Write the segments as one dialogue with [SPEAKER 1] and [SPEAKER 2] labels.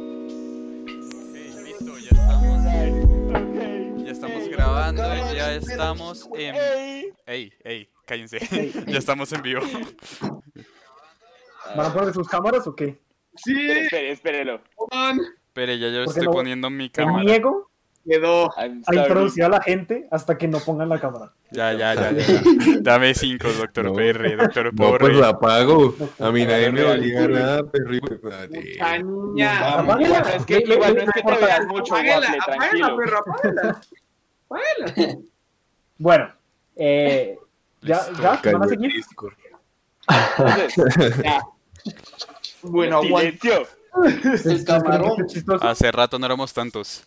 [SPEAKER 1] Ok, listo, ya estamos.
[SPEAKER 2] Ok.
[SPEAKER 1] Ya estamos
[SPEAKER 2] Ey,
[SPEAKER 1] grabando,
[SPEAKER 2] vamos,
[SPEAKER 1] ya
[SPEAKER 2] vamos,
[SPEAKER 1] estamos en.
[SPEAKER 2] ey.
[SPEAKER 1] ¡Ey, ey! Cállense, ya estamos en vivo.
[SPEAKER 3] ¿Van a poner sus cámaras o qué?
[SPEAKER 4] Sí,
[SPEAKER 2] Espere, espérelo.
[SPEAKER 4] Juan,
[SPEAKER 1] Pero ya yo
[SPEAKER 3] ¿Por qué
[SPEAKER 1] estoy
[SPEAKER 3] no?
[SPEAKER 1] poniendo mi
[SPEAKER 3] Te
[SPEAKER 1] cámara.
[SPEAKER 3] niego
[SPEAKER 4] quedó.
[SPEAKER 2] I'm
[SPEAKER 3] a
[SPEAKER 2] sorry.
[SPEAKER 3] introducir a la gente hasta que no pongan la cámara.
[SPEAKER 1] Ya, ya, ya, ya. ya. Dame cinco, doctor
[SPEAKER 5] No.
[SPEAKER 1] PR, doctor
[SPEAKER 5] No,
[SPEAKER 1] Porre.
[SPEAKER 5] pues la apago. A mí
[SPEAKER 3] Doctor,
[SPEAKER 5] nadie me
[SPEAKER 2] real,
[SPEAKER 5] obliga a
[SPEAKER 2] güey.
[SPEAKER 5] nada, perro. hijo de madre.
[SPEAKER 4] Mucha niña.
[SPEAKER 3] Vamos. Apáguela.
[SPEAKER 2] Igual no es que,
[SPEAKER 3] Ve- ve-
[SPEAKER 2] igual
[SPEAKER 3] ve-
[SPEAKER 2] no es que te veas mucho,
[SPEAKER 4] Apáguela,
[SPEAKER 2] Waffle,
[SPEAKER 4] apáguela,
[SPEAKER 2] tranquilo.
[SPEAKER 4] perro, apáguela. Apáguela.
[SPEAKER 3] Bueno, eh, ya,
[SPEAKER 1] Listo.
[SPEAKER 3] ya, ¿van a
[SPEAKER 5] Cayó el
[SPEAKER 3] seguir?
[SPEAKER 5] Discord.
[SPEAKER 2] Entonces,
[SPEAKER 4] Bueno, aguanta.
[SPEAKER 2] silencio.
[SPEAKER 3] El
[SPEAKER 4] camarón.
[SPEAKER 1] Hace rato no éramos tantos.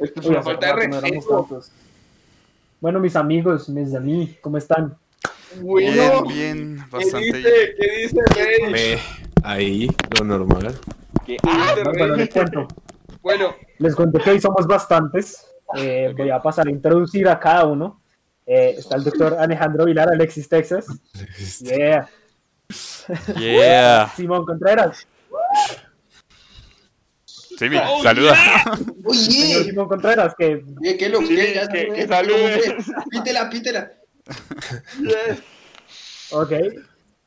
[SPEAKER 4] Esto es una falta de respeto.
[SPEAKER 3] Bueno, mis amigos, mis de mí, ¿cómo están?
[SPEAKER 1] Bien,
[SPEAKER 4] Bueno, ¿qué
[SPEAKER 1] bien, bastante.
[SPEAKER 4] dice? ¿Qué dice, Rey?
[SPEAKER 5] Me- ahí, lo normal.
[SPEAKER 2] Que-
[SPEAKER 4] ¿Qué
[SPEAKER 2] ah,
[SPEAKER 4] dice,
[SPEAKER 3] Bueno,
[SPEAKER 4] Rey?
[SPEAKER 3] les cuento.
[SPEAKER 4] Bueno,
[SPEAKER 3] Les cuento que hoy somos bastantes. Eh, Voy a pasar a introducir a cada uno. Eh, está el doctor Alejandro Vilar, Alexis, Texas. Yeah.
[SPEAKER 1] Yeah.
[SPEAKER 3] Simón Contreras.
[SPEAKER 1] Sí, mi, saluda.
[SPEAKER 3] Señor
[SPEAKER 6] Oye,
[SPEAKER 3] Simón Contreras, que
[SPEAKER 6] eh, ¿qué lo
[SPEAKER 2] Sí,
[SPEAKER 6] que? Ya
[SPEAKER 2] que-
[SPEAKER 6] se-
[SPEAKER 2] que salude.
[SPEAKER 6] ¿cómo que? Pítela, pítela.
[SPEAKER 3] Ok.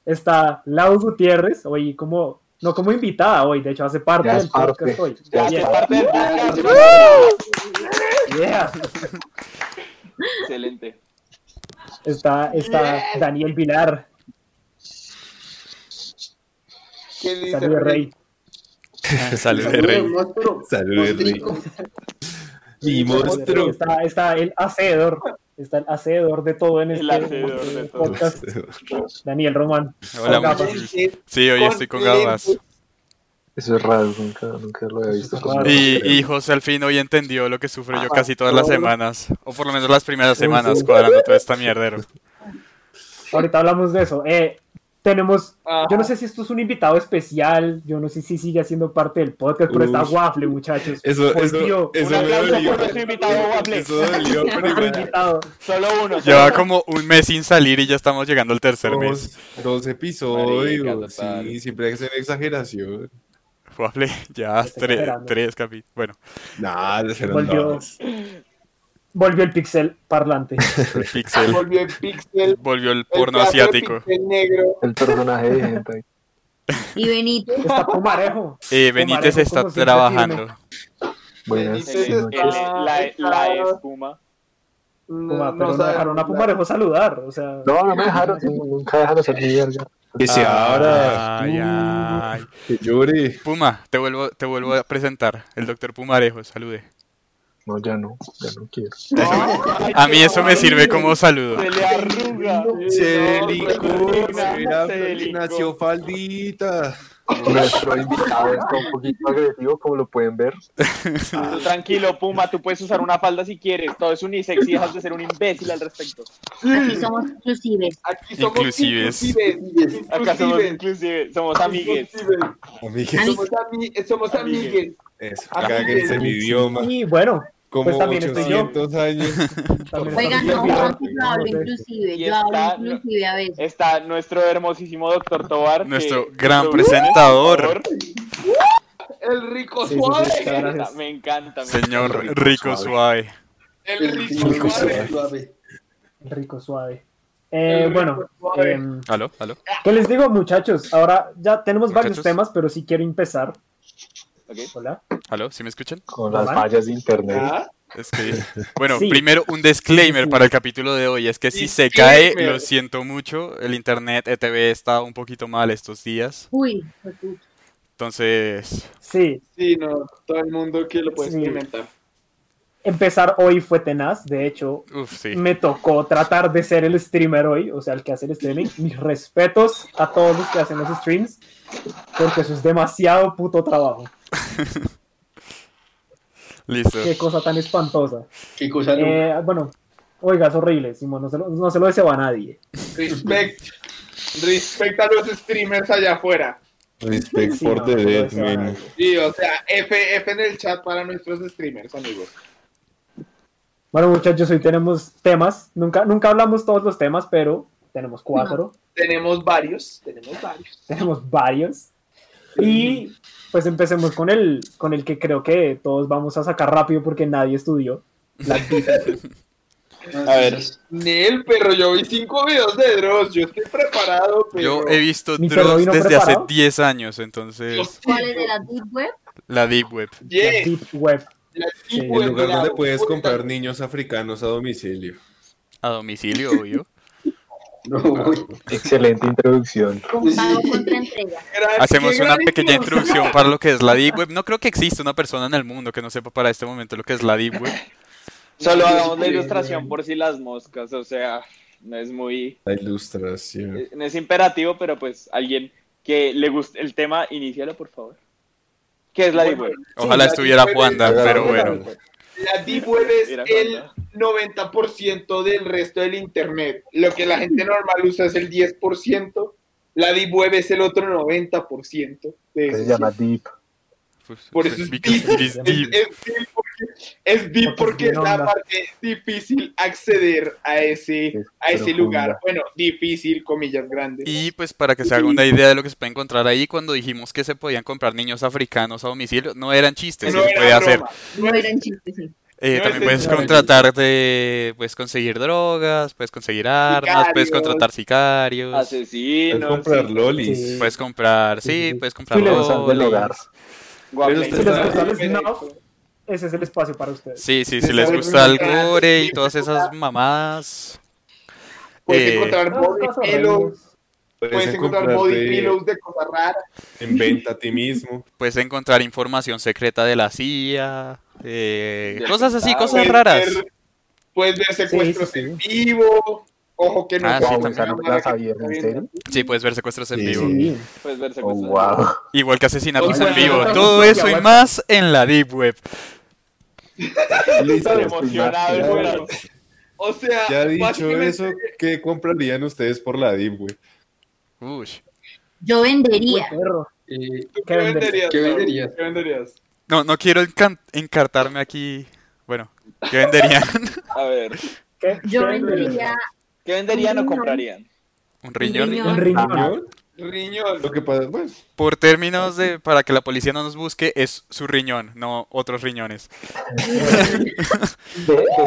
[SPEAKER 3] Está Lau Gutiérrez, hoy como, no como invitada hoy, de hecho hace parte
[SPEAKER 7] Ya es
[SPEAKER 3] del podcast
[SPEAKER 7] parte,
[SPEAKER 3] hoy.
[SPEAKER 7] ya es
[SPEAKER 2] que
[SPEAKER 3] Yeah,
[SPEAKER 2] parte del podcast.
[SPEAKER 3] yeah.
[SPEAKER 2] Excelente.
[SPEAKER 3] Está, está Daniel Vilar,
[SPEAKER 4] ¿qué dice,
[SPEAKER 3] saludos
[SPEAKER 4] Rey?
[SPEAKER 3] Rey.
[SPEAKER 1] Salude, rey.
[SPEAKER 6] monstruo.
[SPEAKER 5] Saludos, Rey.
[SPEAKER 6] Monstrico.
[SPEAKER 5] Y monstruo.
[SPEAKER 3] Está, está el hacedor, está el hacedor de todo en
[SPEAKER 2] El
[SPEAKER 3] este
[SPEAKER 2] hacedor de todo.
[SPEAKER 3] podcast, Daniel Román.
[SPEAKER 1] Hola,
[SPEAKER 3] Con gafas.
[SPEAKER 1] muchachos. Sí, hoy estoy con gafas.
[SPEAKER 7] Eso es raro, nunca, nunca lo había visto.
[SPEAKER 3] es
[SPEAKER 7] como-
[SPEAKER 3] raro.
[SPEAKER 1] Y, y José al fin hoy entendió lo que sufro yo casi todas las semanas, o por lo menos las primeras semanas, cuadrando toda esta mierdero.
[SPEAKER 3] Ahorita hablamos de eso. Eh, tenemos,
[SPEAKER 4] Ajá.
[SPEAKER 3] yo no sé si esto es un invitado especial, yo no sé si sigue siendo parte del podcast, pero está
[SPEAKER 5] Uf.
[SPEAKER 3] Waffle, muchachos. Pues,
[SPEAKER 5] Eso,
[SPEAKER 3] Por
[SPEAKER 5] eso,
[SPEAKER 3] Dios,
[SPEAKER 5] eso
[SPEAKER 2] Un
[SPEAKER 5] me
[SPEAKER 2] aplauso
[SPEAKER 5] dolió.
[SPEAKER 2] por nuestro invitado, Waffle.
[SPEAKER 5] Eso dolió, pero
[SPEAKER 3] Nuestro
[SPEAKER 5] igual.
[SPEAKER 3] invitado.
[SPEAKER 2] Solo uno. solo
[SPEAKER 1] Lleva
[SPEAKER 2] uno.
[SPEAKER 1] como un mes sin salir y ya estamos llegando al tercer mes.
[SPEAKER 5] Dos, dos episodios.
[SPEAKER 2] Marica, total.
[SPEAKER 5] Sí, siempre hay que hacer exageración.
[SPEAKER 1] Waffle, ya
[SPEAKER 3] Estoy
[SPEAKER 1] tres,
[SPEAKER 3] esperando.
[SPEAKER 1] tres capítulos. Bueno,
[SPEAKER 5] Nah, les eran
[SPEAKER 3] Volvió.
[SPEAKER 5] dos.
[SPEAKER 3] Volvió el pixel parlante.
[SPEAKER 1] el pixel.
[SPEAKER 4] Volvió el pixel.
[SPEAKER 1] Volvió el
[SPEAKER 4] el
[SPEAKER 1] porno
[SPEAKER 4] teatro de
[SPEAKER 1] asiático.
[SPEAKER 4] pixel negro.
[SPEAKER 7] El personaje de gente.
[SPEAKER 8] Y Benito,
[SPEAKER 3] Está Pomarejo.
[SPEAKER 1] Eh, Benítez
[SPEAKER 3] Pomarejo,
[SPEAKER 1] está
[SPEAKER 3] como siempre,
[SPEAKER 1] trabajando.
[SPEAKER 7] Buenas
[SPEAKER 2] El-
[SPEAKER 4] Entonces,
[SPEAKER 2] el-
[SPEAKER 7] noches.
[SPEAKER 2] Este, la, la espuma.
[SPEAKER 4] No,
[SPEAKER 3] Puma, pero no,
[SPEAKER 4] sabe
[SPEAKER 3] dejaron a
[SPEAKER 4] hablar.
[SPEAKER 3] Pumarejo saludar. O sea,
[SPEAKER 7] No, no me dejaron, sí, nunca dejaron salir verga.
[SPEAKER 5] Que se abra.
[SPEAKER 1] Ay, ay.
[SPEAKER 5] Que llore.
[SPEAKER 1] Puma, te vuelvo, te vuelvo a presentar. El doctor Pumarejo, salude.
[SPEAKER 7] No, ya no, ya no quiero.
[SPEAKER 1] A mí eso me sirve como saludo.
[SPEAKER 2] Se le arruga.
[SPEAKER 5] Se
[SPEAKER 2] No, pues,
[SPEAKER 5] delicó, se mira,
[SPEAKER 2] se delicó.
[SPEAKER 5] nació faldita.
[SPEAKER 7] Nuestro invitado está un poquito agresivo, como lo pueden ver.
[SPEAKER 2] Tú tranquilo, Puma, tú puedes usar una falda si quieres. Todo es unisex y dejas de ser un imbécil al respecto.
[SPEAKER 8] aquí somos inclusives.
[SPEAKER 4] Aquí somos
[SPEAKER 1] Inclusives.
[SPEAKER 4] inclusives.
[SPEAKER 2] Acá somos
[SPEAKER 4] Inclusives.
[SPEAKER 2] inclusive, somos amigues.
[SPEAKER 4] Inclusives.
[SPEAKER 5] Amigas.
[SPEAKER 4] Somos, ami- eh, somos amigues.
[SPEAKER 5] Eso, cada quien es el idioma.
[SPEAKER 3] y bueno,
[SPEAKER 5] Como
[SPEAKER 3] Pues también estoy yo.
[SPEAKER 5] 800 años.
[SPEAKER 3] también
[SPEAKER 8] Oigan, no,
[SPEAKER 3] está-
[SPEAKER 8] antes yo hablo inclusive,
[SPEAKER 2] Y
[SPEAKER 8] yo
[SPEAKER 2] está-
[SPEAKER 8] hablo inclusive a veces.
[SPEAKER 2] Está nuestro hermosísimo doctor Tobar. que-
[SPEAKER 1] Nuestro gran
[SPEAKER 2] nuestro gran
[SPEAKER 1] presentador.
[SPEAKER 4] El rico
[SPEAKER 3] Sí, sí, sí,
[SPEAKER 4] suave.
[SPEAKER 3] está
[SPEAKER 2] presentador.
[SPEAKER 3] Gracias.
[SPEAKER 2] Me encanta. me
[SPEAKER 1] Señor Rico Suave.
[SPEAKER 4] El rico
[SPEAKER 5] rico
[SPEAKER 4] suave.
[SPEAKER 5] suave.
[SPEAKER 3] Rico suave. Eh,
[SPEAKER 4] El rico
[SPEAKER 3] bueno,
[SPEAKER 4] suave.
[SPEAKER 3] em,
[SPEAKER 1] ¿Aló? ¿Aló?
[SPEAKER 3] ¿qué les digo, muchachos? Ahora ya tenemos varios
[SPEAKER 1] Muchachos.
[SPEAKER 3] temas, pero sí quiero empezar.
[SPEAKER 2] Ok.
[SPEAKER 3] Hola.
[SPEAKER 1] ¿Aló? ¿Sí me escuchan?
[SPEAKER 7] Con las
[SPEAKER 3] Ajá.
[SPEAKER 7] fallas de internet.
[SPEAKER 4] Ah,
[SPEAKER 1] Es que- Bueno,
[SPEAKER 3] Sí.
[SPEAKER 1] primero un disclaimer para el capítulo de hoy. Es que si se cae,
[SPEAKER 4] Disclaimer.
[SPEAKER 1] lo siento mucho. El internet ETV está un poquito mal estos días.
[SPEAKER 8] Uy, pues, fue puta.
[SPEAKER 1] Entonces,
[SPEAKER 3] Sí,
[SPEAKER 4] Sí, no, todo el mundo que lo puede
[SPEAKER 3] Sí.
[SPEAKER 4] experimentar.
[SPEAKER 3] empezar hoy fue tenaz. De hecho,
[SPEAKER 1] uff, sí.
[SPEAKER 3] me tocó tratar de ser el streamer hoy, o sea, el que hace el streaming. Mis respetos a todos los que hacen los streams, porque eso es demasiado puto trabajo.
[SPEAKER 1] Listo.
[SPEAKER 3] Qué cosa tan espantosa.
[SPEAKER 6] Qué cosa no.
[SPEAKER 3] Eh, bueno, oiga, es horrible, Simón, no se lo, no se lo deseo a nadie.
[SPEAKER 4] Respect. Respect a los streamers allá afuera.
[SPEAKER 5] Respect
[SPEAKER 3] Sí,
[SPEAKER 5] for
[SPEAKER 3] no,
[SPEAKER 5] the
[SPEAKER 3] no
[SPEAKER 5] dead,
[SPEAKER 3] se va a
[SPEAKER 5] man.
[SPEAKER 3] dar.
[SPEAKER 4] Sí, o sea, F, F en el chat para nuestros streamers, amigos.
[SPEAKER 3] Bueno, muchachos, hoy tenemos temas. Nunca, nunca hablamos todos los temas, pero tenemos cuatro,
[SPEAKER 4] Tenemos varios, tenemos varios.
[SPEAKER 3] tenemos varios. Y pues empecemos con el, con el que creo que todos vamos a sacar rápido porque nadie estudió. Black Beatles.
[SPEAKER 6] A ver.
[SPEAKER 4] Nel, perro, yo vi cinco videos de Dross, yo estoy preparado, pero...
[SPEAKER 1] Yo he visto
[SPEAKER 3] Mi perro
[SPEAKER 1] Dross
[SPEAKER 3] vino
[SPEAKER 1] desde hace
[SPEAKER 3] preparado.
[SPEAKER 1] 10 años, entonces
[SPEAKER 8] ¿Cuál es de la Deep Web?
[SPEAKER 1] la Deep Web.
[SPEAKER 3] La
[SPEAKER 4] Yeah,
[SPEAKER 3] Deep Web.
[SPEAKER 4] la
[SPEAKER 3] Sí,
[SPEAKER 4] tipo
[SPEAKER 5] El
[SPEAKER 4] de
[SPEAKER 5] lugar donde
[SPEAKER 4] dorado,
[SPEAKER 5] puedes
[SPEAKER 4] puta.
[SPEAKER 5] comprar niños africanos a domicilio.
[SPEAKER 1] A domicilio, obvio.
[SPEAKER 6] No, güey.
[SPEAKER 7] Excelente introducción.
[SPEAKER 8] Con pago contra entrega.
[SPEAKER 4] Gran-
[SPEAKER 1] Hacemos
[SPEAKER 4] qué
[SPEAKER 1] una
[SPEAKER 4] gran
[SPEAKER 1] pequeña
[SPEAKER 4] inclusión.
[SPEAKER 1] introducción para lo que es la Deep Web. No creo que exista una persona en el mundo que no sepa para este momento lo que es la Deep Web.
[SPEAKER 2] Solo hagamos la ilustración por si las moscas, o sea, no es muy,
[SPEAKER 5] La
[SPEAKER 4] Eh,
[SPEAKER 1] Eh,
[SPEAKER 5] ilustración.
[SPEAKER 2] no es imperativo, pero pues alguien que le guste el tema, inícialo por favor. ¿Qué es la Deep Web?
[SPEAKER 1] Ojalá
[SPEAKER 4] la
[SPEAKER 1] estuviera
[SPEAKER 4] Deep Web
[SPEAKER 1] Juanda,
[SPEAKER 5] es-
[SPEAKER 1] pero bueno.
[SPEAKER 4] La Deep Web es
[SPEAKER 2] Mira,
[SPEAKER 4] el
[SPEAKER 2] Juanda.
[SPEAKER 4] 90% del resto del Internet. Lo que la gente normal usa es el 10%. La Deep Web es el otro 90% de
[SPEAKER 7] Se
[SPEAKER 4] eso.
[SPEAKER 7] llama Deep.
[SPEAKER 4] Por eso es
[SPEAKER 1] Because
[SPEAKER 4] deep.
[SPEAKER 1] it is
[SPEAKER 4] Es,
[SPEAKER 1] deep.
[SPEAKER 4] es deep porque, es, deep
[SPEAKER 3] No, pues,
[SPEAKER 4] porque
[SPEAKER 3] bien
[SPEAKER 4] es la
[SPEAKER 3] onda.
[SPEAKER 4] parte difícil acceder a ese,
[SPEAKER 7] Es
[SPEAKER 4] a ese
[SPEAKER 7] profunda.
[SPEAKER 4] lugar. Bueno, difícil, comillas grandes.
[SPEAKER 1] Y pues para que se haga una idea de lo que se puede encontrar ahí, cuando dijimos que se podían comprar niños africanos a domicilio, no eran chistes,
[SPEAKER 4] No
[SPEAKER 1] se
[SPEAKER 4] era
[SPEAKER 1] podía hacer.
[SPEAKER 4] broma.
[SPEAKER 8] No eran chistes, sí.
[SPEAKER 1] Eh,
[SPEAKER 4] No
[SPEAKER 1] también
[SPEAKER 4] es
[SPEAKER 1] puedes
[SPEAKER 4] sencillo.
[SPEAKER 1] contratar de, puedes conseguir drogas, puedes conseguir armas, puedes
[SPEAKER 4] Sicarios.
[SPEAKER 1] contratar sicarios,
[SPEAKER 2] Ah,
[SPEAKER 5] Puedes
[SPEAKER 2] Asesinos,
[SPEAKER 5] comprar lolis.
[SPEAKER 3] Sí.
[SPEAKER 1] puedes comprar,
[SPEAKER 3] Sí,
[SPEAKER 1] sí,
[SPEAKER 3] sí, sí.
[SPEAKER 1] puedes comprar
[SPEAKER 3] Fileros
[SPEAKER 7] al del
[SPEAKER 1] lolis.
[SPEAKER 7] hogar.
[SPEAKER 5] Pero
[SPEAKER 3] Si les
[SPEAKER 5] ustedes saben-
[SPEAKER 3] gusta el
[SPEAKER 4] Perfecto.
[SPEAKER 3] snuff, ese es el espacio para ustedes.
[SPEAKER 1] Sí, sí,
[SPEAKER 5] Ustedes
[SPEAKER 1] si les
[SPEAKER 5] saben
[SPEAKER 1] gusta el
[SPEAKER 4] encontrar-
[SPEAKER 1] gore y todas esas mamadas.
[SPEAKER 4] Puedes
[SPEAKER 1] Eh,
[SPEAKER 3] Ah,
[SPEAKER 4] encontrar body
[SPEAKER 3] Cosas
[SPEAKER 4] pillows,
[SPEAKER 3] horribles.
[SPEAKER 4] puedes encontrar body pillows de cosas raras.
[SPEAKER 5] en venta a ti mismo.
[SPEAKER 1] Puedes encontrar información secreta de la CIA, eh,
[SPEAKER 2] Del
[SPEAKER 1] cosas así,
[SPEAKER 2] Pentágono.
[SPEAKER 1] cosas
[SPEAKER 4] Puedes
[SPEAKER 1] raras.
[SPEAKER 4] ver- puedes ver secuestros
[SPEAKER 3] Sí, sí, sí.
[SPEAKER 4] en vivo. Ojo que no
[SPEAKER 1] Ah, sí,
[SPEAKER 4] vamos a
[SPEAKER 1] también.
[SPEAKER 7] O sea, no
[SPEAKER 4] llamar a
[SPEAKER 7] las
[SPEAKER 4] que-
[SPEAKER 7] sabían, ¿en serio?
[SPEAKER 1] Sí, puedes ver secuestros en
[SPEAKER 5] Sí,
[SPEAKER 1] vivo.
[SPEAKER 3] Sí.
[SPEAKER 2] puedes ver
[SPEAKER 7] Oh,
[SPEAKER 2] secuestros.
[SPEAKER 7] wow.
[SPEAKER 1] Igual que asesinatos
[SPEAKER 4] Oye,
[SPEAKER 1] en vivo.
[SPEAKER 3] bueno,
[SPEAKER 1] Todo
[SPEAKER 3] bueno,
[SPEAKER 1] eso y
[SPEAKER 3] bueno.
[SPEAKER 1] más en la Deep Web.
[SPEAKER 5] Listo.
[SPEAKER 2] Emocionado el
[SPEAKER 5] Ya-
[SPEAKER 2] güero.
[SPEAKER 4] O sea,
[SPEAKER 5] Ya dicho
[SPEAKER 4] básicamente-
[SPEAKER 5] eso, ¿qué comprarían ustedes por la Deep Web?
[SPEAKER 1] Uy,
[SPEAKER 8] Yo
[SPEAKER 3] Uy,
[SPEAKER 8] vendería.
[SPEAKER 3] perro.
[SPEAKER 6] Eh,
[SPEAKER 4] ¿Tú
[SPEAKER 3] ¿Qué venderías?
[SPEAKER 6] ¿Qué
[SPEAKER 4] Raúl?
[SPEAKER 6] venderías?
[SPEAKER 4] ¿Qué venderías?
[SPEAKER 1] No, no quiero encan- encartarme aquí. Bueno, ¿qué venderían?
[SPEAKER 2] A ver,
[SPEAKER 3] ¿Qué?
[SPEAKER 8] Yo
[SPEAKER 3] pues, ¿Qué
[SPEAKER 8] vendería
[SPEAKER 2] ¿qué venderían o comprarían?
[SPEAKER 1] ¿Un
[SPEAKER 8] Un
[SPEAKER 1] riñón?
[SPEAKER 8] riñón.
[SPEAKER 3] Un riñón.
[SPEAKER 4] Ah.
[SPEAKER 7] Ajá.
[SPEAKER 4] Riñón.
[SPEAKER 5] Lo que pasa, bueno,
[SPEAKER 1] Por términos de, para que la policía no nos busque, es su riñón, no otros riñones.
[SPEAKER 7] De- de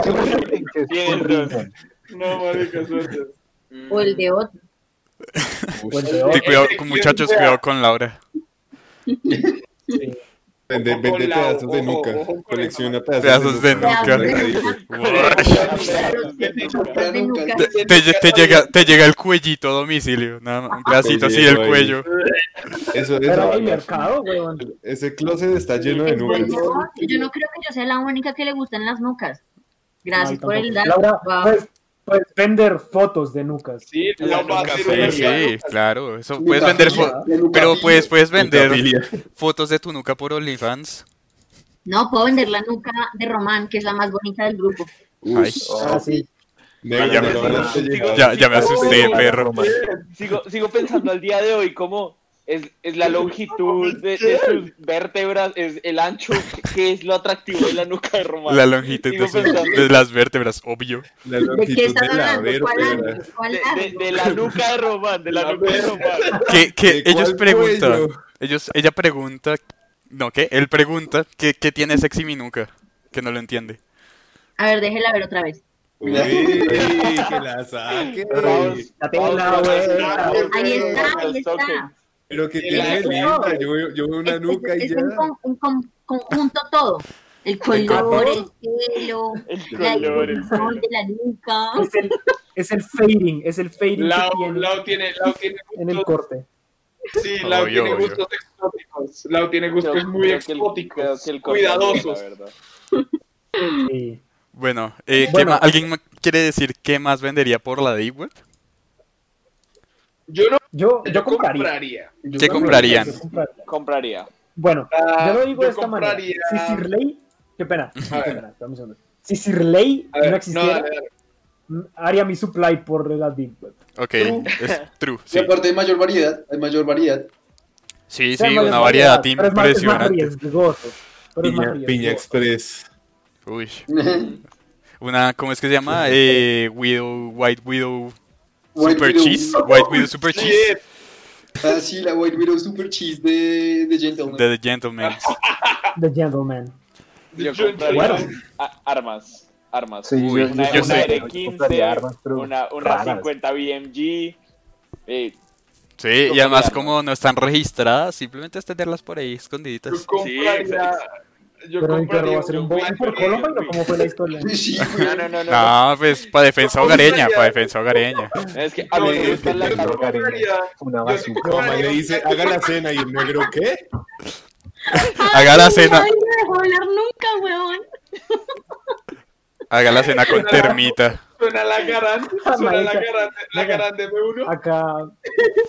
[SPEAKER 7] eso me dicen que es un
[SPEAKER 2] Bien,
[SPEAKER 7] riñón.
[SPEAKER 4] No, marica, suerte.
[SPEAKER 8] o el de otro.
[SPEAKER 3] Pues,
[SPEAKER 5] ush,
[SPEAKER 3] de otro.
[SPEAKER 1] Sí, cuidado,
[SPEAKER 4] Ese,
[SPEAKER 1] muchachos,
[SPEAKER 5] eh,
[SPEAKER 4] ¿quién
[SPEAKER 1] cuidado con Laura.
[SPEAKER 5] vende,
[SPEAKER 4] Ojo
[SPEAKER 5] vende
[SPEAKER 4] con la-
[SPEAKER 5] pedazos de
[SPEAKER 4] ojo,
[SPEAKER 5] nuca.
[SPEAKER 4] ojo con
[SPEAKER 5] Colecciona
[SPEAKER 4] la-
[SPEAKER 5] pedazos,
[SPEAKER 1] Pedazos de nuca.
[SPEAKER 5] eh,
[SPEAKER 1] Uy, Te, te lle- te llega, te llega el cuellito a domicilio, nada más, un pedacito así del
[SPEAKER 5] Ah, Oye,
[SPEAKER 1] cuello.
[SPEAKER 5] Eso,
[SPEAKER 3] Pero hay
[SPEAKER 5] eso,
[SPEAKER 3] mercado, weón.
[SPEAKER 5] ese closet está lleno de
[SPEAKER 8] Yo
[SPEAKER 5] nubes.
[SPEAKER 8] no creo que yo sea la única que le gustan las nucas. Gracias
[SPEAKER 3] Ay,
[SPEAKER 8] por el
[SPEAKER 3] tampoco.
[SPEAKER 8] dato.
[SPEAKER 3] Laura, pues.
[SPEAKER 8] Wow.
[SPEAKER 3] puedes, puedes vender fotos de nucas.
[SPEAKER 4] Sí, no va a
[SPEAKER 5] Sí,
[SPEAKER 4] ser
[SPEAKER 1] Sí,
[SPEAKER 4] una
[SPEAKER 1] sí, claro. Eso puedes
[SPEAKER 6] Nuca
[SPEAKER 1] vender,
[SPEAKER 6] filia,
[SPEAKER 1] fo-
[SPEAKER 6] nuca
[SPEAKER 1] pero
[SPEAKER 6] filia.
[SPEAKER 1] puedes, puedes vender
[SPEAKER 5] Nucafilia.
[SPEAKER 1] fotos de tu nuca por OnlyFans.
[SPEAKER 8] No, puedo vender la nuca de Román, que es la más bonita del grupo.
[SPEAKER 1] Ay,
[SPEAKER 5] oh.
[SPEAKER 3] Ah, sí.
[SPEAKER 5] Venga,
[SPEAKER 1] Ya me-
[SPEAKER 5] no van a llegar.
[SPEAKER 1] ya, ya me asusté,
[SPEAKER 7] Uy,
[SPEAKER 1] perro.
[SPEAKER 7] Román.
[SPEAKER 2] Sigo, sigo pensando al día de hoy cómo es, es la longitud de, de sus vértebras, es el ancho, que es lo atractivo de la nuca de Román.
[SPEAKER 1] La longitud de,
[SPEAKER 2] Sigo
[SPEAKER 1] sus-
[SPEAKER 2] pensando.
[SPEAKER 1] de las vértebras, obvio.
[SPEAKER 5] La
[SPEAKER 8] ¿De qué
[SPEAKER 5] longitud
[SPEAKER 8] estás
[SPEAKER 5] de la
[SPEAKER 8] hablando? ¿Cuál
[SPEAKER 5] vértebra.
[SPEAKER 8] largo? ¿Cuál
[SPEAKER 2] De, de-
[SPEAKER 8] largo?
[SPEAKER 2] de la nuca de Román, de la nuca de Román.
[SPEAKER 1] Que, que
[SPEAKER 5] ¿De
[SPEAKER 1] ellos
[SPEAKER 5] cuál
[SPEAKER 1] preguntan,
[SPEAKER 5] cuello?
[SPEAKER 1] ellos, ella pregunta, no, ¿qué? Él pregunta que, que tiene sexy mi nuca, que no lo entiende.
[SPEAKER 8] A ver, déjela ver otra vez.
[SPEAKER 5] Uy, que la
[SPEAKER 2] Vamos,
[SPEAKER 5] saque.
[SPEAKER 3] La tengo en la
[SPEAKER 2] vamos,
[SPEAKER 3] web.
[SPEAKER 2] vamos,
[SPEAKER 8] Ahí está,
[SPEAKER 2] vamos,
[SPEAKER 8] ahí
[SPEAKER 2] toquen.
[SPEAKER 8] está.
[SPEAKER 5] Pero que
[SPEAKER 4] Que
[SPEAKER 5] tiene
[SPEAKER 4] la-
[SPEAKER 5] linda. Yo veo, yo veo
[SPEAKER 8] Es,
[SPEAKER 5] una nuca
[SPEAKER 8] es-
[SPEAKER 5] y
[SPEAKER 8] es
[SPEAKER 5] ya.
[SPEAKER 8] un, con- un con- conjunto todo. El color, el pelo,
[SPEAKER 2] El
[SPEAKER 8] la
[SPEAKER 2] color, el
[SPEAKER 8] dimensión
[SPEAKER 2] color.
[SPEAKER 8] de la nuca.
[SPEAKER 3] Es el, es el fading, es el fading
[SPEAKER 4] Lau,
[SPEAKER 3] que tiene
[SPEAKER 4] Lau tiene, Lau tiene
[SPEAKER 3] en el
[SPEAKER 4] gustos,
[SPEAKER 3] corte.
[SPEAKER 4] sí, Lau
[SPEAKER 1] Obvio,
[SPEAKER 4] tiene
[SPEAKER 1] obvio.
[SPEAKER 4] gustos exóticos. Lau tiene gustos
[SPEAKER 2] Creo-
[SPEAKER 4] muy
[SPEAKER 2] creo que el- creo
[SPEAKER 4] exóticos,
[SPEAKER 2] que el color,
[SPEAKER 4] cuidadosos.
[SPEAKER 2] la verdad.
[SPEAKER 3] Sí.
[SPEAKER 1] Bueno, eh, ¿qué
[SPEAKER 3] Bueno.
[SPEAKER 1] ma- ¿alguien ma- quiere decir qué más vendería por la Deep Web?
[SPEAKER 4] Yo no
[SPEAKER 3] Yo,
[SPEAKER 4] yo
[SPEAKER 3] yo compraría.
[SPEAKER 1] ¿Qué comprarían?
[SPEAKER 3] Yo compraría.
[SPEAKER 2] Compraría.
[SPEAKER 3] Bueno,
[SPEAKER 4] Ah,
[SPEAKER 3] yo lo digo
[SPEAKER 4] yo
[SPEAKER 3] de esta
[SPEAKER 4] compraría-
[SPEAKER 3] manera. Si Sirley, qué pena,
[SPEAKER 4] A
[SPEAKER 3] qué
[SPEAKER 4] ver.
[SPEAKER 3] pena, dame un segundo. Si Sirley
[SPEAKER 4] A ver,
[SPEAKER 3] no
[SPEAKER 4] no,
[SPEAKER 3] existiera,
[SPEAKER 4] dale, dale.
[SPEAKER 3] haría mi supply por la deep web.
[SPEAKER 1] Ok,
[SPEAKER 6] True.
[SPEAKER 1] es true,
[SPEAKER 6] Y
[SPEAKER 1] sí.
[SPEAKER 6] aparte hay mayor variedad, hay mayor variedad.
[SPEAKER 1] Sí,
[SPEAKER 3] O sea,
[SPEAKER 1] sí,
[SPEAKER 3] no
[SPEAKER 1] una
[SPEAKER 3] les
[SPEAKER 1] variedad
[SPEAKER 3] daría, pero es más- Es más
[SPEAKER 1] impresionante.
[SPEAKER 3] riesgoso, pero es más
[SPEAKER 5] Piña,
[SPEAKER 3] riesgoso.
[SPEAKER 5] Piña Express.
[SPEAKER 1] Uy, Una, ¿cómo es que se llama? Eh, Widow, White Widow
[SPEAKER 6] White
[SPEAKER 1] Super
[SPEAKER 6] Widow.
[SPEAKER 1] Cheese. White Widow Super Cheese.
[SPEAKER 6] Ah, sí, la White Widow Super Cheese de, de Gentleman.
[SPEAKER 1] De The Gentleman.
[SPEAKER 3] The Gentleman.
[SPEAKER 2] Yo
[SPEAKER 4] Yo
[SPEAKER 2] compraría
[SPEAKER 3] entraría.
[SPEAKER 2] a- armas. Armas.
[SPEAKER 7] Sí,
[SPEAKER 1] Uy,
[SPEAKER 7] yo,
[SPEAKER 2] una
[SPEAKER 1] yo
[SPEAKER 2] una
[SPEAKER 1] sé.
[SPEAKER 7] compraría armas,
[SPEAKER 2] R15,
[SPEAKER 7] pero
[SPEAKER 2] una, una
[SPEAKER 7] raras.
[SPEAKER 2] 50 BMG. Eh,
[SPEAKER 1] Sí, y además como no están registradas, simplemente es tenerlas por ahí escondiditas.
[SPEAKER 4] Yo compraría. Yo
[SPEAKER 3] Pero mi perro va
[SPEAKER 4] compraría.
[SPEAKER 3] a ser un
[SPEAKER 4] un
[SPEAKER 3] boing por
[SPEAKER 4] White
[SPEAKER 3] Colombine
[SPEAKER 4] Widow.
[SPEAKER 3] o cómo fue la historia.
[SPEAKER 6] Sí, güey.
[SPEAKER 2] no, no, no, no.
[SPEAKER 1] No, pues para defensa hogareña, para defensa hogareña.
[SPEAKER 2] Es que a mí me
[SPEAKER 5] No,
[SPEAKER 2] gustan las
[SPEAKER 5] no,
[SPEAKER 2] armas.
[SPEAKER 4] Yo compraría-
[SPEAKER 7] una
[SPEAKER 4] yo sí
[SPEAKER 7] bazooka.
[SPEAKER 5] No, man, le dice, haga la cena y el negro, ¿qué?
[SPEAKER 1] Haga la cena,
[SPEAKER 8] Ay, no me dejó hablar nunca, weón.
[SPEAKER 1] haga la cena con termita.
[SPEAKER 4] Suena la garante.
[SPEAKER 3] Ah,
[SPEAKER 4] Suena la
[SPEAKER 3] marica.
[SPEAKER 4] garante. La
[SPEAKER 3] Venga.
[SPEAKER 4] garante de uno.
[SPEAKER 3] Acá,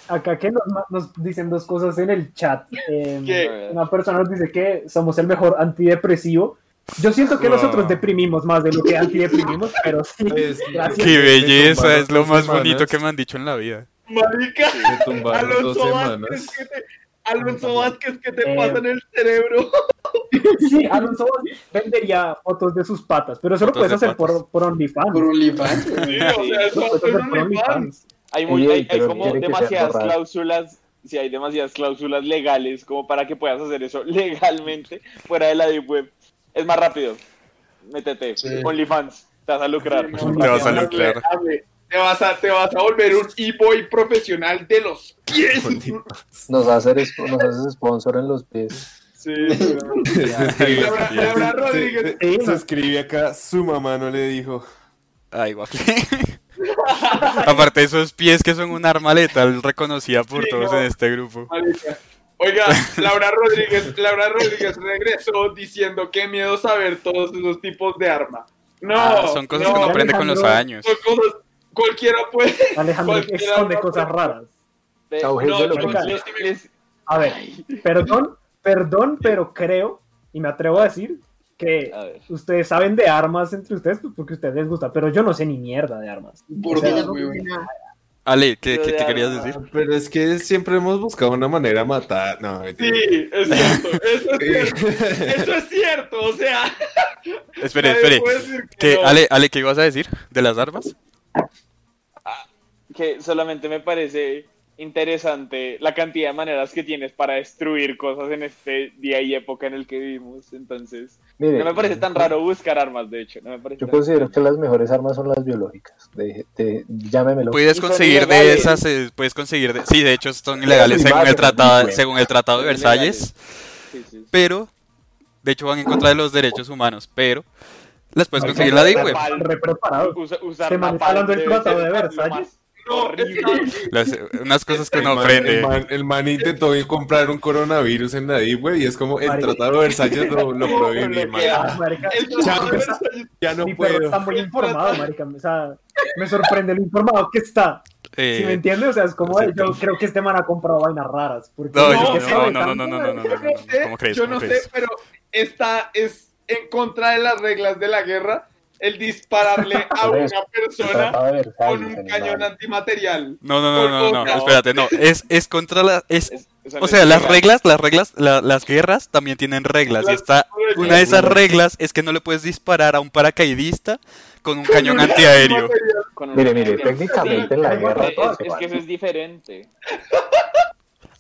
[SPEAKER 3] acá que nos, nos dicen dos cosas en el chat. Eh,
[SPEAKER 4] ¿Qué?
[SPEAKER 3] Una persona nos dice que somos el mejor antidepresivo. Yo siento que
[SPEAKER 1] Wow.
[SPEAKER 3] nosotros deprimimos más de lo que antideprimimos, pero sí.
[SPEAKER 5] Pues,
[SPEAKER 3] gracias.
[SPEAKER 1] Qué belleza,
[SPEAKER 5] Tumbaron
[SPEAKER 1] es lo
[SPEAKER 5] dos
[SPEAKER 1] más
[SPEAKER 5] semanas.
[SPEAKER 1] bonito que me han dicho en la vida.
[SPEAKER 4] Marica.
[SPEAKER 5] Le tumbaron dos
[SPEAKER 4] Alonso Vázquez,
[SPEAKER 5] semanas.
[SPEAKER 4] que te, Alonso Vázquez, ¿qué te
[SPEAKER 3] Eh,
[SPEAKER 4] pasa en el cerebro?
[SPEAKER 3] Sí, Alonso vendería fotos de sus patas, pero eso lo
[SPEAKER 1] Fotos
[SPEAKER 3] puedes
[SPEAKER 1] de
[SPEAKER 3] hacer por, por OnlyFans.
[SPEAKER 6] Por OnlyFans, güey.
[SPEAKER 4] Sí, o sea,
[SPEAKER 3] Lo
[SPEAKER 4] eso
[SPEAKER 3] puedes
[SPEAKER 4] es
[SPEAKER 3] hacer
[SPEAKER 4] un
[SPEAKER 3] por
[SPEAKER 4] OnlyFans.
[SPEAKER 3] OnlyFans.
[SPEAKER 2] Hay, muy,
[SPEAKER 7] Ey,
[SPEAKER 2] hay, hay
[SPEAKER 7] pero
[SPEAKER 2] como
[SPEAKER 7] tiene que ser
[SPEAKER 2] demasiadas
[SPEAKER 7] borrado.
[SPEAKER 2] cláusulas, sí, hay demasiadas cláusulas legales como para que puedas hacer eso legalmente fuera de la deep web. Es más rápido. Métete.
[SPEAKER 6] Sí.
[SPEAKER 2] OnlyFans. Te vas a lucrar.
[SPEAKER 4] Te
[SPEAKER 1] Te vas a
[SPEAKER 4] Hazle,
[SPEAKER 1] lucrar.
[SPEAKER 4] hazle. Te vas a, te vas a volver un e-boy profesional de los pies.
[SPEAKER 7] Nos haces, nos haces sponsor en los pies.
[SPEAKER 4] Sí,
[SPEAKER 5] Se escribe-
[SPEAKER 4] Laura- Laura Rodríguez.
[SPEAKER 5] se- se escribe acá, su mamá no le dijo.
[SPEAKER 1] Ay, guapo. Aparte esos pies que son un arma letal reconocida por
[SPEAKER 4] Sí,
[SPEAKER 1] todos
[SPEAKER 4] no.
[SPEAKER 1] en este grupo.
[SPEAKER 4] marica. Oiga, Laura Rodríguez, Laura Rodríguez regresó diciendo qué miedo saber todos esos tipos de arma. No,
[SPEAKER 1] Ah, son cosas
[SPEAKER 4] no,
[SPEAKER 1] que uno aprende con los
[SPEAKER 3] Alejandro.
[SPEAKER 1] años.
[SPEAKER 4] son cosas- cualquiera puede.
[SPEAKER 3] Alejandro
[SPEAKER 4] Cualquiera
[SPEAKER 3] esconde
[SPEAKER 4] otra
[SPEAKER 3] cosas
[SPEAKER 4] persona.
[SPEAKER 3] raras.
[SPEAKER 2] Te-
[SPEAKER 7] Chao,
[SPEAKER 2] no,
[SPEAKER 7] gente, lo
[SPEAKER 2] yo-
[SPEAKER 3] cuento.
[SPEAKER 2] yo sí les-
[SPEAKER 3] A ver, perdón, perdón, pero creo, y me atrevo a decir, que
[SPEAKER 2] A ver.
[SPEAKER 3] ustedes saben de armas entre ustedes pues, porque a ustedes les gusta, pero yo no sé ni mierda de armas.
[SPEAKER 6] Por
[SPEAKER 3] O sea,
[SPEAKER 6] Dios,
[SPEAKER 3] no-
[SPEAKER 6] güey.
[SPEAKER 1] Ale, ¿qué,
[SPEAKER 2] Yo
[SPEAKER 1] qué
[SPEAKER 2] de
[SPEAKER 1] te querías
[SPEAKER 2] arma.
[SPEAKER 1] decir?
[SPEAKER 5] Ah, Pero es que siempre hemos buscado una manera de matar. No,
[SPEAKER 4] Sí,
[SPEAKER 5] mentira.
[SPEAKER 4] es cierto, eso es
[SPEAKER 5] Eh,
[SPEAKER 4] cierto. Eso es cierto, o sea.
[SPEAKER 1] Espere,
[SPEAKER 4] nadie
[SPEAKER 1] espere.
[SPEAKER 4] puede decir que
[SPEAKER 1] ¿Qué,
[SPEAKER 4] no.
[SPEAKER 1] Ale, Ale, ¿qué ibas a decir de las armas?
[SPEAKER 2] que solamente me parece interesante la cantidad de maneras que tienes para destruir cosas en este día y época en el que vivimos. Entonces,
[SPEAKER 7] Mire,
[SPEAKER 2] no me parece tan raro buscar armas, de hecho. No me parece
[SPEAKER 7] Pues- Yo pues
[SPEAKER 2] tan-
[SPEAKER 7] considero que las mejores armas son las biológicas. De, de- llámemelo.
[SPEAKER 1] Puedes
[SPEAKER 2] Y son
[SPEAKER 1] conseguir de
[SPEAKER 2] ilegales.
[SPEAKER 1] esas, eh, puedes conseguir de... Sí, de hecho son ilegales según el
[SPEAKER 7] imágenes,
[SPEAKER 1] tratado,
[SPEAKER 7] güey.
[SPEAKER 1] según el tratado de
[SPEAKER 2] Son
[SPEAKER 1] Versalles.
[SPEAKER 2] Sí, sí.
[SPEAKER 1] pero de hecho van en contra de los derechos humanos, pero las puedes conseguir en la Deep Web.
[SPEAKER 3] Están re preparados.
[SPEAKER 2] Usa- usar
[SPEAKER 3] Este man
[SPEAKER 2] la
[SPEAKER 3] está
[SPEAKER 2] paz
[SPEAKER 3] hablando del
[SPEAKER 2] debe
[SPEAKER 3] tratado
[SPEAKER 2] ser
[SPEAKER 3] de
[SPEAKER 2] lo
[SPEAKER 3] Versalles.
[SPEAKER 2] más
[SPEAKER 4] No,
[SPEAKER 2] horrible.
[SPEAKER 4] está-
[SPEAKER 1] Las- unas cosas que
[SPEAKER 5] el
[SPEAKER 1] uno
[SPEAKER 5] man- El
[SPEAKER 1] aprende.
[SPEAKER 5] man, el man intentó ir comprar un coronavirus en la Deep Web y es como el
[SPEAKER 3] Marica.
[SPEAKER 5] tratado de Versalles lo, lo prohibí, man.
[SPEAKER 4] bloquea.
[SPEAKER 3] Ah, marica,
[SPEAKER 4] el
[SPEAKER 3] mi
[SPEAKER 5] Ya,
[SPEAKER 4] tratado de
[SPEAKER 3] perro
[SPEAKER 5] pues,
[SPEAKER 3] está-
[SPEAKER 4] Versalles-
[SPEAKER 5] Ya no
[SPEAKER 3] mi perro
[SPEAKER 5] puedo.
[SPEAKER 3] está muy informado, marica. O sea, me sorprende lo informado que está.
[SPEAKER 1] Eh,
[SPEAKER 3] Si me entiendes, o sea, es como
[SPEAKER 1] sí,
[SPEAKER 3] yo creo que este man ha comprado vainas raras. Porque
[SPEAKER 1] no,
[SPEAKER 4] No,
[SPEAKER 1] yo-
[SPEAKER 3] que
[SPEAKER 4] no,
[SPEAKER 1] no,
[SPEAKER 3] sabe
[SPEAKER 1] no, no, no,
[SPEAKER 3] tanto
[SPEAKER 1] no,
[SPEAKER 3] de-
[SPEAKER 1] no, no, no,
[SPEAKER 4] Yo
[SPEAKER 1] no,
[SPEAKER 4] no sé,
[SPEAKER 1] ¿Cómo crees?
[SPEAKER 4] yo
[SPEAKER 1] ¿Cómo
[SPEAKER 4] no sé,
[SPEAKER 1] crees?
[SPEAKER 4] pero está es en contra de las reglas de la guerra el dispararle a
[SPEAKER 7] Por
[SPEAKER 4] una
[SPEAKER 7] eso, El
[SPEAKER 4] persona
[SPEAKER 7] tratado de Versalles.
[SPEAKER 4] con un
[SPEAKER 7] animal.
[SPEAKER 4] cañón antimaterial.
[SPEAKER 1] No, no, no, no, no, espérate, no, es, es contra la, es,
[SPEAKER 2] Es-
[SPEAKER 1] o sea, las
[SPEAKER 2] ilegal.
[SPEAKER 1] reglas, las reglas, la- las guerras también tienen reglas, y está, una de esas reglas es que no le puedes disparar a un paracaidista con un cañón antiaéreo.
[SPEAKER 2] Con un-
[SPEAKER 7] Mire, mire, técnicamente en la
[SPEAKER 3] Sí,
[SPEAKER 7] guerra
[SPEAKER 2] Es-
[SPEAKER 7] todo
[SPEAKER 2] es,
[SPEAKER 7] se
[SPEAKER 2] que eso
[SPEAKER 7] vale.
[SPEAKER 2] es diferente.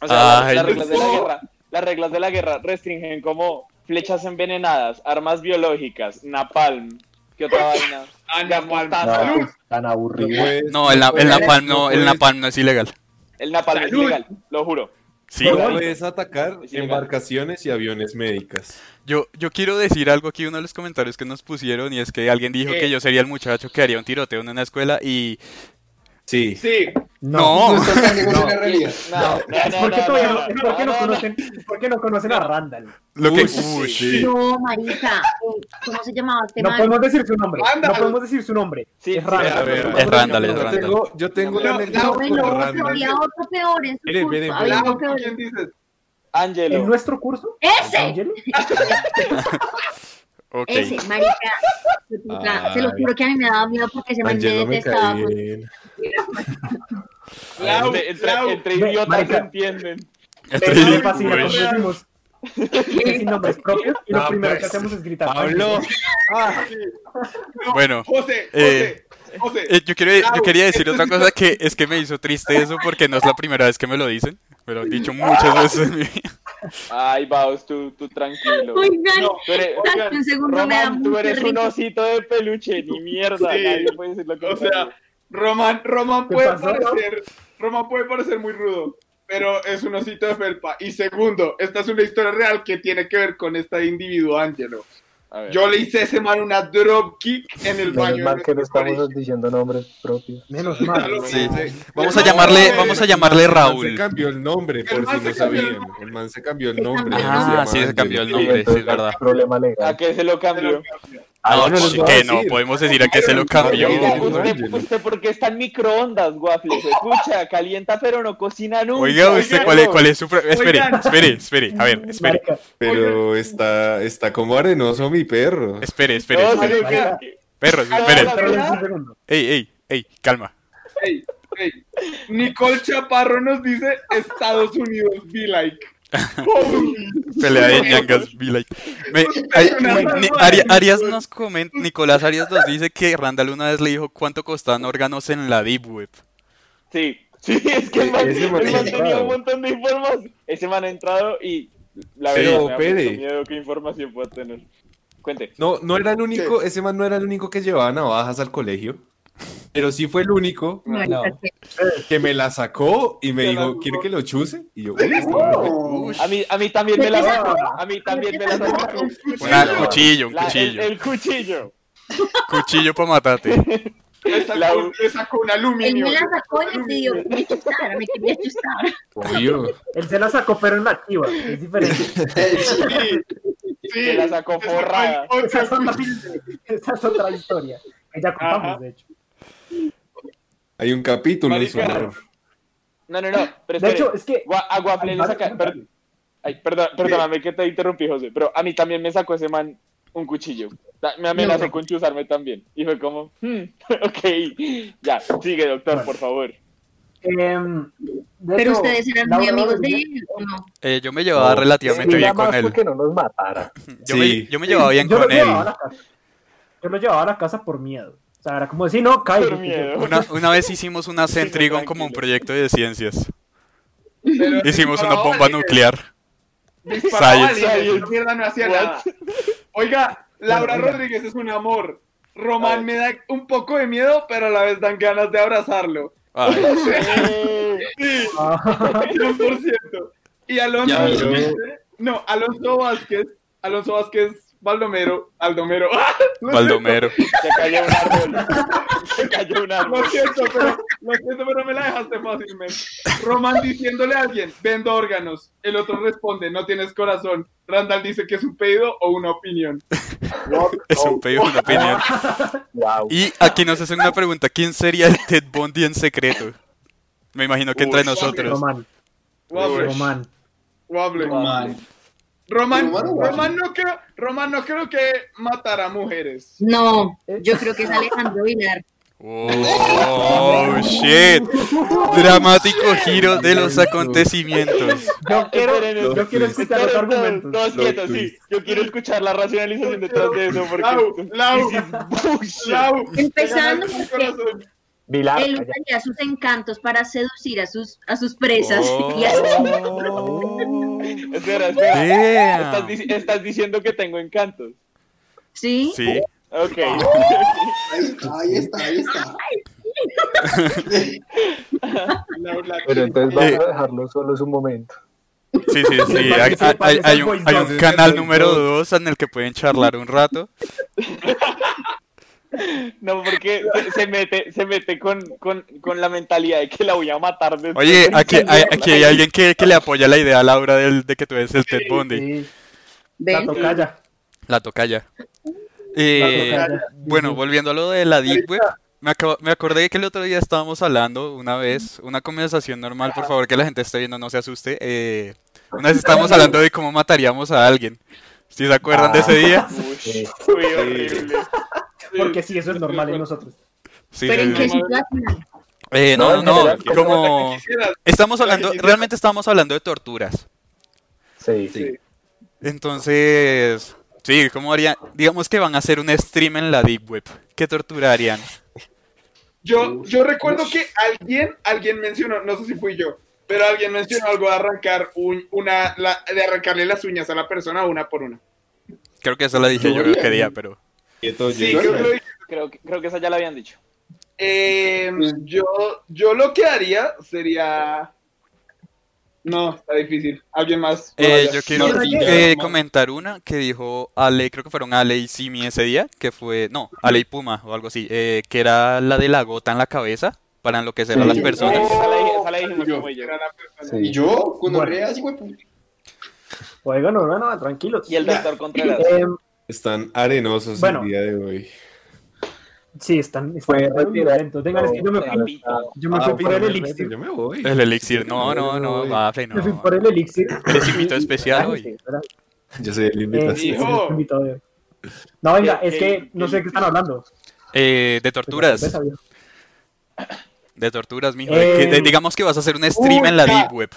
[SPEAKER 2] O sea,
[SPEAKER 1] Ay,
[SPEAKER 2] las reglas de la
[SPEAKER 4] no.
[SPEAKER 2] guerra, las reglas de la guerra restringen como flechas envenenadas, armas biológicas, napalm, ¿qué otra vaina?
[SPEAKER 4] Anda, mal.
[SPEAKER 7] No,
[SPEAKER 2] Salud.
[SPEAKER 7] pues, tan aburrido.
[SPEAKER 1] No, el, na- el napalm no, el
[SPEAKER 5] puedes-
[SPEAKER 1] napalm no es ilegal.
[SPEAKER 2] El napalm es
[SPEAKER 4] Salud.
[SPEAKER 2] ilegal, lo juro.
[SPEAKER 1] Sí,
[SPEAKER 5] No puedes atacar
[SPEAKER 2] Es ilegal.
[SPEAKER 5] embarcaciones y aviones médicas.
[SPEAKER 1] Yo, yo quiero decir algo aquí, uno de los comentarios que nos pusieron, y es que alguien dijo que yo sería el muchacho que haría un tiroteo en una escuela y...
[SPEAKER 5] Sí.
[SPEAKER 4] Sí, pues,
[SPEAKER 1] No,
[SPEAKER 6] No estás tan lejos de la realidad.
[SPEAKER 2] No, no,
[SPEAKER 3] Es porque
[SPEAKER 2] no,
[SPEAKER 3] todavía
[SPEAKER 2] no,
[SPEAKER 3] no- es
[SPEAKER 2] no,
[SPEAKER 3] porque no
[SPEAKER 2] no, no.
[SPEAKER 3] conocen- es porque no conocen a Randall.
[SPEAKER 1] lo que...
[SPEAKER 5] Uy,
[SPEAKER 1] Uy,
[SPEAKER 5] sí.
[SPEAKER 8] No, marica. eh, ¿Cómo se llamaba este
[SPEAKER 3] No
[SPEAKER 8] man?
[SPEAKER 3] podemos decir su nombre.
[SPEAKER 4] Randall.
[SPEAKER 3] No podemos decir su nombre. es
[SPEAKER 2] Sí, sí,
[SPEAKER 5] Espera,
[SPEAKER 3] Randall.
[SPEAKER 5] espera,
[SPEAKER 1] Es
[SPEAKER 5] espera.
[SPEAKER 1] Randall, es
[SPEAKER 5] Yo
[SPEAKER 1] Randall.
[SPEAKER 5] tengo- Yo tengo una
[SPEAKER 4] No,
[SPEAKER 5] anécdota
[SPEAKER 8] No,
[SPEAKER 4] no,
[SPEAKER 8] el
[SPEAKER 5] con
[SPEAKER 8] otro,
[SPEAKER 5] Randall.
[SPEAKER 8] había otro peor en su
[SPEAKER 5] Miren, miren,
[SPEAKER 8] curso,
[SPEAKER 5] miren.
[SPEAKER 8] había
[SPEAKER 4] Lau,
[SPEAKER 8] otro
[SPEAKER 4] ¿tú
[SPEAKER 8] peor.
[SPEAKER 4] ¿quién dices?
[SPEAKER 3] ¿En
[SPEAKER 2] Ángelo.
[SPEAKER 3] nuestro curso?
[SPEAKER 8] ¡Ese!
[SPEAKER 3] Angelo,
[SPEAKER 1] ok.
[SPEAKER 8] Ese, marica. fue puta, Se lo
[SPEAKER 5] Ay.
[SPEAKER 8] juro que a mí me daba miedo porque ese man me
[SPEAKER 5] Angelo me
[SPEAKER 8] detestaba.
[SPEAKER 5] cae
[SPEAKER 8] pues.
[SPEAKER 5] bien.
[SPEAKER 4] Lau,
[SPEAKER 2] Entre, entre-
[SPEAKER 4] Lau,
[SPEAKER 2] entre idiotas se
[SPEAKER 3] Marica.
[SPEAKER 2] entienden.
[SPEAKER 1] Estoy-
[SPEAKER 3] Me fascina
[SPEAKER 1] Uy.
[SPEAKER 3] cuando decimos, que sin nombres propios y lo
[SPEAKER 5] Ah,
[SPEAKER 3] primero que
[SPEAKER 5] pues,
[SPEAKER 3] hacemos es gritar.
[SPEAKER 5] Pablo.
[SPEAKER 1] Bueno,
[SPEAKER 4] José,
[SPEAKER 1] eh,
[SPEAKER 4] José, José.
[SPEAKER 1] eh, yo, quiero- yo
[SPEAKER 4] Chao.
[SPEAKER 1] quería decir otra cosa que es que me hizo triste eso porque no es la primera vez que me lo dicen. Me lo han dicho muchas veces en mi vida.
[SPEAKER 2] Ay, Baus, tú, tú tranquilo.
[SPEAKER 8] Oigan,
[SPEAKER 4] No,
[SPEAKER 2] Tú eres-
[SPEAKER 8] Exacto, en segundo me da
[SPEAKER 2] Román, tú
[SPEAKER 8] mucho
[SPEAKER 2] eres un
[SPEAKER 8] rico.
[SPEAKER 2] osito de peluche, ni mierda.
[SPEAKER 4] Sí.
[SPEAKER 2] Nadie puede decir lo que
[SPEAKER 4] O sea, Roman, Roman
[SPEAKER 3] ¿Qué
[SPEAKER 4] puede
[SPEAKER 3] pasó?
[SPEAKER 4] parecer, Roman puede parecer muy rudo, pero es un osito de felpa. Y segundo, esta es una historia real que tiene que ver con este individuo, Angelo.
[SPEAKER 2] A ver.
[SPEAKER 4] Yo le hice a ese man una drop kick en el
[SPEAKER 7] Menos
[SPEAKER 4] baño.
[SPEAKER 7] mal
[SPEAKER 4] de
[SPEAKER 7] que no
[SPEAKER 4] nuestro
[SPEAKER 7] estamos diciendo nombres propios.
[SPEAKER 3] Menos
[SPEAKER 4] colegio.
[SPEAKER 3] mal.
[SPEAKER 4] Lo
[SPEAKER 1] Sí.
[SPEAKER 4] hice.
[SPEAKER 1] Vamos a llamarle, vamos a llamarle
[SPEAKER 5] Se
[SPEAKER 1] Raúl.
[SPEAKER 5] cambió el nombre, por
[SPEAKER 4] El man
[SPEAKER 5] si no
[SPEAKER 4] se cambió el
[SPEAKER 5] sabían. El man se cambió el
[SPEAKER 8] Se
[SPEAKER 5] nombre.
[SPEAKER 8] cambió el
[SPEAKER 5] ya
[SPEAKER 8] nombre.
[SPEAKER 1] Ah,
[SPEAKER 5] llama
[SPEAKER 1] sí, se
[SPEAKER 5] Ángel.
[SPEAKER 1] cambió el nombre, sí, es verdad.
[SPEAKER 7] Problema
[SPEAKER 2] ¿A
[SPEAKER 7] legal.
[SPEAKER 2] qué se lo cambió?
[SPEAKER 1] No,
[SPEAKER 5] Ahora les voy a
[SPEAKER 1] que
[SPEAKER 5] decir.
[SPEAKER 1] no, podemos decir a qué se lo cambió.
[SPEAKER 2] Oiga,
[SPEAKER 5] no,
[SPEAKER 2] usted,
[SPEAKER 5] Ángel.
[SPEAKER 2] usted ¿por qué está en microondas, Waffle? Se escucha, calienta pero no cocina nunca.
[SPEAKER 1] Oiga, usted, ¿cuál es, cuál es su... pro- Espere,
[SPEAKER 4] Oigan.
[SPEAKER 1] espere, espere, a ver, espere,
[SPEAKER 3] Marica,
[SPEAKER 5] Pero está, está como arenoso mi perro.
[SPEAKER 1] espere, espere,
[SPEAKER 2] No,
[SPEAKER 1] espere.
[SPEAKER 2] sino que-
[SPEAKER 3] Marica.
[SPEAKER 1] Perros,
[SPEAKER 2] Ah,
[SPEAKER 1] esperen.
[SPEAKER 2] la-
[SPEAKER 3] espera un segundo.
[SPEAKER 1] Ey, ey, ey, calma.
[SPEAKER 4] Ey, ey. Nicole Chaparro nos dice Estados Unidos, be like. Holy.
[SPEAKER 1] Pelea de ñangas, be like. Me- ay, ni- ni- Ari- Arias nos comenta, Nicolás Arias nos dice que Randall una vez le dijo cuánto costaban órganos en la Deep Web.
[SPEAKER 2] Sí, sí, es que el man,
[SPEAKER 5] Ese man
[SPEAKER 2] el man
[SPEAKER 5] ha
[SPEAKER 2] tenía
[SPEAKER 5] entrado.
[SPEAKER 2] un montón de información. Ese man ha entrado y la
[SPEAKER 5] Sí,
[SPEAKER 2] verdad,
[SPEAKER 5] no,
[SPEAKER 2] me da
[SPEAKER 5] Pere.
[SPEAKER 2] mucho miedo qué información pueda tener. Cuente.
[SPEAKER 5] No, no era el único, ese man no era el único que llevaba navajas al colegio. Pero sí fue el único
[SPEAKER 8] marica, que-
[SPEAKER 5] que me la sacó y me
[SPEAKER 4] Te la
[SPEAKER 5] dijo,
[SPEAKER 4] sacó.
[SPEAKER 5] ¿quiere que lo chuse? Y yo, "Uy,
[SPEAKER 6] No.
[SPEAKER 2] A mí, a mí también me la sacó. A mí también me la sacó.
[SPEAKER 1] Una cuchillo,
[SPEAKER 4] Cuchillo.
[SPEAKER 1] un
[SPEAKER 2] La- el,
[SPEAKER 1] cuchillo.
[SPEAKER 2] el cuchillo.
[SPEAKER 1] Cuchillo para matarte.
[SPEAKER 4] Le sacó,
[SPEAKER 2] La-
[SPEAKER 4] le sacó un
[SPEAKER 8] Él
[SPEAKER 4] aluminio.
[SPEAKER 8] me la sacó y me pidió que me chutara, me quería chutar.
[SPEAKER 5] obvio".
[SPEAKER 3] Él se la sacó, pero en la activa. Es diferente.
[SPEAKER 4] Sí, sí.
[SPEAKER 2] Me la sacó
[SPEAKER 4] Le sacó el
[SPEAKER 3] Esa
[SPEAKER 2] forrada.
[SPEAKER 4] otro
[SPEAKER 3] es otra,
[SPEAKER 4] cuchillo.
[SPEAKER 3] esa es otra historia. Que ya contamos,
[SPEAKER 4] Ajá.
[SPEAKER 3] de hecho.
[SPEAKER 5] Hay un capítulo en su
[SPEAKER 4] Marica.
[SPEAKER 5] honor.
[SPEAKER 2] No, no, no. Pero
[SPEAKER 3] De
[SPEAKER 2] espere.
[SPEAKER 3] hecho, es que.
[SPEAKER 2] Gua- a Guafle le saca. per- ay, perdón, perdóname que te interrumpí, José. Pero a mí también me sacó ese man un cuchillo. Ta- Me amenazó
[SPEAKER 8] No.
[SPEAKER 2] con chuzarme también. Y fue como, hmm, ok. Ya, sigue, doctor, por favor.
[SPEAKER 3] em, de
[SPEAKER 8] Pero
[SPEAKER 3] hecho,
[SPEAKER 8] ustedes eran
[SPEAKER 3] Laura
[SPEAKER 8] muy amigos de
[SPEAKER 3] Rodríguez-
[SPEAKER 8] él, ¿o no?
[SPEAKER 1] Eh, yo me llevaba
[SPEAKER 5] No,
[SPEAKER 1] relativamente
[SPEAKER 7] Oh, Sí,
[SPEAKER 1] bien con
[SPEAKER 7] nada más
[SPEAKER 1] él.
[SPEAKER 7] porque no nos matara.
[SPEAKER 1] Yo me,
[SPEAKER 5] Sí.
[SPEAKER 1] yo me llevaba bien
[SPEAKER 3] yo lo
[SPEAKER 1] con él.
[SPEAKER 3] llevaba a la casa. Yo lo llevaba a la casa por miedo. O sea, era como decir, no, cae.
[SPEAKER 2] Por
[SPEAKER 3] porque yo-
[SPEAKER 2] miedo.
[SPEAKER 1] Una, una vez hicimos una
[SPEAKER 2] Sí, no,
[SPEAKER 1] Centrigon como un
[SPEAKER 2] tranquilo.
[SPEAKER 1] proyecto de ciencias.
[SPEAKER 4] Pero
[SPEAKER 1] Hicimos una
[SPEAKER 4] disparaba
[SPEAKER 1] bomba
[SPEAKER 4] alguien,
[SPEAKER 1] nuclear.
[SPEAKER 4] disparaba
[SPEAKER 1] Science.
[SPEAKER 4] alguien,
[SPEAKER 2] Science.
[SPEAKER 4] esa mierda no hacía
[SPEAKER 2] What?
[SPEAKER 4] nada. Oiga, Laura
[SPEAKER 3] Bueno, oiga.
[SPEAKER 4] Rodríguez es un amor.
[SPEAKER 6] Oh.
[SPEAKER 4] Román me da un poco de miedo, pero a la vez dan ganas de abrazarlo.
[SPEAKER 1] Ay,
[SPEAKER 2] Eh,
[SPEAKER 4] Sí,
[SPEAKER 3] Ah,
[SPEAKER 4] 100%. Y Alonso,
[SPEAKER 6] Ya, yo-
[SPEAKER 4] no, Alonso Vázquez, Alonso Vázquez, Baldomero, Aldomero. Lo
[SPEAKER 1] Baldomero.
[SPEAKER 2] Se cayó un árbol. Se cayó
[SPEAKER 4] siento,
[SPEAKER 2] un
[SPEAKER 4] Lo
[SPEAKER 2] árbol.
[SPEAKER 4] siento, pero, lo siento, pero me la dejaste fácilmente. Román diciéndole a alguien, vendo órganos. El otro responde, no tienes corazón. Randall dice que es un pedido o una opinión.
[SPEAKER 1] Es un pedido de opinión.
[SPEAKER 7] Wow.
[SPEAKER 1] Y aquí nos hacen una pregunta: ¿quién sería el Ted Bundy en secreto? Me imagino que entre
[SPEAKER 2] Uy,
[SPEAKER 1] nosotros.
[SPEAKER 3] Román,
[SPEAKER 4] Wable,
[SPEAKER 3] Román.
[SPEAKER 4] wable.
[SPEAKER 6] Román.
[SPEAKER 4] Román,
[SPEAKER 6] Román,
[SPEAKER 4] Román, no creo, Román no creo que matara mujeres.
[SPEAKER 8] No,
[SPEAKER 3] Eh.
[SPEAKER 8] yo creo que es Alejandro Vilar.
[SPEAKER 1] Oh, shit. Dramático giro de los acontecimientos.
[SPEAKER 3] Yo quiero,
[SPEAKER 2] Esperen,
[SPEAKER 3] yo
[SPEAKER 5] esperen.
[SPEAKER 3] quiero escuchar los
[SPEAKER 2] Esperen, todos-
[SPEAKER 3] argumentos.
[SPEAKER 2] Todos
[SPEAKER 5] Lo
[SPEAKER 2] quietos, sí.
[SPEAKER 5] twist.
[SPEAKER 2] Yo quiero escuchar la racionalización detrás de eso porque
[SPEAKER 4] Lau, Lau,
[SPEAKER 2] bullshit.
[SPEAKER 4] Lau,
[SPEAKER 8] Empezando
[SPEAKER 4] te ganaste mi
[SPEAKER 8] porque-
[SPEAKER 4] corazón.
[SPEAKER 7] Vilar,
[SPEAKER 8] Él
[SPEAKER 7] calla.
[SPEAKER 8] usaría sus encantos para seducir a sus, a sus presas.
[SPEAKER 1] Oh.
[SPEAKER 8] Y así,
[SPEAKER 2] Espera, espera. Estás,
[SPEAKER 1] Damn.
[SPEAKER 2] dic- estás diciendo que tengo encantos.
[SPEAKER 8] ¿sí?
[SPEAKER 1] Sí.
[SPEAKER 2] Ok.
[SPEAKER 6] Ahí, ahí está, ahí está.
[SPEAKER 4] Lau, la-
[SPEAKER 7] Pero entonces
[SPEAKER 1] Eh.
[SPEAKER 7] vamos a dejarlo solos un momento.
[SPEAKER 1] Sí, sí, sí. Hay, hay- hay- hay un, hay un canal número 2 en el que pueden charlar un rato.
[SPEAKER 2] No, porque se, se mete, se mete con, con, con la mentalidad de que la voy a matar después.
[SPEAKER 1] Oye, aquí hay, aquí hay alguien que, que le apoya la idea a Laura del, de que tú eres el Ted Bundy.
[SPEAKER 3] Sí, la
[SPEAKER 8] ¿Ven?
[SPEAKER 3] tocaya.
[SPEAKER 1] La tocaya. Eh,
[SPEAKER 3] La tocaya.
[SPEAKER 1] bueno, volviendo a lo de la Deep Web, me, acabo- me acordé que el otro día estábamos hablando una vez, una conversación normal, por favor, que la gente esté viendo, no se asuste. eh, una vez estábamos hablando de cómo mataríamos a alguien. ¿Sí se acuerdan de ese día?
[SPEAKER 2] Uy,
[SPEAKER 7] Sí.
[SPEAKER 2] uy, horrible.
[SPEAKER 3] Porque sí, eso es normal en nosotros.
[SPEAKER 1] Sí,
[SPEAKER 8] Pero
[SPEAKER 1] sí,
[SPEAKER 8] en
[SPEAKER 1] sí.
[SPEAKER 8] qué situación.
[SPEAKER 1] Eh, no,
[SPEAKER 7] No, en
[SPEAKER 1] no,
[SPEAKER 7] general,
[SPEAKER 1] no, como...
[SPEAKER 4] Quisieras,
[SPEAKER 1] Estamos hablando,
[SPEAKER 4] quisieras.
[SPEAKER 1] realmente estábamos hablando de torturas.
[SPEAKER 7] Sí.
[SPEAKER 4] Sí.
[SPEAKER 1] Entonces, sí, ¿cómo harían? Digamos que van a hacer un stream en la Deep Web. ¿Qué torturarían?
[SPEAKER 4] Yo, yo recuerdo que alguien, alguien mencionó, no sé si fui yo, pero alguien mencionó algo de arrancar un- una, la- de arrancarle las uñas a la persona una por una.
[SPEAKER 1] Creo que eso la dije yo creo que día, pero.
[SPEAKER 5] Quieto,
[SPEAKER 7] Pues
[SPEAKER 4] Sí,
[SPEAKER 5] Jason.
[SPEAKER 4] creo que lo dije.
[SPEAKER 2] Creo que, creo que esa ya la habían dicho.
[SPEAKER 4] Eh, yo, yo lo que haría sería. No, está difícil. Alguien más. No,
[SPEAKER 1] Eh,
[SPEAKER 4] ya.
[SPEAKER 1] yo quiero
[SPEAKER 3] Martín,
[SPEAKER 1] eh,
[SPEAKER 4] Martín.
[SPEAKER 1] comentar una que dijo Ale, creo que fueron Ale y Simi ese día, que fue, no, Ale y Puma o algo así, eh, que era la de la gota en la cabeza para enloquecer a las
[SPEAKER 6] Sí.
[SPEAKER 1] personas.
[SPEAKER 6] Oh.
[SPEAKER 2] Esa la, dije- esa la dijimos
[SPEAKER 6] Yo.
[SPEAKER 2] como yo.
[SPEAKER 4] Era la persona.
[SPEAKER 7] Sí.
[SPEAKER 6] ¿Y yo? Con
[SPEAKER 3] Bueno.
[SPEAKER 6] Andreas, hijo de puta.
[SPEAKER 3] Oigan, no, no, no, tranquilos.
[SPEAKER 2] Y el doctor Contreras.
[SPEAKER 3] Em,
[SPEAKER 5] Están arenosos
[SPEAKER 3] Bueno.
[SPEAKER 5] el día de hoy.
[SPEAKER 3] sí, están, están
[SPEAKER 7] Fue
[SPEAKER 3] muy
[SPEAKER 7] retirado.
[SPEAKER 3] violentos. Venga, es que yo me fui,
[SPEAKER 2] Trapito.
[SPEAKER 3] yo me fui por el elixir.
[SPEAKER 5] Ah, Yo me voy.
[SPEAKER 1] El elixir, no, no, no, Bafe,
[SPEAKER 3] Me fui
[SPEAKER 1] no.
[SPEAKER 3] por el elixir.
[SPEAKER 1] Les invito especial hoy.
[SPEAKER 3] Sí, ¿verdad?
[SPEAKER 5] Yo soy el
[SPEAKER 3] Eh,
[SPEAKER 5] invitado.
[SPEAKER 3] sí,
[SPEAKER 4] Hijo.
[SPEAKER 3] sí, invitado de hoy. No, venga,
[SPEAKER 2] ¿Qué-
[SPEAKER 3] es
[SPEAKER 2] qué-
[SPEAKER 3] que no
[SPEAKER 2] qué
[SPEAKER 3] sé de qué están hablando. Pues,
[SPEAKER 1] Eh, de torturas,
[SPEAKER 3] Cerveza, viejo.
[SPEAKER 1] de torturas, mijo. de que- de-
[SPEAKER 3] Eh.
[SPEAKER 1] digamos que vas a hacer un stream en la
[SPEAKER 4] ya.
[SPEAKER 1] Deep Web.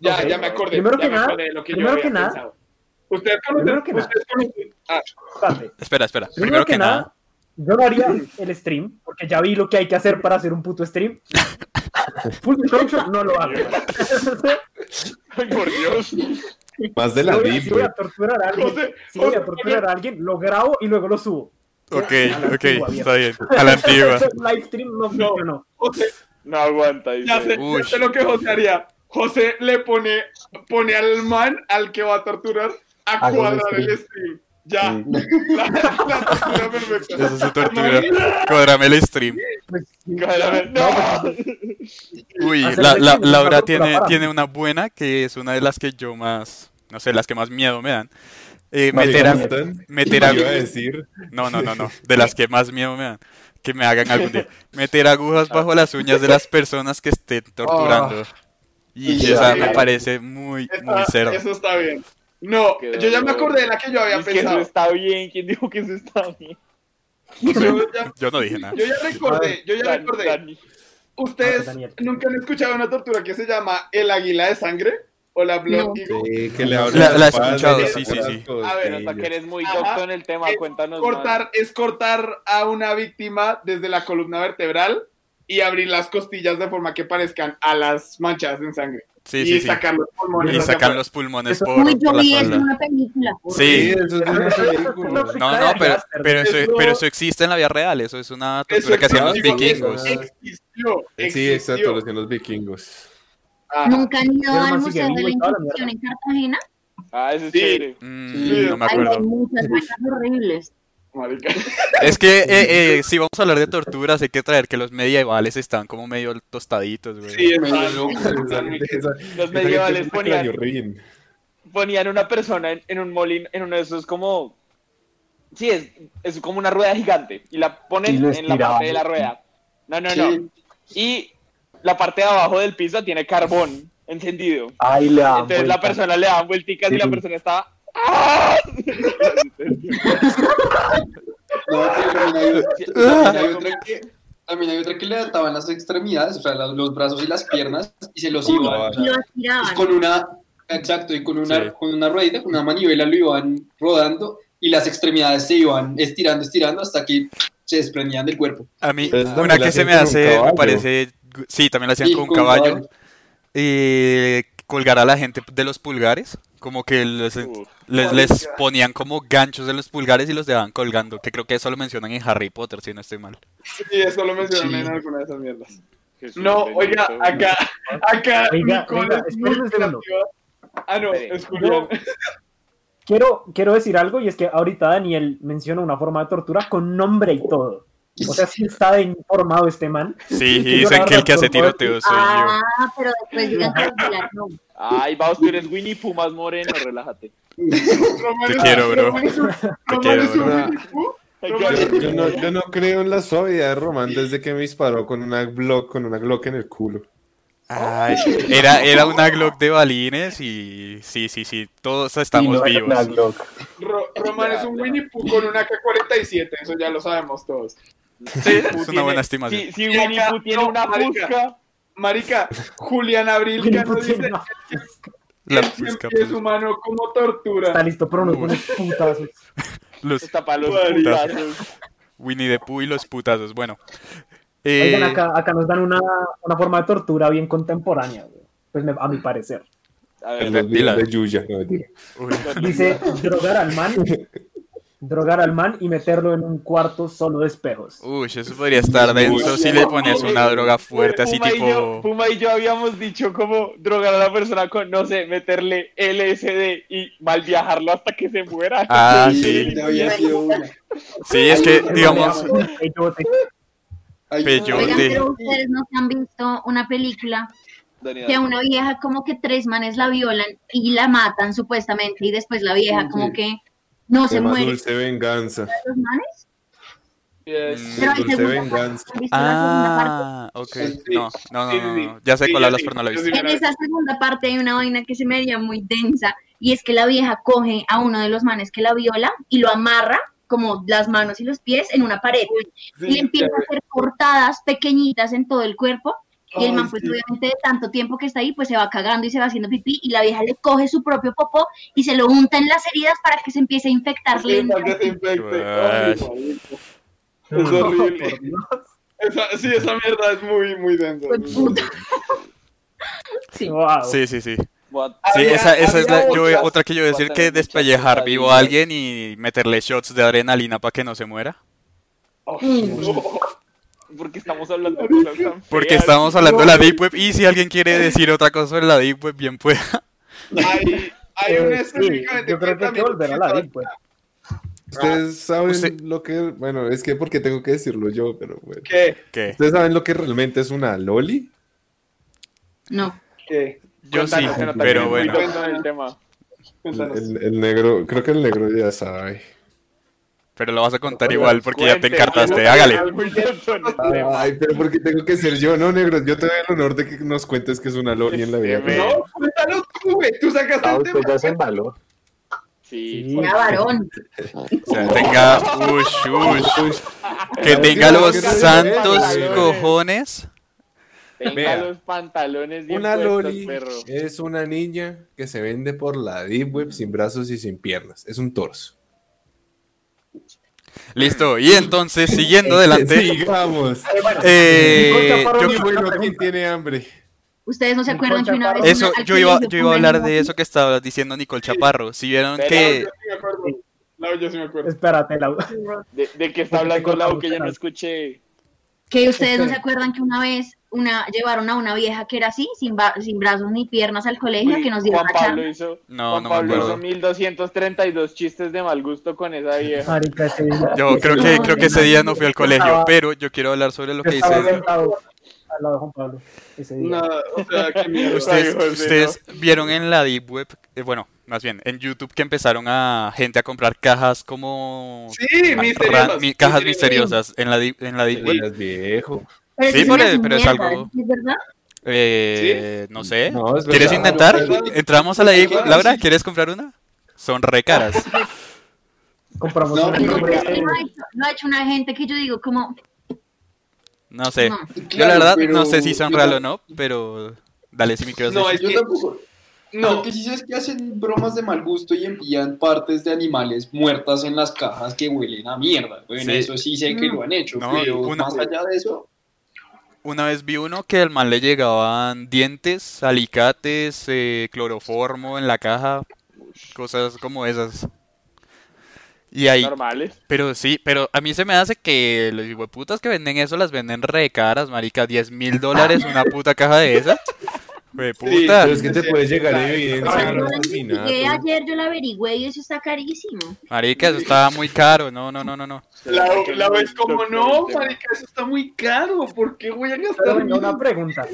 [SPEAKER 4] Ya,
[SPEAKER 3] Ok.
[SPEAKER 4] ya me acordé.
[SPEAKER 3] Primero
[SPEAKER 4] ya
[SPEAKER 3] que
[SPEAKER 4] me
[SPEAKER 3] nada-
[SPEAKER 4] acordé de lo que
[SPEAKER 3] primero
[SPEAKER 4] yo había
[SPEAKER 3] que nada-
[SPEAKER 4] pensado. Ustedes conocen,
[SPEAKER 3] primero que nada-
[SPEAKER 4] ustedes conocen- ah,
[SPEAKER 3] Espérate.
[SPEAKER 1] Espera, espera,
[SPEAKER 3] Primero, que, nada, yo no haría el stream, porque ya vi lo que hay que hacer para hacer un puto stream. Full destruction no lo hago.
[SPEAKER 4] ay, por Dios.
[SPEAKER 5] Más de la
[SPEAKER 3] Voy a-
[SPEAKER 5] deep,
[SPEAKER 3] si voy
[SPEAKER 5] güey.
[SPEAKER 3] a torturar a alguien,
[SPEAKER 4] José,
[SPEAKER 3] si voy
[SPEAKER 4] José,
[SPEAKER 3] a torturar a alguien, lo grabo y luego lo subo.
[SPEAKER 1] Ok,
[SPEAKER 3] A la
[SPEAKER 1] ok,
[SPEAKER 3] antigua,
[SPEAKER 1] está bien, a la antigua.
[SPEAKER 3] Ese live stream no funcionó.
[SPEAKER 4] José,
[SPEAKER 2] No aguanta. dice.
[SPEAKER 4] ya sé, ya
[SPEAKER 1] Uy.
[SPEAKER 4] sé lo que José haría. José le pone, pone al man al que va a torturar a
[SPEAKER 7] Hago un
[SPEAKER 4] cuadrar el stream. Ya. La, la tortura perfecta.
[SPEAKER 1] Esa es su tortura. Cuadrame el stream.
[SPEAKER 3] Pues, sí.
[SPEAKER 2] Espérame,
[SPEAKER 3] pues,
[SPEAKER 2] No.
[SPEAKER 1] Uy,
[SPEAKER 3] Hacer
[SPEAKER 1] la, la-
[SPEAKER 3] elecciones,
[SPEAKER 1] Laura
[SPEAKER 3] una
[SPEAKER 1] tiene,
[SPEAKER 3] tortura,
[SPEAKER 1] tiene una buena que es una de las que yo más, no sé, las que más miedo me dan. Eh, meter
[SPEAKER 5] Marica,
[SPEAKER 1] a,
[SPEAKER 5] ¿están?
[SPEAKER 1] meter
[SPEAKER 5] Iba a
[SPEAKER 1] a,
[SPEAKER 5] decir.
[SPEAKER 1] no, no, no, no, de las que más miedo me dan, que me hagan algún día. Meter agujas bajo las uñas de las personas que estén torturando. Y
[SPEAKER 6] Sí,
[SPEAKER 1] esa
[SPEAKER 4] Ah. sí.
[SPEAKER 1] me parece muy, muy
[SPEAKER 4] Esa-
[SPEAKER 1] cerdo.
[SPEAKER 4] eso está bien. No,
[SPEAKER 2] Quedó-
[SPEAKER 4] yo ya me acordé de la que yo había
[SPEAKER 2] Es que eso
[SPEAKER 4] pensado.
[SPEAKER 2] está bien. ¿Quién dijo que eso está bien?
[SPEAKER 4] Yo ya,
[SPEAKER 1] Yo no dije nada.
[SPEAKER 4] yo ya recordé, yo ya
[SPEAKER 2] Dani,
[SPEAKER 4] recordé.
[SPEAKER 2] Dani.
[SPEAKER 4] ¿Ustedes
[SPEAKER 3] Daniel.
[SPEAKER 4] nunca han escuchado una tortura que se llama el águila de sangre? O la Blood
[SPEAKER 8] No.
[SPEAKER 4] Eagle?
[SPEAKER 5] Sí, que le
[SPEAKER 1] Ah, La-
[SPEAKER 5] abran
[SPEAKER 1] la he
[SPEAKER 5] las patas,
[SPEAKER 1] escuchado,
[SPEAKER 5] le
[SPEAKER 1] sí, sí,
[SPEAKER 5] abran
[SPEAKER 1] sí.
[SPEAKER 5] las
[SPEAKER 4] A ver,
[SPEAKER 2] Nota Ah, que
[SPEAKER 5] costillas.
[SPEAKER 2] eres muy
[SPEAKER 4] Ajá.
[SPEAKER 2] docto en el tema.
[SPEAKER 4] Es
[SPEAKER 2] Cuéntanos.
[SPEAKER 4] cortar, es cortar a una víctima desde la columna vertebral y abrir las costillas de forma que parezcan a las manchadas en sangre.
[SPEAKER 1] Sí,
[SPEAKER 4] y
[SPEAKER 1] sí, sí.
[SPEAKER 4] sacar los pulmones.
[SPEAKER 1] Y
[SPEAKER 4] hacia
[SPEAKER 1] sacar
[SPEAKER 4] afuera.
[SPEAKER 1] los pulmones
[SPEAKER 3] Eso-
[SPEAKER 1] por,
[SPEAKER 8] Uy, yo
[SPEAKER 1] por la
[SPEAKER 8] vi eso en
[SPEAKER 1] espalda.
[SPEAKER 8] una película.
[SPEAKER 5] Sí,
[SPEAKER 1] Sí.
[SPEAKER 5] eso es una película.
[SPEAKER 1] No, no, pero, pero, eso,
[SPEAKER 4] Eso-
[SPEAKER 1] pero eso existe en la vida real, eso es una tortura que
[SPEAKER 4] Eso
[SPEAKER 1] hacían los
[SPEAKER 4] existió,
[SPEAKER 1] vikingos.
[SPEAKER 4] Existió,
[SPEAKER 5] Eh, Sí,
[SPEAKER 4] existió.
[SPEAKER 5] exacto, lo hacían los vikingos.
[SPEAKER 4] Ah,
[SPEAKER 8] Nunca han ido
[SPEAKER 3] Pero
[SPEAKER 8] al
[SPEAKER 3] más sigue
[SPEAKER 8] Museo de la
[SPEAKER 3] vivo y toda la
[SPEAKER 8] Inquisición en Cartagena.
[SPEAKER 2] Ah, eso es
[SPEAKER 4] Sí.
[SPEAKER 2] chévere.
[SPEAKER 1] Mm, no me
[SPEAKER 8] Ay,
[SPEAKER 1] acuerdo.
[SPEAKER 8] hay muchas vainas horribles.
[SPEAKER 4] marica.
[SPEAKER 1] Es que eh, eh, si vamos a hablar de torturas, hay que traer que los medievales están como medio tostaditos, güey.
[SPEAKER 4] Sí,
[SPEAKER 6] Me
[SPEAKER 4] está
[SPEAKER 6] loco.
[SPEAKER 2] Los medievales ponían,
[SPEAKER 5] ponían.
[SPEAKER 2] ponían una persona en, en un molino, en uno de esos como... Sí, es, es como una rueda gigante. Y la
[SPEAKER 7] Y
[SPEAKER 2] ponen
[SPEAKER 7] lo
[SPEAKER 2] en la parte de la
[SPEAKER 7] estiraban.
[SPEAKER 2] rueda. No, no, no.
[SPEAKER 6] Sí.
[SPEAKER 2] Y la parte de abajo del piso tiene carbón encendido.
[SPEAKER 7] Ay, le dan
[SPEAKER 2] Entonces la
[SPEAKER 7] Ah, vuelta.
[SPEAKER 2] persona le dan vuelticas y
[SPEAKER 7] Sí.
[SPEAKER 2] la persona está... ¡Ah!
[SPEAKER 6] No, pero también hay otra- también hay otra que- También hay otra que le ataban las extremidades, o sea, la- los brazos y las piernas, y se los
[SPEAKER 8] Uy,
[SPEAKER 6] iban. o
[SPEAKER 8] y
[SPEAKER 6] sea,
[SPEAKER 8] lo
[SPEAKER 6] y
[SPEAKER 8] estiraban.
[SPEAKER 6] con una, exacto, y con una,
[SPEAKER 1] Sí.
[SPEAKER 6] con una ruedita, con una manivela lo iban rodando y las extremidades se iban estirando, estirando hasta que se desprendían del cuerpo.
[SPEAKER 1] A mí,
[SPEAKER 5] Pues también
[SPEAKER 1] una
[SPEAKER 5] la
[SPEAKER 1] que se
[SPEAKER 5] hacían
[SPEAKER 1] me
[SPEAKER 5] con un
[SPEAKER 1] hace, me
[SPEAKER 5] caballo.
[SPEAKER 1] parece. Sí, también la hacían
[SPEAKER 6] Y
[SPEAKER 1] con un
[SPEAKER 6] con
[SPEAKER 1] caballo.
[SPEAKER 6] caballo.
[SPEAKER 1] Eh, colgar a la gente de los pulgares. Como que les, les, les ponían como ganchos en los pulgares y los dejaban colgando. Que creo que eso lo mencionan en Harry Potter, si no estoy mal.
[SPEAKER 4] Sí, eso lo mencioné en alguna de esas mierdas. No, oiga, acá, acá,
[SPEAKER 3] Oiga,
[SPEAKER 4] Nicole
[SPEAKER 3] venga,
[SPEAKER 4] es
[SPEAKER 3] espérenme
[SPEAKER 4] muy
[SPEAKER 3] un segundo.
[SPEAKER 4] creativa. Ah, no,
[SPEAKER 2] Espere.
[SPEAKER 4] es Julián.
[SPEAKER 3] Quiero, quiero decir algo y es que ahorita Daniel menciona una forma de tortura con nombre y todo. O sea, sí está de informado este man.
[SPEAKER 1] Sí,
[SPEAKER 3] que
[SPEAKER 1] y
[SPEAKER 3] yo
[SPEAKER 1] dicen
[SPEAKER 3] la
[SPEAKER 1] que el
[SPEAKER 3] verdad
[SPEAKER 1] que hace
[SPEAKER 3] por favor,
[SPEAKER 1] tiroteo soy yo.
[SPEAKER 8] Ah, pero después digan que regular no.
[SPEAKER 2] Ay, Baus, tú eres Winnie Pumas Moreno, relájate.
[SPEAKER 4] Román
[SPEAKER 1] Te
[SPEAKER 4] es-
[SPEAKER 1] quiero, bro.
[SPEAKER 4] Román es un- Román
[SPEAKER 1] quiero,
[SPEAKER 4] es un
[SPEAKER 5] bro.
[SPEAKER 4] Winnie Pooh. Román es
[SPEAKER 5] Yo, yo
[SPEAKER 4] un-
[SPEAKER 5] no, yo no creo en la suavidad de Román desde que me disparó con una Glock, con una Glock en el culo.
[SPEAKER 1] Ay, era, era una Glock de balines y sí, sí, sí, todos
[SPEAKER 7] Y
[SPEAKER 1] estamos
[SPEAKER 7] no era una
[SPEAKER 1] vivos.
[SPEAKER 7] Glock.
[SPEAKER 4] Ro- Román es un Winnie Pooh con una K-47, eso ya lo sabemos todos.
[SPEAKER 2] Pooh
[SPEAKER 1] es una
[SPEAKER 2] tiene-
[SPEAKER 1] buena estimación.
[SPEAKER 2] Si, si
[SPEAKER 4] Y
[SPEAKER 2] Winnie
[SPEAKER 4] acá,
[SPEAKER 2] Pooh tiene
[SPEAKER 4] no,
[SPEAKER 2] una
[SPEAKER 4] marica.
[SPEAKER 2] fusca,
[SPEAKER 3] pues,
[SPEAKER 4] Marica, Julián Abril Cano dice,
[SPEAKER 1] La
[SPEAKER 4] el cien
[SPEAKER 1] pizca,
[SPEAKER 4] pies
[SPEAKER 1] pues.
[SPEAKER 4] humano como tortura.
[SPEAKER 3] Está listo, pero no con putazos.
[SPEAKER 1] Los
[SPEAKER 2] Está para los
[SPEAKER 4] Marica.
[SPEAKER 2] putazos.
[SPEAKER 1] Winnie the Pooh y los putazos. Bueno.
[SPEAKER 3] Oigan,
[SPEAKER 1] Eh,
[SPEAKER 3] acá, acá nos dan una, una forma de tortura bien contemporánea, güey. Pues me- a mi parecer.
[SPEAKER 2] A
[SPEAKER 5] En
[SPEAKER 2] ver,
[SPEAKER 5] los
[SPEAKER 1] Pila.
[SPEAKER 5] videos de Yuya. no, mentira.
[SPEAKER 1] uy,
[SPEAKER 3] Dice drogar al man, drogar al man y meterlo en un cuarto solo de espejos.
[SPEAKER 1] uy, eso podría estar denso si le pones una droga fuerte así
[SPEAKER 2] Puma y yo-
[SPEAKER 1] tipo...
[SPEAKER 2] Puma y yo habíamos dicho como drogar a la persona con, no sé, meterle LSD y mal viajarlo hasta que se muera.
[SPEAKER 1] Ah,
[SPEAKER 6] Sí,
[SPEAKER 1] sí.
[SPEAKER 6] te había sido una.
[SPEAKER 1] Sí, es que,
[SPEAKER 3] Es
[SPEAKER 1] digamos,
[SPEAKER 3] donde hago el peyote.
[SPEAKER 6] Ay,
[SPEAKER 1] Peyote.
[SPEAKER 8] Oigan,
[SPEAKER 1] te-
[SPEAKER 8] pero ustedes no se han visto una película
[SPEAKER 2] Dani,
[SPEAKER 8] que a
[SPEAKER 2] dale.
[SPEAKER 8] una vieja como que tres manes la violan y la matan supuestamente y después la vieja como que no se
[SPEAKER 5] Tema
[SPEAKER 8] muere.
[SPEAKER 5] Dulce venganza.
[SPEAKER 8] ¿Los manes?
[SPEAKER 2] Yes.
[SPEAKER 8] Pero hay
[SPEAKER 5] Dulce
[SPEAKER 8] segunda
[SPEAKER 5] venganza.
[SPEAKER 8] parte. ¿Han visto la segunda parte?
[SPEAKER 1] Ah, ok. No, no, no,
[SPEAKER 4] Sí, sí,
[SPEAKER 1] no,
[SPEAKER 4] sí.
[SPEAKER 1] no. Ya sé
[SPEAKER 4] Sí,
[SPEAKER 1] cuál
[SPEAKER 4] yo
[SPEAKER 1] hablas,
[SPEAKER 4] sí,
[SPEAKER 1] pero no la he
[SPEAKER 4] yo
[SPEAKER 1] visto.
[SPEAKER 4] sí me
[SPEAKER 8] En
[SPEAKER 4] la vi.
[SPEAKER 8] esa segunda parte hay una vaina que se me haría muy densa y es que la vieja coge a uno de los manes que la viola y lo amarra como las manos y los pies en una pared
[SPEAKER 6] Sí,
[SPEAKER 8] y le empieza a hacer cortadas pequeñitas en todo el cuerpo y el
[SPEAKER 4] Ay,
[SPEAKER 8] man pues
[SPEAKER 4] sí.
[SPEAKER 8] obviamente de tanto tiempo que está ahí pues se va cagando y se va haciendo pipí y la vieja le coge su propio popó y se lo unta en las heridas para que se empiece a
[SPEAKER 4] Sí,
[SPEAKER 8] infectar
[SPEAKER 4] para que
[SPEAKER 8] lentamente.
[SPEAKER 4] se infecte. Ay,
[SPEAKER 1] Guay.
[SPEAKER 4] marica. Es horrible. Esa- sí, esa mierda es muy, muy densa.
[SPEAKER 8] Fue puta. Sí.
[SPEAKER 3] Wow.
[SPEAKER 1] Sí, sí, sí.
[SPEAKER 2] What?
[SPEAKER 1] Sí,
[SPEAKER 4] Había-
[SPEAKER 1] esa, esa es la,
[SPEAKER 4] había
[SPEAKER 1] yo-
[SPEAKER 4] otras-
[SPEAKER 1] otra que yo iba a decir que
[SPEAKER 2] otras
[SPEAKER 1] despellejar
[SPEAKER 2] muchas
[SPEAKER 1] vivo a alguien y meterle shots de adrenalina para que no se muera.
[SPEAKER 2] Porque estamos hablando de cosas tan feas.
[SPEAKER 1] Porque estamos hablando de la Deep Web y si alguien quiere decir otra cosa sobre la Deep Web, bien pueda.
[SPEAKER 4] Hay, hay
[SPEAKER 3] Eh,
[SPEAKER 4] una
[SPEAKER 3] sí,
[SPEAKER 4] específicamente
[SPEAKER 3] yo creo que hay que
[SPEAKER 4] también-
[SPEAKER 3] volver a la pues. deep web.
[SPEAKER 5] Ustedes saben
[SPEAKER 1] Ah, usted-
[SPEAKER 5] lo que. Bueno, es que porque tengo que decirlo yo, pero bueno.
[SPEAKER 4] ¿Qué?
[SPEAKER 1] ¿Qué?
[SPEAKER 5] ¿Ustedes saben lo que realmente es una Loli?
[SPEAKER 8] No.
[SPEAKER 4] ¿Qué?
[SPEAKER 1] Yo sí,
[SPEAKER 2] Cuéntanos, cuéntanos,
[SPEAKER 1] pero
[SPEAKER 2] muy
[SPEAKER 1] bueno.
[SPEAKER 2] denso el tema.
[SPEAKER 5] El,
[SPEAKER 4] Cuéntanos.
[SPEAKER 5] el- el negro, creo que el negro ya sabe.
[SPEAKER 1] Pero lo vas a contar igual porque ya te
[SPEAKER 2] Cuente,
[SPEAKER 1] encartaste.
[SPEAKER 2] algo-
[SPEAKER 1] Hágale.
[SPEAKER 2] algo muy denso, ¿no?
[SPEAKER 5] Ay, pero porque tengo que ser yo, ¿no, negro? Yo te doy el honor de que nos cuentes que es una Loli en la vida.
[SPEAKER 2] Este,
[SPEAKER 4] No, cuéntalo tú, güey. Tú sacaste
[SPEAKER 7] Ah,
[SPEAKER 4] el
[SPEAKER 7] usted
[SPEAKER 4] tema.
[SPEAKER 7] ya se embaló.
[SPEAKER 2] Sí.
[SPEAKER 3] Sí.
[SPEAKER 8] Era varón.
[SPEAKER 1] O sea, tenga. Ush, ush.
[SPEAKER 5] Uy,
[SPEAKER 1] Que
[SPEAKER 5] Claro,
[SPEAKER 1] tenga
[SPEAKER 5] sí,
[SPEAKER 1] los
[SPEAKER 5] que no se
[SPEAKER 1] santos
[SPEAKER 2] vea.
[SPEAKER 1] cojones.
[SPEAKER 2] Tenga
[SPEAKER 5] Vea.
[SPEAKER 2] los pantalones bien
[SPEAKER 5] Una
[SPEAKER 2] puestos,
[SPEAKER 5] Loli
[SPEAKER 2] perro.
[SPEAKER 5] es una niña que se vende por la Deep Web sin brazos y sin piernas. Es un torso.
[SPEAKER 1] Listo. Y entonces, siguiendo adelante.
[SPEAKER 5] Sigamos.
[SPEAKER 1] eh,
[SPEAKER 3] Nicole
[SPEAKER 1] yo-
[SPEAKER 3] Chaparro,
[SPEAKER 5] Bueno,
[SPEAKER 3] Una
[SPEAKER 5] ¿quién
[SPEAKER 3] pregunta.
[SPEAKER 5] tiene hambre?
[SPEAKER 8] Ustedes no se
[SPEAKER 3] Nicole
[SPEAKER 8] acuerdan que una vez
[SPEAKER 3] Chaparro.
[SPEAKER 1] eso,
[SPEAKER 8] una- al
[SPEAKER 1] yo iba,
[SPEAKER 8] colegio
[SPEAKER 1] yo iba a
[SPEAKER 8] fue una
[SPEAKER 1] hablar de
[SPEAKER 8] moza?
[SPEAKER 1] eso que estabas diciendo Nicole Chaparro. Si vieron
[SPEAKER 2] Pero
[SPEAKER 1] que.
[SPEAKER 4] Yo sí me acuerdo. No, yo sí me acuerdo.
[SPEAKER 3] Espérate, la
[SPEAKER 2] ¿De, de qué está hablando Lau que yo no escuché?
[SPEAKER 8] Que ustedes no se
[SPEAKER 3] Espera.
[SPEAKER 8] acuerdan que una vez una llevaron a una vieja que era así, sin, ba- sin brazos ni piernas al colegio, que nos dio
[SPEAKER 2] Juan
[SPEAKER 8] una
[SPEAKER 2] Pablo
[SPEAKER 8] charla.
[SPEAKER 2] hizo,
[SPEAKER 1] No,
[SPEAKER 2] Juan
[SPEAKER 1] no me
[SPEAKER 2] Pablo hizo
[SPEAKER 1] acuerdo.
[SPEAKER 2] 1232 chistes de mal gusto con esa vieja.
[SPEAKER 3] marica ese día.
[SPEAKER 1] Yo creo que, creo que ese día no fui al colegio,
[SPEAKER 3] Estaba-
[SPEAKER 1] pero yo quiero hablar sobre lo
[SPEAKER 3] Yo
[SPEAKER 1] que
[SPEAKER 3] estaba
[SPEAKER 1] dice.
[SPEAKER 3] sentado al lado de Juan Pablo ese día.
[SPEAKER 4] No, o sea, qué mierda.
[SPEAKER 1] Ustedes,
[SPEAKER 4] Ay, José,
[SPEAKER 1] ustedes vieron en la Deep Web, eh, bueno, más bien, en YouTube que empezaron a gente a comprar cajas como...
[SPEAKER 4] no. Sí,
[SPEAKER 1] ra-
[SPEAKER 4] misteriosas.
[SPEAKER 1] mi- cajas misteriosas en la Deep, en la Deep Web.
[SPEAKER 5] Eres viejo.
[SPEAKER 1] Sí,
[SPEAKER 8] eso se
[SPEAKER 1] pero-
[SPEAKER 8] me hace
[SPEAKER 1] pero es
[SPEAKER 8] mierda,
[SPEAKER 1] algo-
[SPEAKER 8] ¿Es verdad?
[SPEAKER 1] Eh, No sé.
[SPEAKER 5] No, es
[SPEAKER 1] ¿Quieres
[SPEAKER 5] verdad.
[SPEAKER 1] intentar?
[SPEAKER 6] no, no, no.
[SPEAKER 1] Entramos a la Deep Web.
[SPEAKER 6] Claro,
[SPEAKER 1] Laura,
[SPEAKER 6] sí.
[SPEAKER 1] ¿quieres comprar una? Son re caras.
[SPEAKER 3] Compramos
[SPEAKER 6] No,
[SPEAKER 3] una
[SPEAKER 6] pero-
[SPEAKER 8] No, pero es
[SPEAKER 3] librería
[SPEAKER 8] que
[SPEAKER 3] de-
[SPEAKER 8] lo ha hecho, lo ha hecho una gente que yo digo como,
[SPEAKER 1] No sé.
[SPEAKER 8] No.
[SPEAKER 1] Yo la
[SPEAKER 6] Claro,
[SPEAKER 1] verdad
[SPEAKER 6] pero
[SPEAKER 1] no sé si son
[SPEAKER 6] yo
[SPEAKER 1] real
[SPEAKER 6] tam-
[SPEAKER 1] o no, pero dale si me quieres
[SPEAKER 4] No,
[SPEAKER 1] decir.
[SPEAKER 4] es
[SPEAKER 6] Yo
[SPEAKER 4] que.
[SPEAKER 6] tampoco. No.
[SPEAKER 4] No,
[SPEAKER 6] Lo que sí sé es que hacen bromas de mal gusto y envían partes de animales muertas en las cajas que huelen a mierda. Bueno,
[SPEAKER 1] Sí.
[SPEAKER 6] eso sí sé que
[SPEAKER 8] Mm.
[SPEAKER 6] lo han hecho,
[SPEAKER 1] No,
[SPEAKER 6] pero
[SPEAKER 1] una-
[SPEAKER 6] más allá de eso,
[SPEAKER 1] Una vez vi uno que al man le llegaban dientes, alicates, eh, cloroformo en la caja, cosas como esas. Y ahí,
[SPEAKER 2] normales.
[SPEAKER 1] pero sí, pero a mí se me hace que los hijueputas que venden eso las venden re caras, marica, 10 mil dólares una puta caja de esas.
[SPEAKER 4] Sí,
[SPEAKER 1] Jueputa.
[SPEAKER 5] Pero es que te puede llegar
[SPEAKER 8] "Ay,
[SPEAKER 5] evidencia. de
[SPEAKER 8] yo
[SPEAKER 5] un
[SPEAKER 8] la
[SPEAKER 5] asesinato.
[SPEAKER 8] investigué ayer, yo la averigüé y eso está carísimo.
[SPEAKER 1] Marica, eso estaba muy caro. No, no, no, no, no.
[SPEAKER 4] la, la ves como no,
[SPEAKER 2] marica.
[SPEAKER 4] marica, eso está muy caro. ¿Por qué voy a
[SPEAKER 3] Pero
[SPEAKER 4] gastar?
[SPEAKER 3] venga, una pregunta.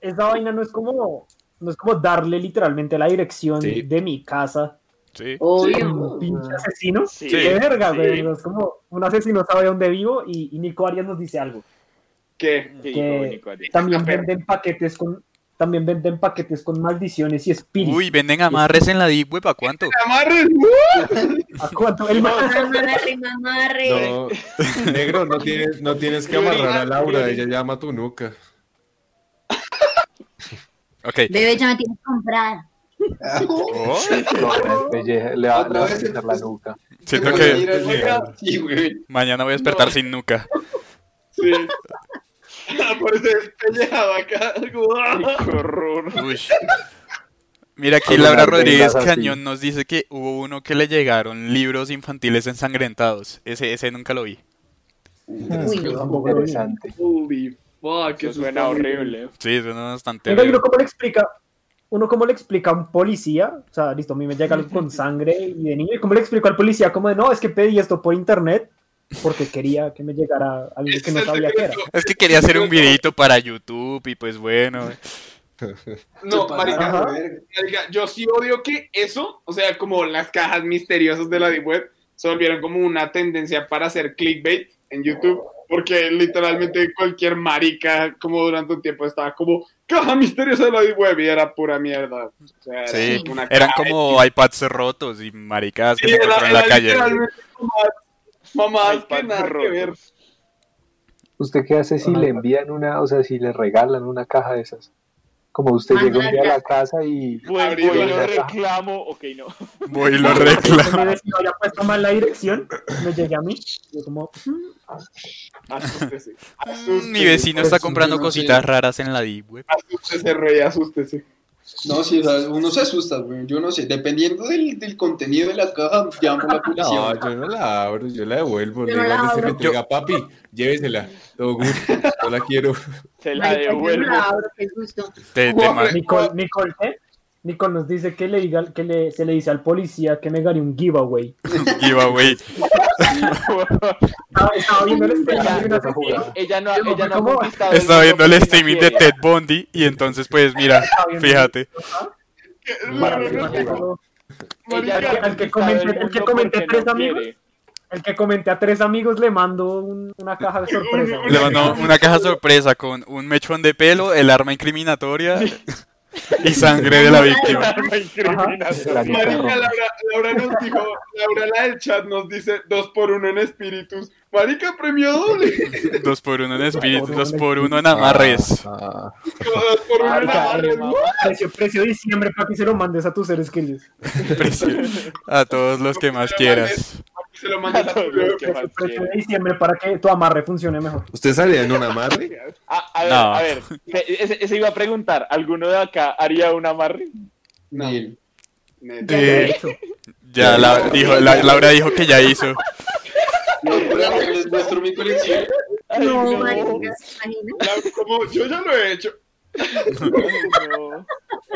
[SPEAKER 3] Esa vaina no es como no es como darle literalmente la dirección
[SPEAKER 5] Sí.
[SPEAKER 3] de mi casa
[SPEAKER 1] Sí.
[SPEAKER 3] a
[SPEAKER 8] Obvio.
[SPEAKER 3] un pinche asesino.
[SPEAKER 2] Mm. Sí.
[SPEAKER 3] Qué verga,
[SPEAKER 2] Sí.
[SPEAKER 3] güey. Es como un asesino sabe dónde vivo y, y Nico Arias nos dice algo.
[SPEAKER 4] ¿Qué?
[SPEAKER 2] Sí,
[SPEAKER 3] que
[SPEAKER 2] único, Ari.
[SPEAKER 3] También
[SPEAKER 4] Está feo.
[SPEAKER 3] venden paquetes con también venden paquetes con maldiciones y espíritus.
[SPEAKER 1] Uy, venden amarres en la Deep Web, ¿a cuánto?
[SPEAKER 4] Amarres, ¡uh!
[SPEAKER 3] ¿A cuánto? El man-
[SPEAKER 8] Mamarre, mamarre.
[SPEAKER 5] No, negro, no tienes, no tienes que
[SPEAKER 4] Yuri,
[SPEAKER 5] amarrar a Laura,
[SPEAKER 4] Yuri.
[SPEAKER 5] ella llama tu nuca.
[SPEAKER 1] Ok.
[SPEAKER 8] Bebé, ya me tienes comprada.
[SPEAKER 7] No, la pelleja, le va, le va a
[SPEAKER 6] Otra vez.
[SPEAKER 7] pisar la nuca.
[SPEAKER 1] Siento
[SPEAKER 6] Te voy a ir
[SPEAKER 1] que
[SPEAKER 6] al lugar. Sí, güey.
[SPEAKER 1] mañana voy a despertar sin nuca.
[SPEAKER 4] Sí. Aparece despellejado acá. ¡ah! Qué horror.
[SPEAKER 1] Uy. Mira aquí
[SPEAKER 7] Con
[SPEAKER 1] Laura
[SPEAKER 7] unas
[SPEAKER 1] Rodríguez
[SPEAKER 7] vendas así.
[SPEAKER 1] Cañón nos dice que hubo uno que le llegaron libros infantiles ensangrentados. Ese, ese nunca lo vi.
[SPEAKER 8] Uy, no.
[SPEAKER 3] Tampoco lo vi.
[SPEAKER 7] Interesante.
[SPEAKER 4] Holy fuck,
[SPEAKER 2] Que
[SPEAKER 4] eso
[SPEAKER 2] suena horrible.
[SPEAKER 1] Sí, suena bastante
[SPEAKER 3] Venga, ¿y uno
[SPEAKER 1] horrible.
[SPEAKER 3] cómo le explica? ¿Uno cómo le explica a un policía? O sea, listo, a mí me llega algo con sangre y de niño. ¿Y cómo le explico al policía? Como de, no, es que pedí esto por internet porque quería que me llegara algo que
[SPEAKER 4] Ese
[SPEAKER 3] no
[SPEAKER 4] es el
[SPEAKER 3] sabía que era.
[SPEAKER 4] secreto.
[SPEAKER 1] Es que quería hacer un videito para YouTube y pues bueno.
[SPEAKER 4] No,
[SPEAKER 6] Te
[SPEAKER 4] marica,
[SPEAKER 6] pasaron
[SPEAKER 3] Ajá.
[SPEAKER 6] de verga.
[SPEAKER 4] marica, yo sí odio que eso, o sea, como las cajas misteriosas de la Deep Web, se volvieron como una tendencia para hacer clickbait en YouTube, porque literalmente cualquier marica, como durante un tiempo, estaba como caja misteriosa de la Deep Web y era pura mierda. O sea, era
[SPEAKER 1] Sí,
[SPEAKER 4] una
[SPEAKER 1] eran
[SPEAKER 4] caja
[SPEAKER 1] como iPads rotos y maricadas que
[SPEAKER 4] Sí,
[SPEAKER 1] se
[SPEAKER 4] era-
[SPEAKER 1] encontraron en la
[SPEAKER 4] era
[SPEAKER 1] calle.
[SPEAKER 4] literalmente mamás- Mamás que
[SPEAKER 2] iPads
[SPEAKER 4] nada que
[SPEAKER 2] rotos.
[SPEAKER 4] ver.
[SPEAKER 7] ¿Usted qué hace si le envían una, o sea, si le regalan una caja de esas? Como usted
[SPEAKER 8] Ah,
[SPEAKER 7] llega un día a la
[SPEAKER 8] larga.
[SPEAKER 7] casa y...
[SPEAKER 2] Bueno,
[SPEAKER 4] Abrir
[SPEAKER 2] bueno,
[SPEAKER 7] la caja.
[SPEAKER 2] reclamo. Ok, no.
[SPEAKER 1] Voy y lo
[SPEAKER 3] En
[SPEAKER 1] reclamo.
[SPEAKER 3] vez de si había puesto mal la dirección, me llegué a mí. Yo como,
[SPEAKER 2] Mm,
[SPEAKER 4] Asústese. asústese.
[SPEAKER 1] Mi vecino está comprando
[SPEAKER 6] no sé.
[SPEAKER 1] cositas raras en la deep web.
[SPEAKER 4] Asústese, rey, asústese.
[SPEAKER 6] No, sí, o sea, uno se asusta, güey. Yo no sé. Dependiendo del, del contenido de la caja, llamo a la
[SPEAKER 5] No,
[SPEAKER 6] policía.
[SPEAKER 5] yo no la abro, yo la devuelvo.
[SPEAKER 8] Yo
[SPEAKER 5] le
[SPEAKER 8] no la
[SPEAKER 5] digo al de
[SPEAKER 8] abro.
[SPEAKER 5] entrega, papi, llévesela. Todo gusto, no la quiero.
[SPEAKER 2] Se la
[SPEAKER 8] Marica, yo no
[SPEAKER 2] devuelvo.
[SPEAKER 8] la abro, qué gusto.
[SPEAKER 1] Te, te ma-
[SPEAKER 3] Nicole, Nicole, ¿eh? Nicole nos dice que, le diga, que le, se le dice al policía que me gané un giveaway.
[SPEAKER 1] giveaway.
[SPEAKER 3] Estaba, estaba viendo el stream
[SPEAKER 2] Ya,
[SPEAKER 3] y una-
[SPEAKER 7] esa jugada.
[SPEAKER 2] Ella no, ella no ha
[SPEAKER 3] ¿Cómo?
[SPEAKER 2] conquistado
[SPEAKER 1] Estaba viendo el
[SPEAKER 2] mundo
[SPEAKER 1] streaming de
[SPEAKER 2] financiero.
[SPEAKER 1] Ted Bundy y entonces pues mira, fíjate.
[SPEAKER 7] Maravilloso.
[SPEAKER 2] Ella no ha
[SPEAKER 3] El que
[SPEAKER 2] conquistado
[SPEAKER 3] comente-
[SPEAKER 2] el
[SPEAKER 3] el que
[SPEAKER 2] mundo
[SPEAKER 3] comente
[SPEAKER 2] porque
[SPEAKER 3] tres
[SPEAKER 2] no
[SPEAKER 3] amigos.
[SPEAKER 2] quiere.
[SPEAKER 3] El que comenté a tres amigos le mando un- una caja de sorpresa.
[SPEAKER 1] Le mandó una caja sorpresa con un mechón de pelo, el arma incriminatoria y sangre de la víctima.
[SPEAKER 2] Arma incriminatoria.
[SPEAKER 7] La nuca
[SPEAKER 4] Marica,
[SPEAKER 7] roja.
[SPEAKER 4] Laura, Laura nos dijo, Laura la del chat nos dice dos por uno en espíritus. Marica, premio doble.
[SPEAKER 1] Dos por uno en espíritu, dos por uno en amarres.
[SPEAKER 5] Ah,
[SPEAKER 4] Dos por uno en
[SPEAKER 2] Marica,
[SPEAKER 4] amarre, ¿no?
[SPEAKER 3] Precio, precio de diciembre para que se lo mandes a tus seres queridos.
[SPEAKER 1] Precio- A todos los que más quieras.
[SPEAKER 4] Se lo mandas a tu bebé.
[SPEAKER 2] Qué mal
[SPEAKER 3] Precio
[SPEAKER 2] quiere.
[SPEAKER 3] de diciembre para que tu amarre funcione mejor.
[SPEAKER 5] ¿Usted salía en un amarre?
[SPEAKER 2] Ah, a ver,
[SPEAKER 1] No.
[SPEAKER 2] a ver. se- Ese, ese iba a preguntar. ¿Alguno de acá haría un amarre?
[SPEAKER 6] No.
[SPEAKER 4] Neta.
[SPEAKER 1] Eh, ya la- dijo, la- Laura dijo que ya hizo.
[SPEAKER 6] No, espérate, les muestro mi colección.
[SPEAKER 2] Ay,
[SPEAKER 8] No,
[SPEAKER 2] no.
[SPEAKER 8] marica, ¿se imagina?
[SPEAKER 4] La- como yo ya lo he hecho.
[SPEAKER 2] Ay, no.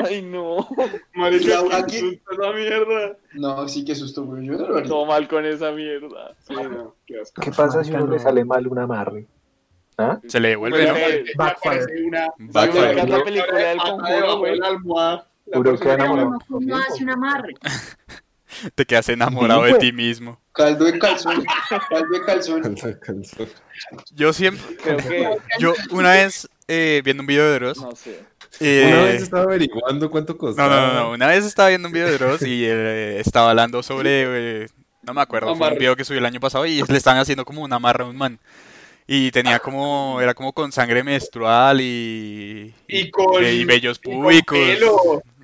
[SPEAKER 2] Ay, no.
[SPEAKER 4] Marica,
[SPEAKER 6] Laura,
[SPEAKER 4] qué
[SPEAKER 6] ¿qué?
[SPEAKER 4] susto la mierda.
[SPEAKER 6] No, sí, qué susto, güey. Yo no lo haría.
[SPEAKER 2] Todo mal con esa mierda.
[SPEAKER 4] Sí, no, qué asco.
[SPEAKER 7] ¿Qué pasa si uno
[SPEAKER 3] Marica,
[SPEAKER 7] le
[SPEAKER 3] no.
[SPEAKER 7] sale mal un amarre? ¿Ah?
[SPEAKER 1] Se le devuelve, ¿no?
[SPEAKER 4] Aparece-
[SPEAKER 3] Backfire.
[SPEAKER 4] aparece una-
[SPEAKER 1] Backfire.
[SPEAKER 4] una-
[SPEAKER 2] La película del
[SPEAKER 4] pata
[SPEAKER 2] conjuro,
[SPEAKER 4] debajo
[SPEAKER 2] güey.
[SPEAKER 4] de la almohada. La
[SPEAKER 7] Puro
[SPEAKER 4] persona-
[SPEAKER 7] que
[SPEAKER 8] Pero
[SPEAKER 7] enamorado.
[SPEAKER 8] uno, ¿cómo hace un amarre?
[SPEAKER 1] Te quedas enamorado de ti mismo.
[SPEAKER 6] Caldo de calzón. Caldo de calzón.
[SPEAKER 1] Yo siempre,
[SPEAKER 2] Creo que.
[SPEAKER 1] yo una vez eh, viendo un video de Dross,
[SPEAKER 2] No sé.
[SPEAKER 1] eh,
[SPEAKER 5] Una vez estaba averiguando cuánto
[SPEAKER 1] No,
[SPEAKER 5] costaba.
[SPEAKER 1] no, no, no. Una vez estaba viendo un video de Dross y eh, estaba hablando sobre. eh, no me acuerdo, fue un
[SPEAKER 4] Amarre.
[SPEAKER 1] video que subió el año pasado y le estaban haciendo como una amarra a un man. Y tenía como. Era como con sangre menstrual y.
[SPEAKER 4] Y con-
[SPEAKER 1] y vellos
[SPEAKER 4] y con
[SPEAKER 1] públicos.
[SPEAKER 4] pelo.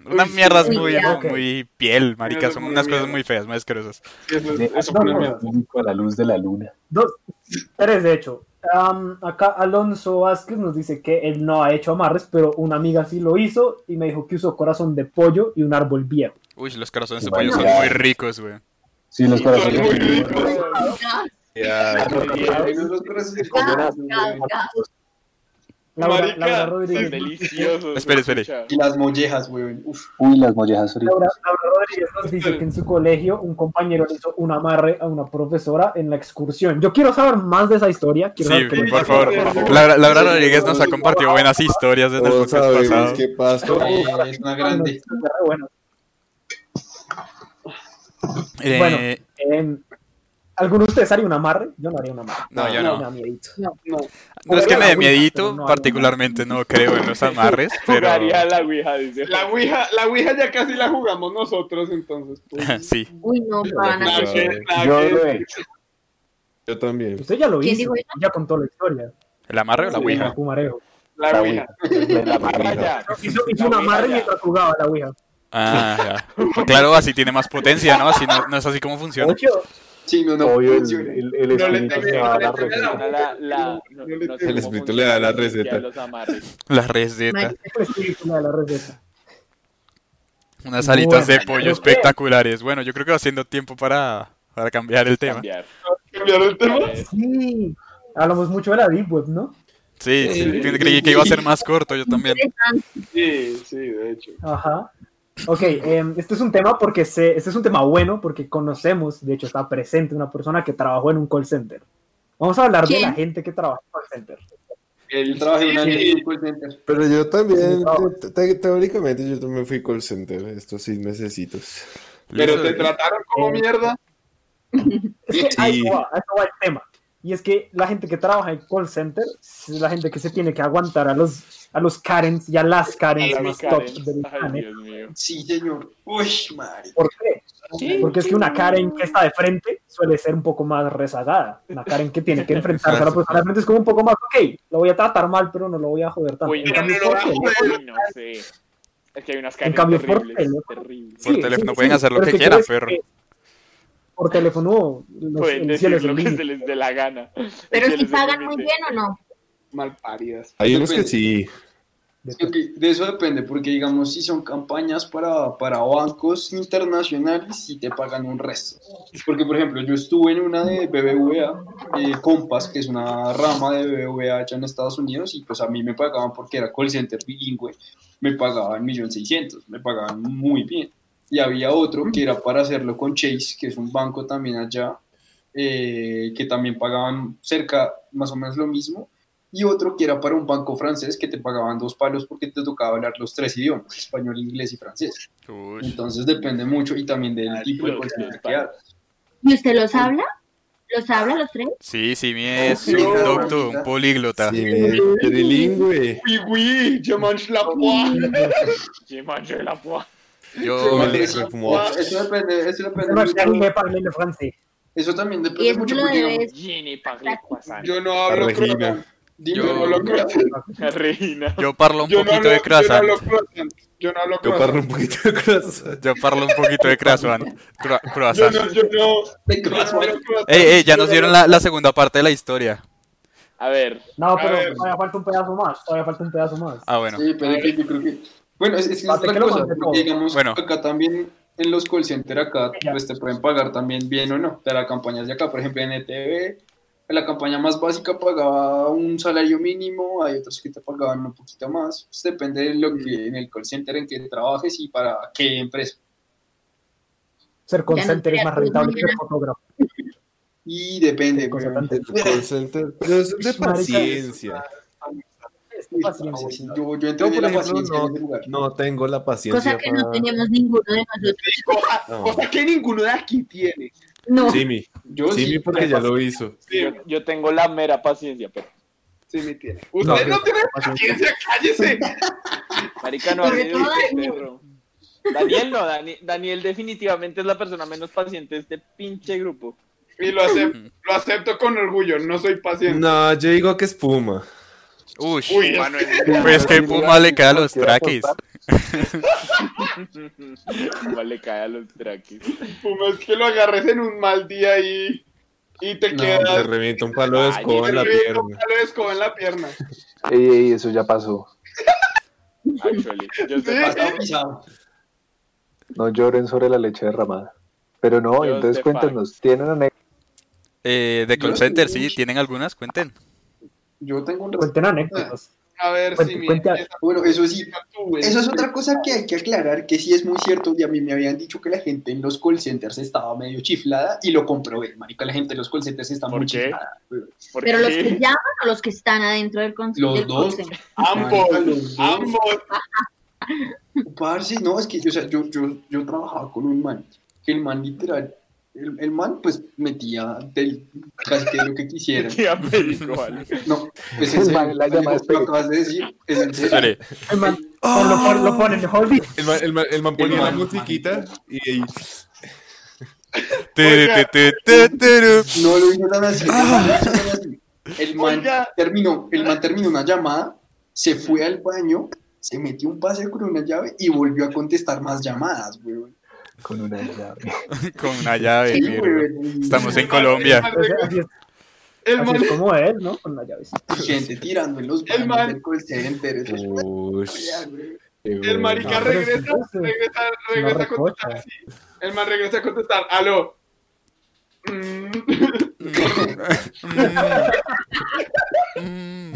[SPEAKER 1] Unas
[SPEAKER 4] Uy, sí.
[SPEAKER 1] mierdas
[SPEAKER 8] Uy,
[SPEAKER 1] muy,
[SPEAKER 8] ya.
[SPEAKER 1] muy piel, marica.
[SPEAKER 4] Mierda,
[SPEAKER 1] Son
[SPEAKER 4] muy
[SPEAKER 1] unas cosas
[SPEAKER 4] mierda.
[SPEAKER 1] muy feas, muy asquerosas.
[SPEAKER 4] Eso-
[SPEAKER 7] De-
[SPEAKER 4] eso fue
[SPEAKER 7] no,
[SPEAKER 4] una
[SPEAKER 7] no,
[SPEAKER 4] mierda.
[SPEAKER 7] público a la luz de la luna.
[SPEAKER 3] Dos, tres de hecho. Am, acá Alonso Vázquez nos dice que él no ha hecho amarres, pero una amiga sí lo hizo y me dijo que usó corazón de pollo y un árbol viejo.
[SPEAKER 1] Uy, los corazones de
[SPEAKER 7] Bueno,
[SPEAKER 1] pollo son
[SPEAKER 7] ya.
[SPEAKER 1] muy ricos, güey.
[SPEAKER 7] Sí, los corazones.
[SPEAKER 4] Muy rico.
[SPEAKER 8] Gas,
[SPEAKER 5] Ya,
[SPEAKER 8] gas, gas, gas.
[SPEAKER 3] Laura,
[SPEAKER 4] Marica,
[SPEAKER 3] Laura
[SPEAKER 2] Son
[SPEAKER 3] Rodríguez.
[SPEAKER 2] deliciosos.
[SPEAKER 1] Espere, espere.
[SPEAKER 2] güey, escucha.
[SPEAKER 6] Y las mollejas, güey. Uf.
[SPEAKER 7] Uy, las mollejas fritas.
[SPEAKER 3] Laura, Laura Rodríguez nos dice que en su colegio un compañero le hizo un amarre a una profesora en la excursión. Yo quiero saber más de esa historia. Quiero
[SPEAKER 1] Sí,
[SPEAKER 3] saber qué le
[SPEAKER 1] por
[SPEAKER 3] pasó.
[SPEAKER 1] favor. Laura, Laura Rodríguez nos ha compartido buenas historias desde el
[SPEAKER 5] todos
[SPEAKER 1] podcast
[SPEAKER 5] sabemos
[SPEAKER 1] pasado.
[SPEAKER 5] qué pasó.
[SPEAKER 6] Eh, es una grande.
[SPEAKER 3] Bueno,
[SPEAKER 1] Eh,
[SPEAKER 3] Bueno. em, ¿Alguno de ustedes haría un amarre? Yo no haría un amarre.
[SPEAKER 1] No, yo no.
[SPEAKER 3] Me da miedito.
[SPEAKER 1] No es que me dé
[SPEAKER 3] Jugaría a la Ouija,
[SPEAKER 1] miedito,
[SPEAKER 3] pero no a la
[SPEAKER 1] particularmente no creo en los amarres, pero
[SPEAKER 2] Jugaría a la Ouija, dice.
[SPEAKER 4] La Ouija, la Ouija ya casi la jugamos nosotros, entonces. pues,
[SPEAKER 1] sí.
[SPEAKER 8] Uy, no,
[SPEAKER 5] Claro.
[SPEAKER 8] pana.
[SPEAKER 4] nada que- nada
[SPEAKER 7] Yo
[SPEAKER 4] que-
[SPEAKER 7] lo he hecho.
[SPEAKER 5] Yo también.
[SPEAKER 3] Usted ya lo
[SPEAKER 8] ¿Quién
[SPEAKER 3] hizo.
[SPEAKER 8] dijo eso?
[SPEAKER 3] Ya contó la historia.
[SPEAKER 1] ¿El amarre o la
[SPEAKER 4] Sí.
[SPEAKER 1] Ouija?
[SPEAKER 3] el Fumarejo.
[SPEAKER 4] La Ouija.
[SPEAKER 7] La Ouija.
[SPEAKER 2] Vaya.
[SPEAKER 3] Hizo, hizo
[SPEAKER 2] La
[SPEAKER 3] un
[SPEAKER 2] Ouija
[SPEAKER 3] amarre
[SPEAKER 2] ya.
[SPEAKER 3] mientras jugaba a la Ouija.
[SPEAKER 1] Ah, ya. Claro, así tiene más potencia, ¿no? Así no, no es así como funciona.
[SPEAKER 3] Ocho.
[SPEAKER 6] Sí, no, no.
[SPEAKER 7] Obvio, el,
[SPEAKER 6] funciona.
[SPEAKER 7] el, el
[SPEAKER 4] No le
[SPEAKER 7] espíritu
[SPEAKER 4] tengo-
[SPEAKER 7] se va a
[SPEAKER 4] no
[SPEAKER 7] dar
[SPEAKER 4] le tengo
[SPEAKER 7] receta.
[SPEAKER 4] la-
[SPEAKER 2] La- la- no- no sé
[SPEAKER 5] El
[SPEAKER 2] cómo
[SPEAKER 5] espíritu le da la
[SPEAKER 2] funciona
[SPEAKER 5] receta.
[SPEAKER 2] los amarres.
[SPEAKER 1] La receta.
[SPEAKER 3] El espíritu me da la receta.
[SPEAKER 1] Unas alitas de
[SPEAKER 3] Bueno,
[SPEAKER 1] pollo
[SPEAKER 3] ok.
[SPEAKER 1] espectaculares. Bueno, yo creo que va siendo tiempo para, para cambiar el tema.
[SPEAKER 2] Cambiar.
[SPEAKER 4] ¿Cambiar el tema?
[SPEAKER 3] Sí. Hablamos mucho de la Deep Web, ¿no?
[SPEAKER 1] Sí, sí, creí que iba a ser más corto yo también.
[SPEAKER 8] Interesante.
[SPEAKER 4] Sí, sí, de hecho.
[SPEAKER 3] Ajá. Ok, em, este es un tema porque sé- este es un tema bueno porque conocemos, de hecho está presente una persona que trabajó en un call center. Vamos a hablar de
[SPEAKER 8] ¿Quién?
[SPEAKER 3] la gente que trabaja en call center.
[SPEAKER 6] Yo trabajé un año en un call center.
[SPEAKER 9] Pero yo también,
[SPEAKER 3] No.
[SPEAKER 9] te- te- teóricamente yo también fui call center estos seis mesecitos.
[SPEAKER 4] Pero te
[SPEAKER 1] Listo.
[SPEAKER 4] trataron como mierda.
[SPEAKER 3] Es que ahí
[SPEAKER 5] Sí.
[SPEAKER 3] va, ahí va el tema. Y es que la gente que trabaja en call center es la gente que se tiene que aguantar a los, a los Karens y a las Karens
[SPEAKER 2] Ay,
[SPEAKER 3] más top del eh.
[SPEAKER 2] Ay,
[SPEAKER 3] planeta.
[SPEAKER 2] Dios mío.
[SPEAKER 6] Sí, señor. Uy, marica.
[SPEAKER 3] ¿Por qué? Porque es que una Karen que está de frente suele ser un poco más rezagada. Una Karen que tiene que enfrentarse a la persona de frente es como un poco más, ok, lo voy a tratar mal, pero no lo voy a joder tanto.
[SPEAKER 2] Uy,
[SPEAKER 3] En
[SPEAKER 2] no,
[SPEAKER 3] cambio,
[SPEAKER 4] no, no,
[SPEAKER 3] por
[SPEAKER 4] no,
[SPEAKER 3] teléfono-
[SPEAKER 2] Uy, no sé. Es que hay unas caras
[SPEAKER 3] cambio, por
[SPEAKER 2] terribles.
[SPEAKER 3] teléfono-
[SPEAKER 2] terribles.
[SPEAKER 1] Por teléfono pueden hacer lo que
[SPEAKER 3] pero es
[SPEAKER 1] quieran,
[SPEAKER 3] quiero
[SPEAKER 1] pero-
[SPEAKER 3] decir que Por teléfono, los,
[SPEAKER 2] Pueden
[SPEAKER 3] el cielo
[SPEAKER 2] decir
[SPEAKER 3] es el
[SPEAKER 2] lo que
[SPEAKER 3] límite.
[SPEAKER 2] se les dé la gana. El cielo
[SPEAKER 8] Pero si
[SPEAKER 2] es el
[SPEAKER 8] pagan muy
[SPEAKER 2] límite.
[SPEAKER 8] bien o no.
[SPEAKER 4] Mal paridas.
[SPEAKER 9] Hay unos que
[SPEAKER 6] Depende.
[SPEAKER 9] sí.
[SPEAKER 6] Ok, de eso depende, porque digamos, si son campañas para, para bancos internacionales, si te pagan un resto. Porque, por ejemplo, yo estuve en una de BBVA, eh, Compass, que es una rama de BBVA allá en Estados Unidos, y pues a mí me pagaban porque era call center bilingüe, me pagaban 1.600.000, me pagaban muy bien. Y había otro que era para hacerlo con Chase, que es un banco también allá, eh, que también pagaban cerca, más o menos lo mismo, y otro que era para un banco francés que te pagaban dos palos porque te tocaba hablar los tres idiomas, español, inglés y francés.
[SPEAKER 1] Uy.
[SPEAKER 6] Entonces depende mucho y también del tipo de cosas que hagas.
[SPEAKER 8] ¿Y usted los habla? ¿Los habla los tres?
[SPEAKER 1] Sí, Simi es
[SPEAKER 6] Sí,
[SPEAKER 1] un
[SPEAKER 6] no,
[SPEAKER 1] doctor,
[SPEAKER 6] mamita.
[SPEAKER 1] un políglota.
[SPEAKER 9] Sí, trilingüe.
[SPEAKER 4] Uy, uy, je mange la poix.
[SPEAKER 2] Je mange la poix.
[SPEAKER 1] Yo,
[SPEAKER 9] Vale,
[SPEAKER 6] eso,
[SPEAKER 9] como-
[SPEAKER 6] eso depende, eso depende
[SPEAKER 3] No, es que a mí
[SPEAKER 6] mucho.
[SPEAKER 3] me parle en francés.
[SPEAKER 6] Eso también
[SPEAKER 8] Y
[SPEAKER 6] depende
[SPEAKER 8] eso
[SPEAKER 6] mucho
[SPEAKER 8] lo
[SPEAKER 6] porque digamos,
[SPEAKER 8] debes.
[SPEAKER 2] Je ne parle croissant.
[SPEAKER 4] Yo no hablo croissant.
[SPEAKER 9] Regina.
[SPEAKER 6] dime,
[SPEAKER 1] Yo-
[SPEAKER 6] no lo creo.
[SPEAKER 2] Reina.
[SPEAKER 1] yo parlo un
[SPEAKER 4] Yo no
[SPEAKER 1] poquito
[SPEAKER 4] hablo
[SPEAKER 1] de croissant.
[SPEAKER 4] Yo no hablo croissant. Yo no hablo
[SPEAKER 9] Yo
[SPEAKER 4] croissant.
[SPEAKER 9] parlo un poquito de croissant.
[SPEAKER 1] Yo parlo un poquito de croissant. Cro-
[SPEAKER 4] Yo
[SPEAKER 1] croissant.
[SPEAKER 4] no, yo no.
[SPEAKER 6] De
[SPEAKER 4] yo no hablo
[SPEAKER 6] croissant.
[SPEAKER 4] croissant.
[SPEAKER 1] Ey, ey, ya
[SPEAKER 4] Yo
[SPEAKER 1] nos
[SPEAKER 4] no
[SPEAKER 1] dieron
[SPEAKER 4] hablo-
[SPEAKER 1] la, la segunda parte de la historia.
[SPEAKER 2] A ver,
[SPEAKER 3] No, pero
[SPEAKER 4] ver.
[SPEAKER 3] todavía falta un pedazo más. Todavía falta un pedazo más.
[SPEAKER 1] Ah, bueno.
[SPEAKER 6] Sí, pero es que yo creo que... Bueno, es, es que es
[SPEAKER 3] Pate
[SPEAKER 6] otra
[SPEAKER 3] que lo
[SPEAKER 6] cosa,
[SPEAKER 3] mande todo.
[SPEAKER 6] porque digamos,
[SPEAKER 1] Bueno.
[SPEAKER 6] acá también, en los call center acá,
[SPEAKER 3] Ya.
[SPEAKER 6] pues te pueden pagar también bien o no, de las campañas de acá, por ejemplo, en ETV, la campaña más básica pagaba un salario mínimo, hay otros que te pagaban un poquito más, pues depende de lo que, en el call center en que trabajes y para qué empresa.
[SPEAKER 3] Ser
[SPEAKER 8] Ya
[SPEAKER 3] call
[SPEAKER 8] no
[SPEAKER 3] center es
[SPEAKER 8] creas,
[SPEAKER 3] más
[SPEAKER 8] pues,
[SPEAKER 3] rentable que
[SPEAKER 8] mañana.
[SPEAKER 3] ser fotógrafo.
[SPEAKER 6] Y depende,
[SPEAKER 3] Qué cosa
[SPEAKER 6] weón.
[SPEAKER 3] tan
[SPEAKER 9] Call center. Pero es de
[SPEAKER 3] Marica,
[SPEAKER 9] paciencia.
[SPEAKER 3] Paciencia, sí.
[SPEAKER 6] Pues, Yo, yo
[SPEAKER 9] Yo,
[SPEAKER 6] entendí
[SPEAKER 9] por
[SPEAKER 6] la
[SPEAKER 9] ejemplo,
[SPEAKER 6] paciencia en
[SPEAKER 9] no,
[SPEAKER 6] ese lugar.
[SPEAKER 9] no tengo la paciencia
[SPEAKER 8] Cosa que no
[SPEAKER 9] para...
[SPEAKER 8] tenemos ninguno de nosotros.
[SPEAKER 4] Cosa,
[SPEAKER 9] No.
[SPEAKER 4] cosa que ninguno de aquí tiene.
[SPEAKER 8] No.
[SPEAKER 9] Jimmy.
[SPEAKER 6] Yo sí,
[SPEAKER 9] Jimmy porque ya lo hizo.
[SPEAKER 4] Sí,
[SPEAKER 2] yo, yo tengo la mera paciencia, pero
[SPEAKER 4] sí me tiene. Usted no,
[SPEAKER 9] No,
[SPEAKER 4] tiene paciencia, cállese.
[SPEAKER 2] Marica no ha
[SPEAKER 8] Sobre
[SPEAKER 2] sido
[SPEAKER 8] todo
[SPEAKER 2] este
[SPEAKER 8] Daniel.
[SPEAKER 2] perro. Daniel no, Dani- Daniel definitivamente es la persona menos paciente de este pinche grupo.
[SPEAKER 4] Y lo acepto, lo acepto con orgullo, no soy paciente.
[SPEAKER 9] No, yo digo que es Puma.
[SPEAKER 1] Uy,
[SPEAKER 4] Uy,
[SPEAKER 1] pues que Puma le cae a los
[SPEAKER 7] Quiero
[SPEAKER 1] traquis.
[SPEAKER 7] aportar.
[SPEAKER 2] vale, cae a los traquis.
[SPEAKER 4] Puma, es que lo agarres en un mal día y, y te
[SPEAKER 9] No, le
[SPEAKER 4] quedas.
[SPEAKER 9] reviento un palo de
[SPEAKER 2] Ay,
[SPEAKER 9] escoba
[SPEAKER 4] te
[SPEAKER 9] en la
[SPEAKER 4] quedas con
[SPEAKER 9] pierna.
[SPEAKER 4] palo de escoba en la pierna.
[SPEAKER 7] Ey, ey, eso ya pasó.
[SPEAKER 2] Actually, yo estoy
[SPEAKER 4] Sí.
[SPEAKER 2] pasado.
[SPEAKER 6] Pasado pisado.
[SPEAKER 7] No lloren sobre la leche derramada. Pero no,
[SPEAKER 2] Dios de
[SPEAKER 7] entonces cuéntanos, ¿tienen anécdotas?
[SPEAKER 1] Eh, de call
[SPEAKER 6] Yo-
[SPEAKER 1] center, sí, tienen algunas, cuenten.
[SPEAKER 6] Yo tengo un
[SPEAKER 3] Cuenten anécdotas.
[SPEAKER 4] A ver
[SPEAKER 3] Cuente-
[SPEAKER 4] si mi-
[SPEAKER 3] cuente-
[SPEAKER 4] esa
[SPEAKER 6] Bueno, eso sí,
[SPEAKER 4] puta tuve.
[SPEAKER 6] Eso es otra cosa que hay que aclarar, que sí es muy cierto, y a mí me habían dicho que la gente en los call centers estaba medio chiflada, y lo comprobé, marica, la gente en los call centers está
[SPEAKER 2] ¿Por
[SPEAKER 6] muy
[SPEAKER 2] qué?
[SPEAKER 6] chiflada. weón.
[SPEAKER 2] ¿Por
[SPEAKER 8] Pero los que
[SPEAKER 2] qué?
[SPEAKER 8] llaman o los que están adentro del consultorio.
[SPEAKER 6] Los dos.
[SPEAKER 4] Ambos,
[SPEAKER 6] Marica, los dos.
[SPEAKER 4] ambos.
[SPEAKER 6] Parce, no, es que o sea, yo, yo, yo trabajaba con un man, que el man literal, el, el man pues metía del, casi que lo que quisiera.
[SPEAKER 2] Tía médico, vale.
[SPEAKER 6] No, es
[SPEAKER 7] El
[SPEAKER 6] en serio,
[SPEAKER 7] man, la llamada
[SPEAKER 6] lo acabas de decir, es en serio.
[SPEAKER 1] Espere,
[SPEAKER 3] Ay, man,
[SPEAKER 1] Ah.
[SPEAKER 3] pon- Lo, pon- lo ponen, Holby.
[SPEAKER 5] El man, el man- el man ponía
[SPEAKER 6] El
[SPEAKER 5] la
[SPEAKER 6] man.
[SPEAKER 5] musiquita y, y-
[SPEAKER 1] Turu, tu, tu, turu.
[SPEAKER 6] No lo hizo tan así. no lo hizo tan así. El man
[SPEAKER 4] Oiga.
[SPEAKER 6] terminó, el man terminó una llamada, se fue al baño se metió un pase con una llave y volvió a contestar más llamadas, weón.
[SPEAKER 7] con una llave.
[SPEAKER 1] Con una llave,
[SPEAKER 6] Sí,
[SPEAKER 1] mierda.
[SPEAKER 6] weón.
[SPEAKER 1] Estamos Pues en Colombia.
[SPEAKER 3] O sea, así es,
[SPEAKER 4] El
[SPEAKER 3] así
[SPEAKER 4] man,
[SPEAKER 3] es como él, ¿no? Con la llave.
[SPEAKER 6] Y gente tirando en los
[SPEAKER 4] El
[SPEAKER 6] baños
[SPEAKER 4] man-
[SPEAKER 6] del call center, eso es real, weón.
[SPEAKER 4] el marica
[SPEAKER 3] No, pues, pero
[SPEAKER 4] regresa,
[SPEAKER 3] es que eso-
[SPEAKER 4] regresa,
[SPEAKER 3] es una
[SPEAKER 4] regresa a contestar
[SPEAKER 3] recocha.
[SPEAKER 4] así. El man regresa a contestar, aló. Mm.
[SPEAKER 1] Mm.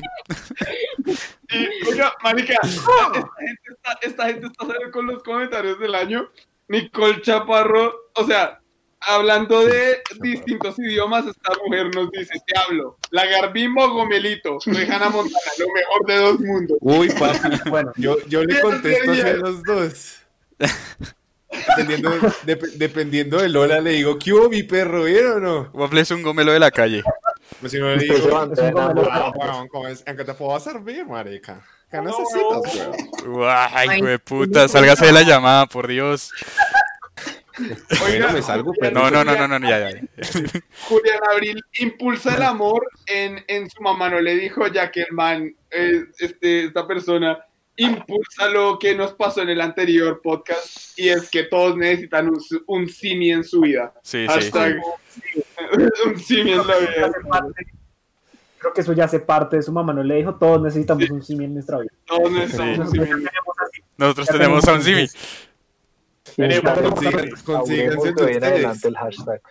[SPEAKER 4] Y, oiga, marica, esta gente, está, esta gente está saliendo con los comentarios del año. Nicole Chaparro, o sea, hablando de distintos idiomas, esta mujer nos dice, te hablo, Lagarbimbo o Gomelito, soy Hannah Montana, lo mejor de dos mundos.
[SPEAKER 5] Uy, papi.
[SPEAKER 3] Bueno,
[SPEAKER 5] Yo, yo le
[SPEAKER 4] Bien,
[SPEAKER 5] contesto así
[SPEAKER 4] bien,
[SPEAKER 5] a
[SPEAKER 4] bien.
[SPEAKER 5] los dos. Dependiendo, dep- dependiendo del hola, le digo, ¿qué hubo mi perro? ¿Vieron o no?
[SPEAKER 1] Waffle es un gomelo de la calle.
[SPEAKER 5] Pues si no le
[SPEAKER 7] Usted se va a
[SPEAKER 5] digo,
[SPEAKER 7] entrenar.
[SPEAKER 5] ah, bueno, ¿cómo es? ¿en qué te puedo servir, marica? ¿Qué necesitas, weón?
[SPEAKER 1] Ay, güey, puta, sálgase de la llamada, por Dios.
[SPEAKER 5] Bueno, me salgo, pero
[SPEAKER 1] No, no, no, no, no, no, ya, ya.
[SPEAKER 4] Julián Abril impulsa el amor en, en su mamá, no le dijo ya que el man, eh, este, esta persona, impulsa lo que nos pasó en el anterior podcast y es que todos necesitan un, su- un simi en su vida.
[SPEAKER 1] Sí, sí.
[SPEAKER 4] Hashtag un simi en la vida.
[SPEAKER 3] hace parte- creo que eso ya hace parte de su mamá. No le dijo, todos necesitamos un simio en nuestra vida.
[SPEAKER 4] Todos necesitamos un simi.
[SPEAKER 3] Nosotros ya tenemos así.
[SPEAKER 1] Nosotros tenemos a un Simi.
[SPEAKER 5] Consigan- Consíganse
[SPEAKER 7] Hablemos de ahí en adelante
[SPEAKER 5] ustedes.
[SPEAKER 7] el hashtag.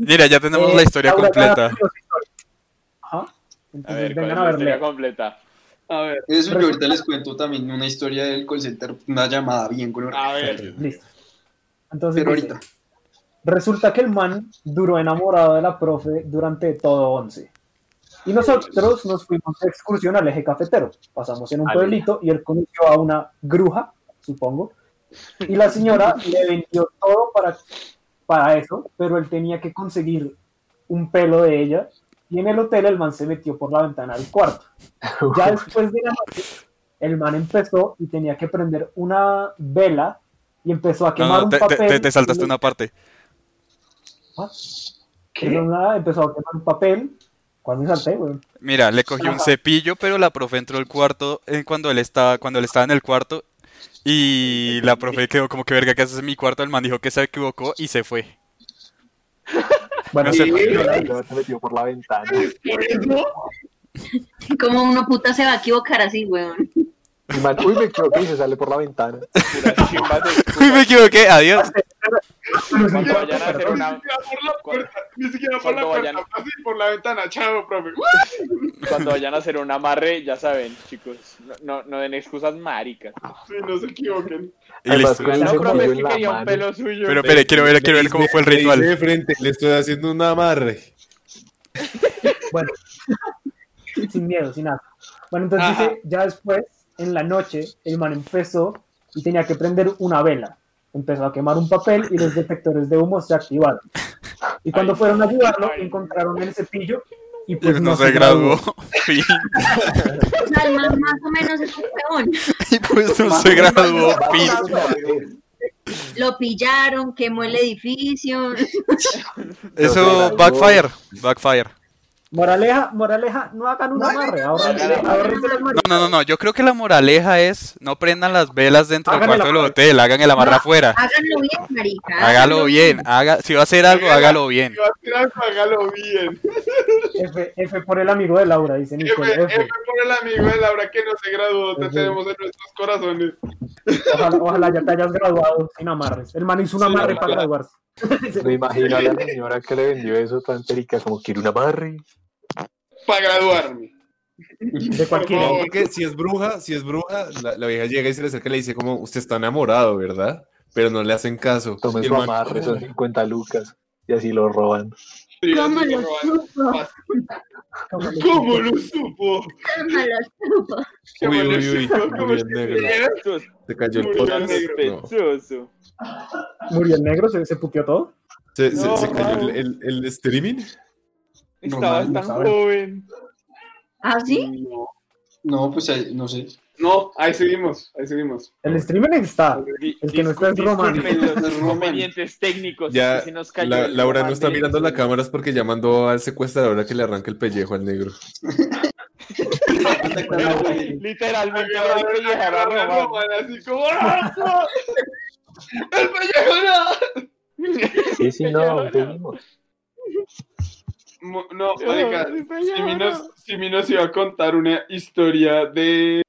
[SPEAKER 1] Mira, ya tenemos la historia
[SPEAKER 3] Eh, Laura,
[SPEAKER 1] completa.
[SPEAKER 3] Laura, Ajá.
[SPEAKER 2] A
[SPEAKER 3] Entonces,
[SPEAKER 2] ver, ¿cuál
[SPEAKER 3] vengan
[SPEAKER 2] es
[SPEAKER 3] a
[SPEAKER 2] la historia
[SPEAKER 3] verle.
[SPEAKER 2] completa?
[SPEAKER 4] A ver,
[SPEAKER 6] Eso yo ahorita les cuento también una historia del call center, una llamada bien con
[SPEAKER 4] a ver.
[SPEAKER 3] Listo. Entonces,
[SPEAKER 6] Pero
[SPEAKER 3] dice,
[SPEAKER 6] ahorita,
[SPEAKER 3] Resulta que el man duró enamorado de la profe durante todo 11. Y nosotros nos fuimos de excursión al eje cafetero. Pasamos en un pueblito y él conoció a una gruja, supongo. Y la señora le vendió todo para, para eso, pero él tenía que conseguir un pelo de ella. Y en el hotel el man se metió por la ventana al cuarto. Ya después de la noche, el man empezó y tenía que prender una vela y empezó a
[SPEAKER 1] No,
[SPEAKER 3] quemar
[SPEAKER 1] no,
[SPEAKER 3] un
[SPEAKER 1] te, te-
[SPEAKER 3] papel.
[SPEAKER 1] te- te saltaste
[SPEAKER 3] y-
[SPEAKER 1] una parte.
[SPEAKER 3] pero nada, empezó a quemar un papel. ¿Cuál me salté, weón?
[SPEAKER 1] Mira, le cogió un cepillo, pero la profe entró al cuarto eh, cuando él estaba, cuando él estaba en el cuarto. Y la profe quedó como que verga que haces en mi cuarto. El man dijo que se equivocó y se fue.
[SPEAKER 3] Bueno,
[SPEAKER 1] No sé.
[SPEAKER 7] Se metió por la ventana.
[SPEAKER 8] Como uno puta se va a equivocar asasí, weón.
[SPEAKER 7] Y man, uy, me equivoqué y se sale por la ventana.
[SPEAKER 2] Puras chimbas de
[SPEAKER 1] Uy, me equivoqué, adiós.
[SPEAKER 2] cuando vayan a hacer
[SPEAKER 4] Ni
[SPEAKER 2] una,
[SPEAKER 4] siquiera por la puerta, ni siquiera por la
[SPEAKER 2] Cuando
[SPEAKER 4] puerta,
[SPEAKER 2] vayan-
[SPEAKER 4] así por la ventana, chao, profe.
[SPEAKER 2] cuando vayan a hacer un amarre, ya saben, chicos, no, no, no den excusas maricas.
[SPEAKER 4] Sí, no se equivoquen.
[SPEAKER 1] Y
[SPEAKER 7] Además,
[SPEAKER 1] listo.
[SPEAKER 7] con
[SPEAKER 2] No,
[SPEAKER 7] ese
[SPEAKER 2] profe,
[SPEAKER 7] cuello
[SPEAKER 2] es
[SPEAKER 7] en
[SPEAKER 2] que
[SPEAKER 7] la
[SPEAKER 2] quería un
[SPEAKER 7] mano.
[SPEAKER 2] pelo suyo.
[SPEAKER 1] Pero espere, quiero ver, quiero ver cómo fue el
[SPEAKER 5] Le hice
[SPEAKER 1] ritual.
[SPEAKER 5] de frente, le estoy haciendo un amarre.
[SPEAKER 3] Bueno, sin miedo, sin nada. Bueno, entonces
[SPEAKER 4] Ajá.
[SPEAKER 3] dice, ya después, en la noche, el man empezó y tenía que prender una vela. Empezó a quemar un papel y los detectores de humo se activaron. Y cuando fueron a ayudarlo,
[SPEAKER 2] Ay.
[SPEAKER 3] encontraron el cepillo y
[SPEAKER 1] Y
[SPEAKER 3] pues
[SPEAKER 1] no se graduó. Fin.
[SPEAKER 8] O sea, el man más o menos es un peón.
[SPEAKER 1] Y pues no se graduó. Fin.
[SPEAKER 8] Lo pillaron, quemó el edificio.
[SPEAKER 1] Eso,
[SPEAKER 7] graduó.
[SPEAKER 1] backfire. Backfire.
[SPEAKER 3] Moraleja, moraleja, no hagan un amarre, ahorrense
[SPEAKER 2] hagan amarre.
[SPEAKER 3] ahorrense las
[SPEAKER 1] No, no, no, no. Yo creo que la moraleja es no prendan las velas dentro del
[SPEAKER 3] Hagan el
[SPEAKER 1] cuarto del
[SPEAKER 3] amarre.
[SPEAKER 1] hotel, hagan el amarre
[SPEAKER 8] No.
[SPEAKER 1] afuera.
[SPEAKER 8] Háganlo bien, marica.
[SPEAKER 1] Hágalo bien, haga, si va a hacer algo, hágalo bien.
[SPEAKER 4] Si va a hacer algo, hágalo bien.
[SPEAKER 3] F, F por el amigo de Laura, dice
[SPEAKER 4] F,
[SPEAKER 3] Nicole. F.
[SPEAKER 4] F por el amigo de Laura que no se graduó, te
[SPEAKER 3] Ujú.
[SPEAKER 4] tenemos en nuestros corazones.
[SPEAKER 3] Ojalá, ojalá ya te hayas graduado sin amarres. El man hizo un
[SPEAKER 4] Sí,
[SPEAKER 3] amarre
[SPEAKER 4] ojalá.
[SPEAKER 3] para graduarse.
[SPEAKER 7] Me imagino a la señora que le vendió eso tan perica como quiere un amarre.
[SPEAKER 4] Para graduarme.
[SPEAKER 3] De
[SPEAKER 4] Por
[SPEAKER 3] cualquier.
[SPEAKER 5] No,
[SPEAKER 4] favor.
[SPEAKER 5] porque si es bruja, si es bruja, la, la vieja llega y se le acerca y le dice como, usted está enamorado, ¿verdad? Pero no le hacen caso.
[SPEAKER 7] Tomen
[SPEAKER 5] Y el
[SPEAKER 7] su
[SPEAKER 5] man-
[SPEAKER 7] amarre, son 50 lucas. Y así lo roban.
[SPEAKER 4] Sí,
[SPEAKER 8] ¿Cómo
[SPEAKER 4] así
[SPEAKER 8] lo
[SPEAKER 4] lo roban.
[SPEAKER 8] supo?
[SPEAKER 4] ¿Cómo lo supo?
[SPEAKER 8] ¿Cómo lo supo?
[SPEAKER 4] ¿Cómo
[SPEAKER 5] Uy,
[SPEAKER 4] lo
[SPEAKER 5] uy, uy,
[SPEAKER 4] supo?
[SPEAKER 5] muy
[SPEAKER 4] ¿Cómo
[SPEAKER 5] bien,
[SPEAKER 4] lo
[SPEAKER 5] negro.
[SPEAKER 4] supo?
[SPEAKER 2] Sus-
[SPEAKER 5] Se cayó el
[SPEAKER 4] Murió
[SPEAKER 5] podcast. No.
[SPEAKER 2] Sospechoso.
[SPEAKER 3] Murió el negro, se, se puteó todo.
[SPEAKER 5] Se, se-
[SPEAKER 2] No,
[SPEAKER 5] se cayó
[SPEAKER 2] wow.
[SPEAKER 5] el, el- el streaming.
[SPEAKER 2] Estabas
[SPEAKER 6] no
[SPEAKER 2] tan
[SPEAKER 6] sabe.
[SPEAKER 2] joven.
[SPEAKER 8] ¿Ah, sí?
[SPEAKER 4] No.
[SPEAKER 6] no, pues ahí, no sé.
[SPEAKER 4] No, ahí seguimos, ahí seguimos.
[SPEAKER 3] El streamer está.
[SPEAKER 2] Di-
[SPEAKER 3] El que no está es
[SPEAKER 2] disculpen
[SPEAKER 3] Román.
[SPEAKER 2] los
[SPEAKER 6] Es Román.
[SPEAKER 2] inconvenientes técnicos.
[SPEAKER 5] Ya,
[SPEAKER 2] es que se nos cayó
[SPEAKER 5] la-
[SPEAKER 2] el
[SPEAKER 5] Laura
[SPEAKER 2] Román
[SPEAKER 5] no está
[SPEAKER 2] de-
[SPEAKER 5] mirando las cámaras porque ya mandó al secuestrador a que le arranque el pellejo al negro.
[SPEAKER 6] está contactando a Willy.
[SPEAKER 2] Literalmente
[SPEAKER 4] Ahora
[SPEAKER 2] ahora que llegar a
[SPEAKER 4] agarra la
[SPEAKER 2] robar.
[SPEAKER 4] romana, así como, ¡Ah, no! ¡El pellejo
[SPEAKER 7] Sí, sí, no, entendimos.
[SPEAKER 4] no! Mo- No, marica, Simi nos, Simi nos iba a contar una historia de,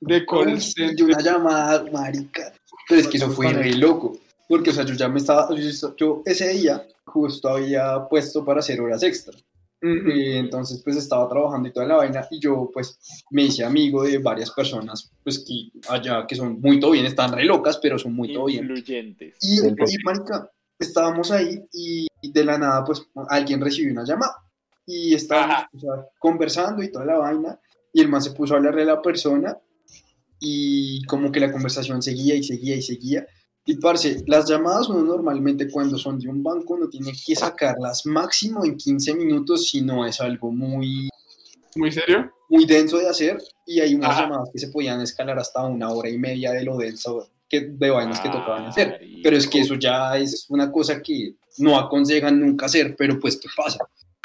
[SPEAKER 4] de
[SPEAKER 6] Uy,
[SPEAKER 4] call
[SPEAKER 6] sí,
[SPEAKER 4] center.
[SPEAKER 6] yo una llamada, marica. Pero es que eso fue re loco. Porque, o sea, yo ya me estaba. Yo, yo ese día justo había puesto para hacer horas extra.
[SPEAKER 4] Ujú.
[SPEAKER 6] Eh, entonces, pues estaba trabajando y toda la vaina. Y yo, pues, me hice amigo de varias personas, pues, que allá que son muy todo bien, están re locas, pero son muy todo bien.
[SPEAKER 2] Influyentes.
[SPEAKER 6] Y,
[SPEAKER 7] Del
[SPEAKER 6] y, marica, estábamos ahí y, y de la nada, pues, alguien recibió una llamada. Y estábamos o sea, conversando y toda la vaina. Y el man se puso a hablar de la persona. Y como que la conversación seguía y seguía y seguía. Y parce, las llamadas uno normalmente cuando son de un banco no tiene que sacarlas máximo en 15 minutos si no es algo muy,
[SPEAKER 4] ¿Muy serio?
[SPEAKER 6] muy denso de hacer. Y hay unas
[SPEAKER 4] Ajá.
[SPEAKER 6] llamadas que se podían escalar hasta una hora y media de lo denso que, de vainas
[SPEAKER 7] Ah,
[SPEAKER 4] Ah.
[SPEAKER 6] que tocaban hacer.
[SPEAKER 2] Marico.
[SPEAKER 6] Pero es que eso ya es una cosa que no aconsejan nunca hacer, pero pues ¿qué pasa?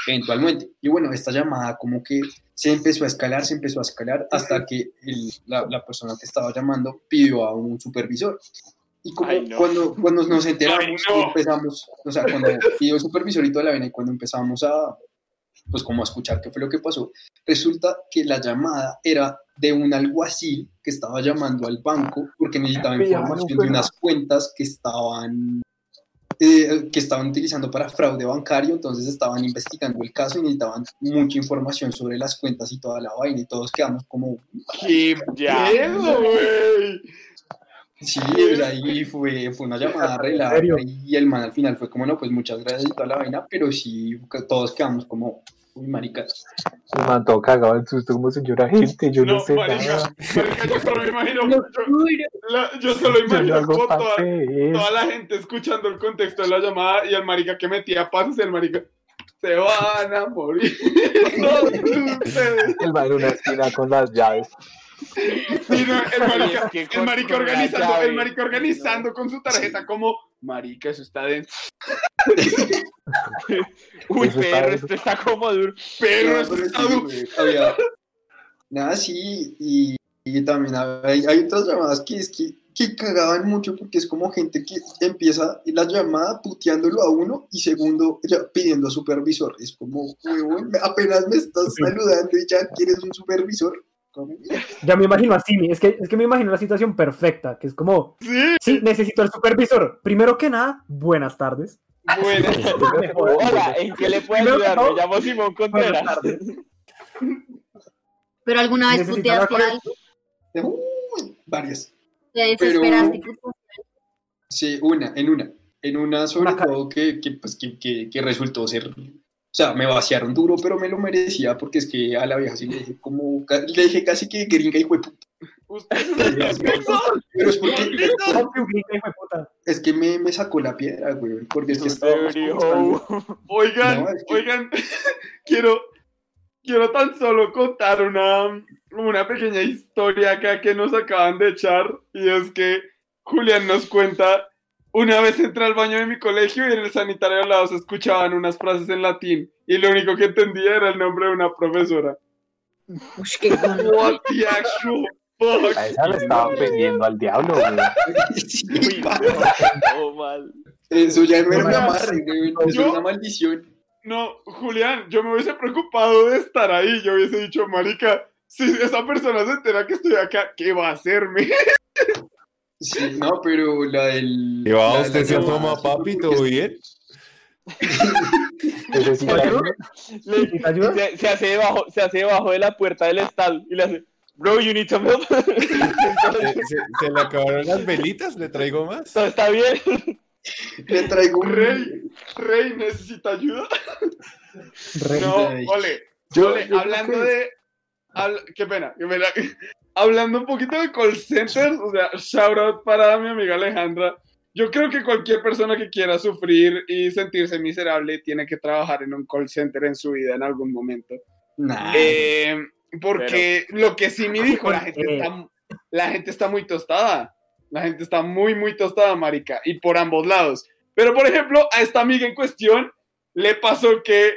[SPEAKER 6] Eventualmente. Y bueno, esta llamada como que se empezó a escalar, se empezó a escalar hasta que el- la, la persona que estaba llamando pidió a un supervisor. Y como
[SPEAKER 2] Ay, no.
[SPEAKER 6] cuando, cuando nos enteramos
[SPEAKER 4] Ay,
[SPEAKER 6] y
[SPEAKER 4] no.
[SPEAKER 6] empezamos, o sea, cuando pidió el supervisor y toda la vaina y cuando empezamos a, pues como a escuchar qué fue lo que pasó, resulta que la llamada era de un alguacil que estaba llamando al banco porque necesitaba
[SPEAKER 7] Pilla,
[SPEAKER 6] información
[SPEAKER 7] mano,
[SPEAKER 6] de unas cuentas que estaban eh, que estaban utilizando para fraude bancario, entonces estaban investigando el caso y necesitaban mucha información sobre las cuentas y toda la vaina y todos quedamos como
[SPEAKER 4] ¡Qué
[SPEAKER 2] Ya.
[SPEAKER 4] miedo, güey!
[SPEAKER 6] Sí, o sea, ahí fue, fue una llamada re larga
[SPEAKER 7] serio?
[SPEAKER 6] y el man al final fue como, no, pues muchas gracias y toda la vaina, pero sí, que todos quedamos como, uy, marica,
[SPEAKER 7] El man todo cagado en susto como señora gente, yo no,
[SPEAKER 4] No,
[SPEAKER 7] sé
[SPEAKER 4] marica,
[SPEAKER 7] nada.
[SPEAKER 4] marica, yo solo me imagino,
[SPEAKER 8] Lo
[SPEAKER 4] yo,
[SPEAKER 8] juro.
[SPEAKER 4] la- yo solo
[SPEAKER 7] Yo no
[SPEAKER 4] imagino
[SPEAKER 7] hago
[SPEAKER 4] como toda,
[SPEAKER 7] papel.
[SPEAKER 4] toda la gente escuchando el contexto de la llamada y el marica que metía pasos y el marica se van a morir todos ustedes.
[SPEAKER 7] El man en una esquina con las llaves.
[SPEAKER 4] Sí, no, el
[SPEAKER 2] Y es
[SPEAKER 4] marica,
[SPEAKER 2] que
[SPEAKER 4] el
[SPEAKER 2] con-
[SPEAKER 4] marica
[SPEAKER 2] con la
[SPEAKER 4] organizando,
[SPEAKER 2] llave.
[SPEAKER 4] el marica organizando con su tarjeta como marica, eso está de
[SPEAKER 2] Uy,
[SPEAKER 7] Eso está-
[SPEAKER 2] perro, esto está como duro.
[SPEAKER 4] perro,
[SPEAKER 6] No,
[SPEAKER 4] eso
[SPEAKER 6] pero
[SPEAKER 4] está
[SPEAKER 6] sí,
[SPEAKER 4] duro.
[SPEAKER 6] güey, había- Nada, sí, y, y también hay, hay otras llamadas que es que, que cagaban mucho porque es como gente que empieza la llamada puteándolo a uno y segundo ya pidiendo supervisor. Es como, huevón, apenas me estás saludando y ya quieres un supervisor. Como,
[SPEAKER 3] Ya me imagino a Simi, es que, es que me imagino la situación perfecta, que es como,
[SPEAKER 4] Sí,
[SPEAKER 3] sí, necesito al supervisor. Primero que nada, buenas tardes.
[SPEAKER 4] bueno,
[SPEAKER 5] pues,
[SPEAKER 2] Hola, ¿en qué le puedo
[SPEAKER 3] Primero que
[SPEAKER 2] ayudar?
[SPEAKER 3] todo-
[SPEAKER 2] Me llamo Simón
[SPEAKER 3] Buenas
[SPEAKER 2] Contreras.
[SPEAKER 3] tardes.
[SPEAKER 8] Pero alguna vez
[SPEAKER 3] Necesito
[SPEAKER 8] puteaste
[SPEAKER 3] hablar con-
[SPEAKER 8] algo,
[SPEAKER 6] uy, varias.
[SPEAKER 8] te
[SPEAKER 6] pero-
[SPEAKER 8] desesperaste. puto.
[SPEAKER 6] Sí, una, en una. En una sobre
[SPEAKER 3] Una ca-
[SPEAKER 6] todo que, que, pues, que, que- que resultó ser... O sea, me vaciaron duro, pero me lo merecía porque es que a la vieja sí le dije como... ca- Le dije casi que gringa y puta.
[SPEAKER 4] usted es un maldito.
[SPEAKER 6] Pero es porque...
[SPEAKER 3] Oh, piu, gringa, hijo de puta.
[SPEAKER 6] Es que me, me sacó la piedra, güey. Porque es que estaba...
[SPEAKER 4] Oh. Oigan,
[SPEAKER 6] No, es que-
[SPEAKER 4] oigan, quiero, quiero tan solo contar una, una pequeña historia acá que nos acaban de echar y es que Julián nos cuenta, una vez entré al baño de mi colegio y en el sanitario al lado se escuchaban unas frases en latín y lo único que entendía era el nombre de una profesora.
[SPEAKER 8] Uy, qué gonorrea.
[SPEAKER 4] What the actual fuck?
[SPEAKER 7] A esa le estaban vendiendo al diablo, güey.
[SPEAKER 6] Sí,
[SPEAKER 2] Uy,
[SPEAKER 6] va.
[SPEAKER 2] no, mal.
[SPEAKER 6] Eso ya no era una
[SPEAKER 4] Yo-
[SPEAKER 6] amarre, güey. Eso
[SPEAKER 4] yo-
[SPEAKER 6] era una maldición.
[SPEAKER 4] No, Julián, yo me hubiese preocupado de estar ahí. Yo hubiese dicho, marica, si esa persona se entera que estoy acá, ¿qué va a hacerme?
[SPEAKER 6] Sí, no, pero la del...
[SPEAKER 9] Y va,
[SPEAKER 6] la de
[SPEAKER 9] usted
[SPEAKER 6] la
[SPEAKER 9] se
[SPEAKER 6] llamada,
[SPEAKER 9] asoma,
[SPEAKER 6] sí,
[SPEAKER 9] papi,
[SPEAKER 6] porque es-
[SPEAKER 9] ¿todo bien?
[SPEAKER 7] Ese sí
[SPEAKER 3] Oye,
[SPEAKER 7] era-
[SPEAKER 2] Le-
[SPEAKER 3] ¿Te ayuda?
[SPEAKER 2] se, se hace debajo, se hace debajo de la puerta del estal y le hace, bro, you need some help.
[SPEAKER 9] ¿Se,
[SPEAKER 5] Eh,
[SPEAKER 9] se- se le acabaron las velitas? ¿Le traigo más?
[SPEAKER 2] Todo está bien.
[SPEAKER 6] Le traigo un...
[SPEAKER 4] Rey, Rey, ¿necesita ayuda?
[SPEAKER 3] Re-
[SPEAKER 4] No,
[SPEAKER 6] Rey.
[SPEAKER 4] ole.
[SPEAKER 6] Yo-
[SPEAKER 4] ole,
[SPEAKER 6] yo
[SPEAKER 4] hablando
[SPEAKER 6] creo que-
[SPEAKER 4] de. habla- qué pena, qué pena. Hablando un poquito de call centers, o sea, shout out para mi amiga Alejandra. Yo creo que cualquier persona que quiera sufrir y sentirse miserable tiene que trabajar en un call center en su vida en algún momento.
[SPEAKER 6] Nah.
[SPEAKER 4] Eh, porque lo que sí me dijo, la gente,
[SPEAKER 3] Eh.
[SPEAKER 4] está, la gente está muy tostada. La gente está muy, muy tostada, marica. Y por ambos lados. Pero, por ejemplo, a esta amiga en cuestión le pasó que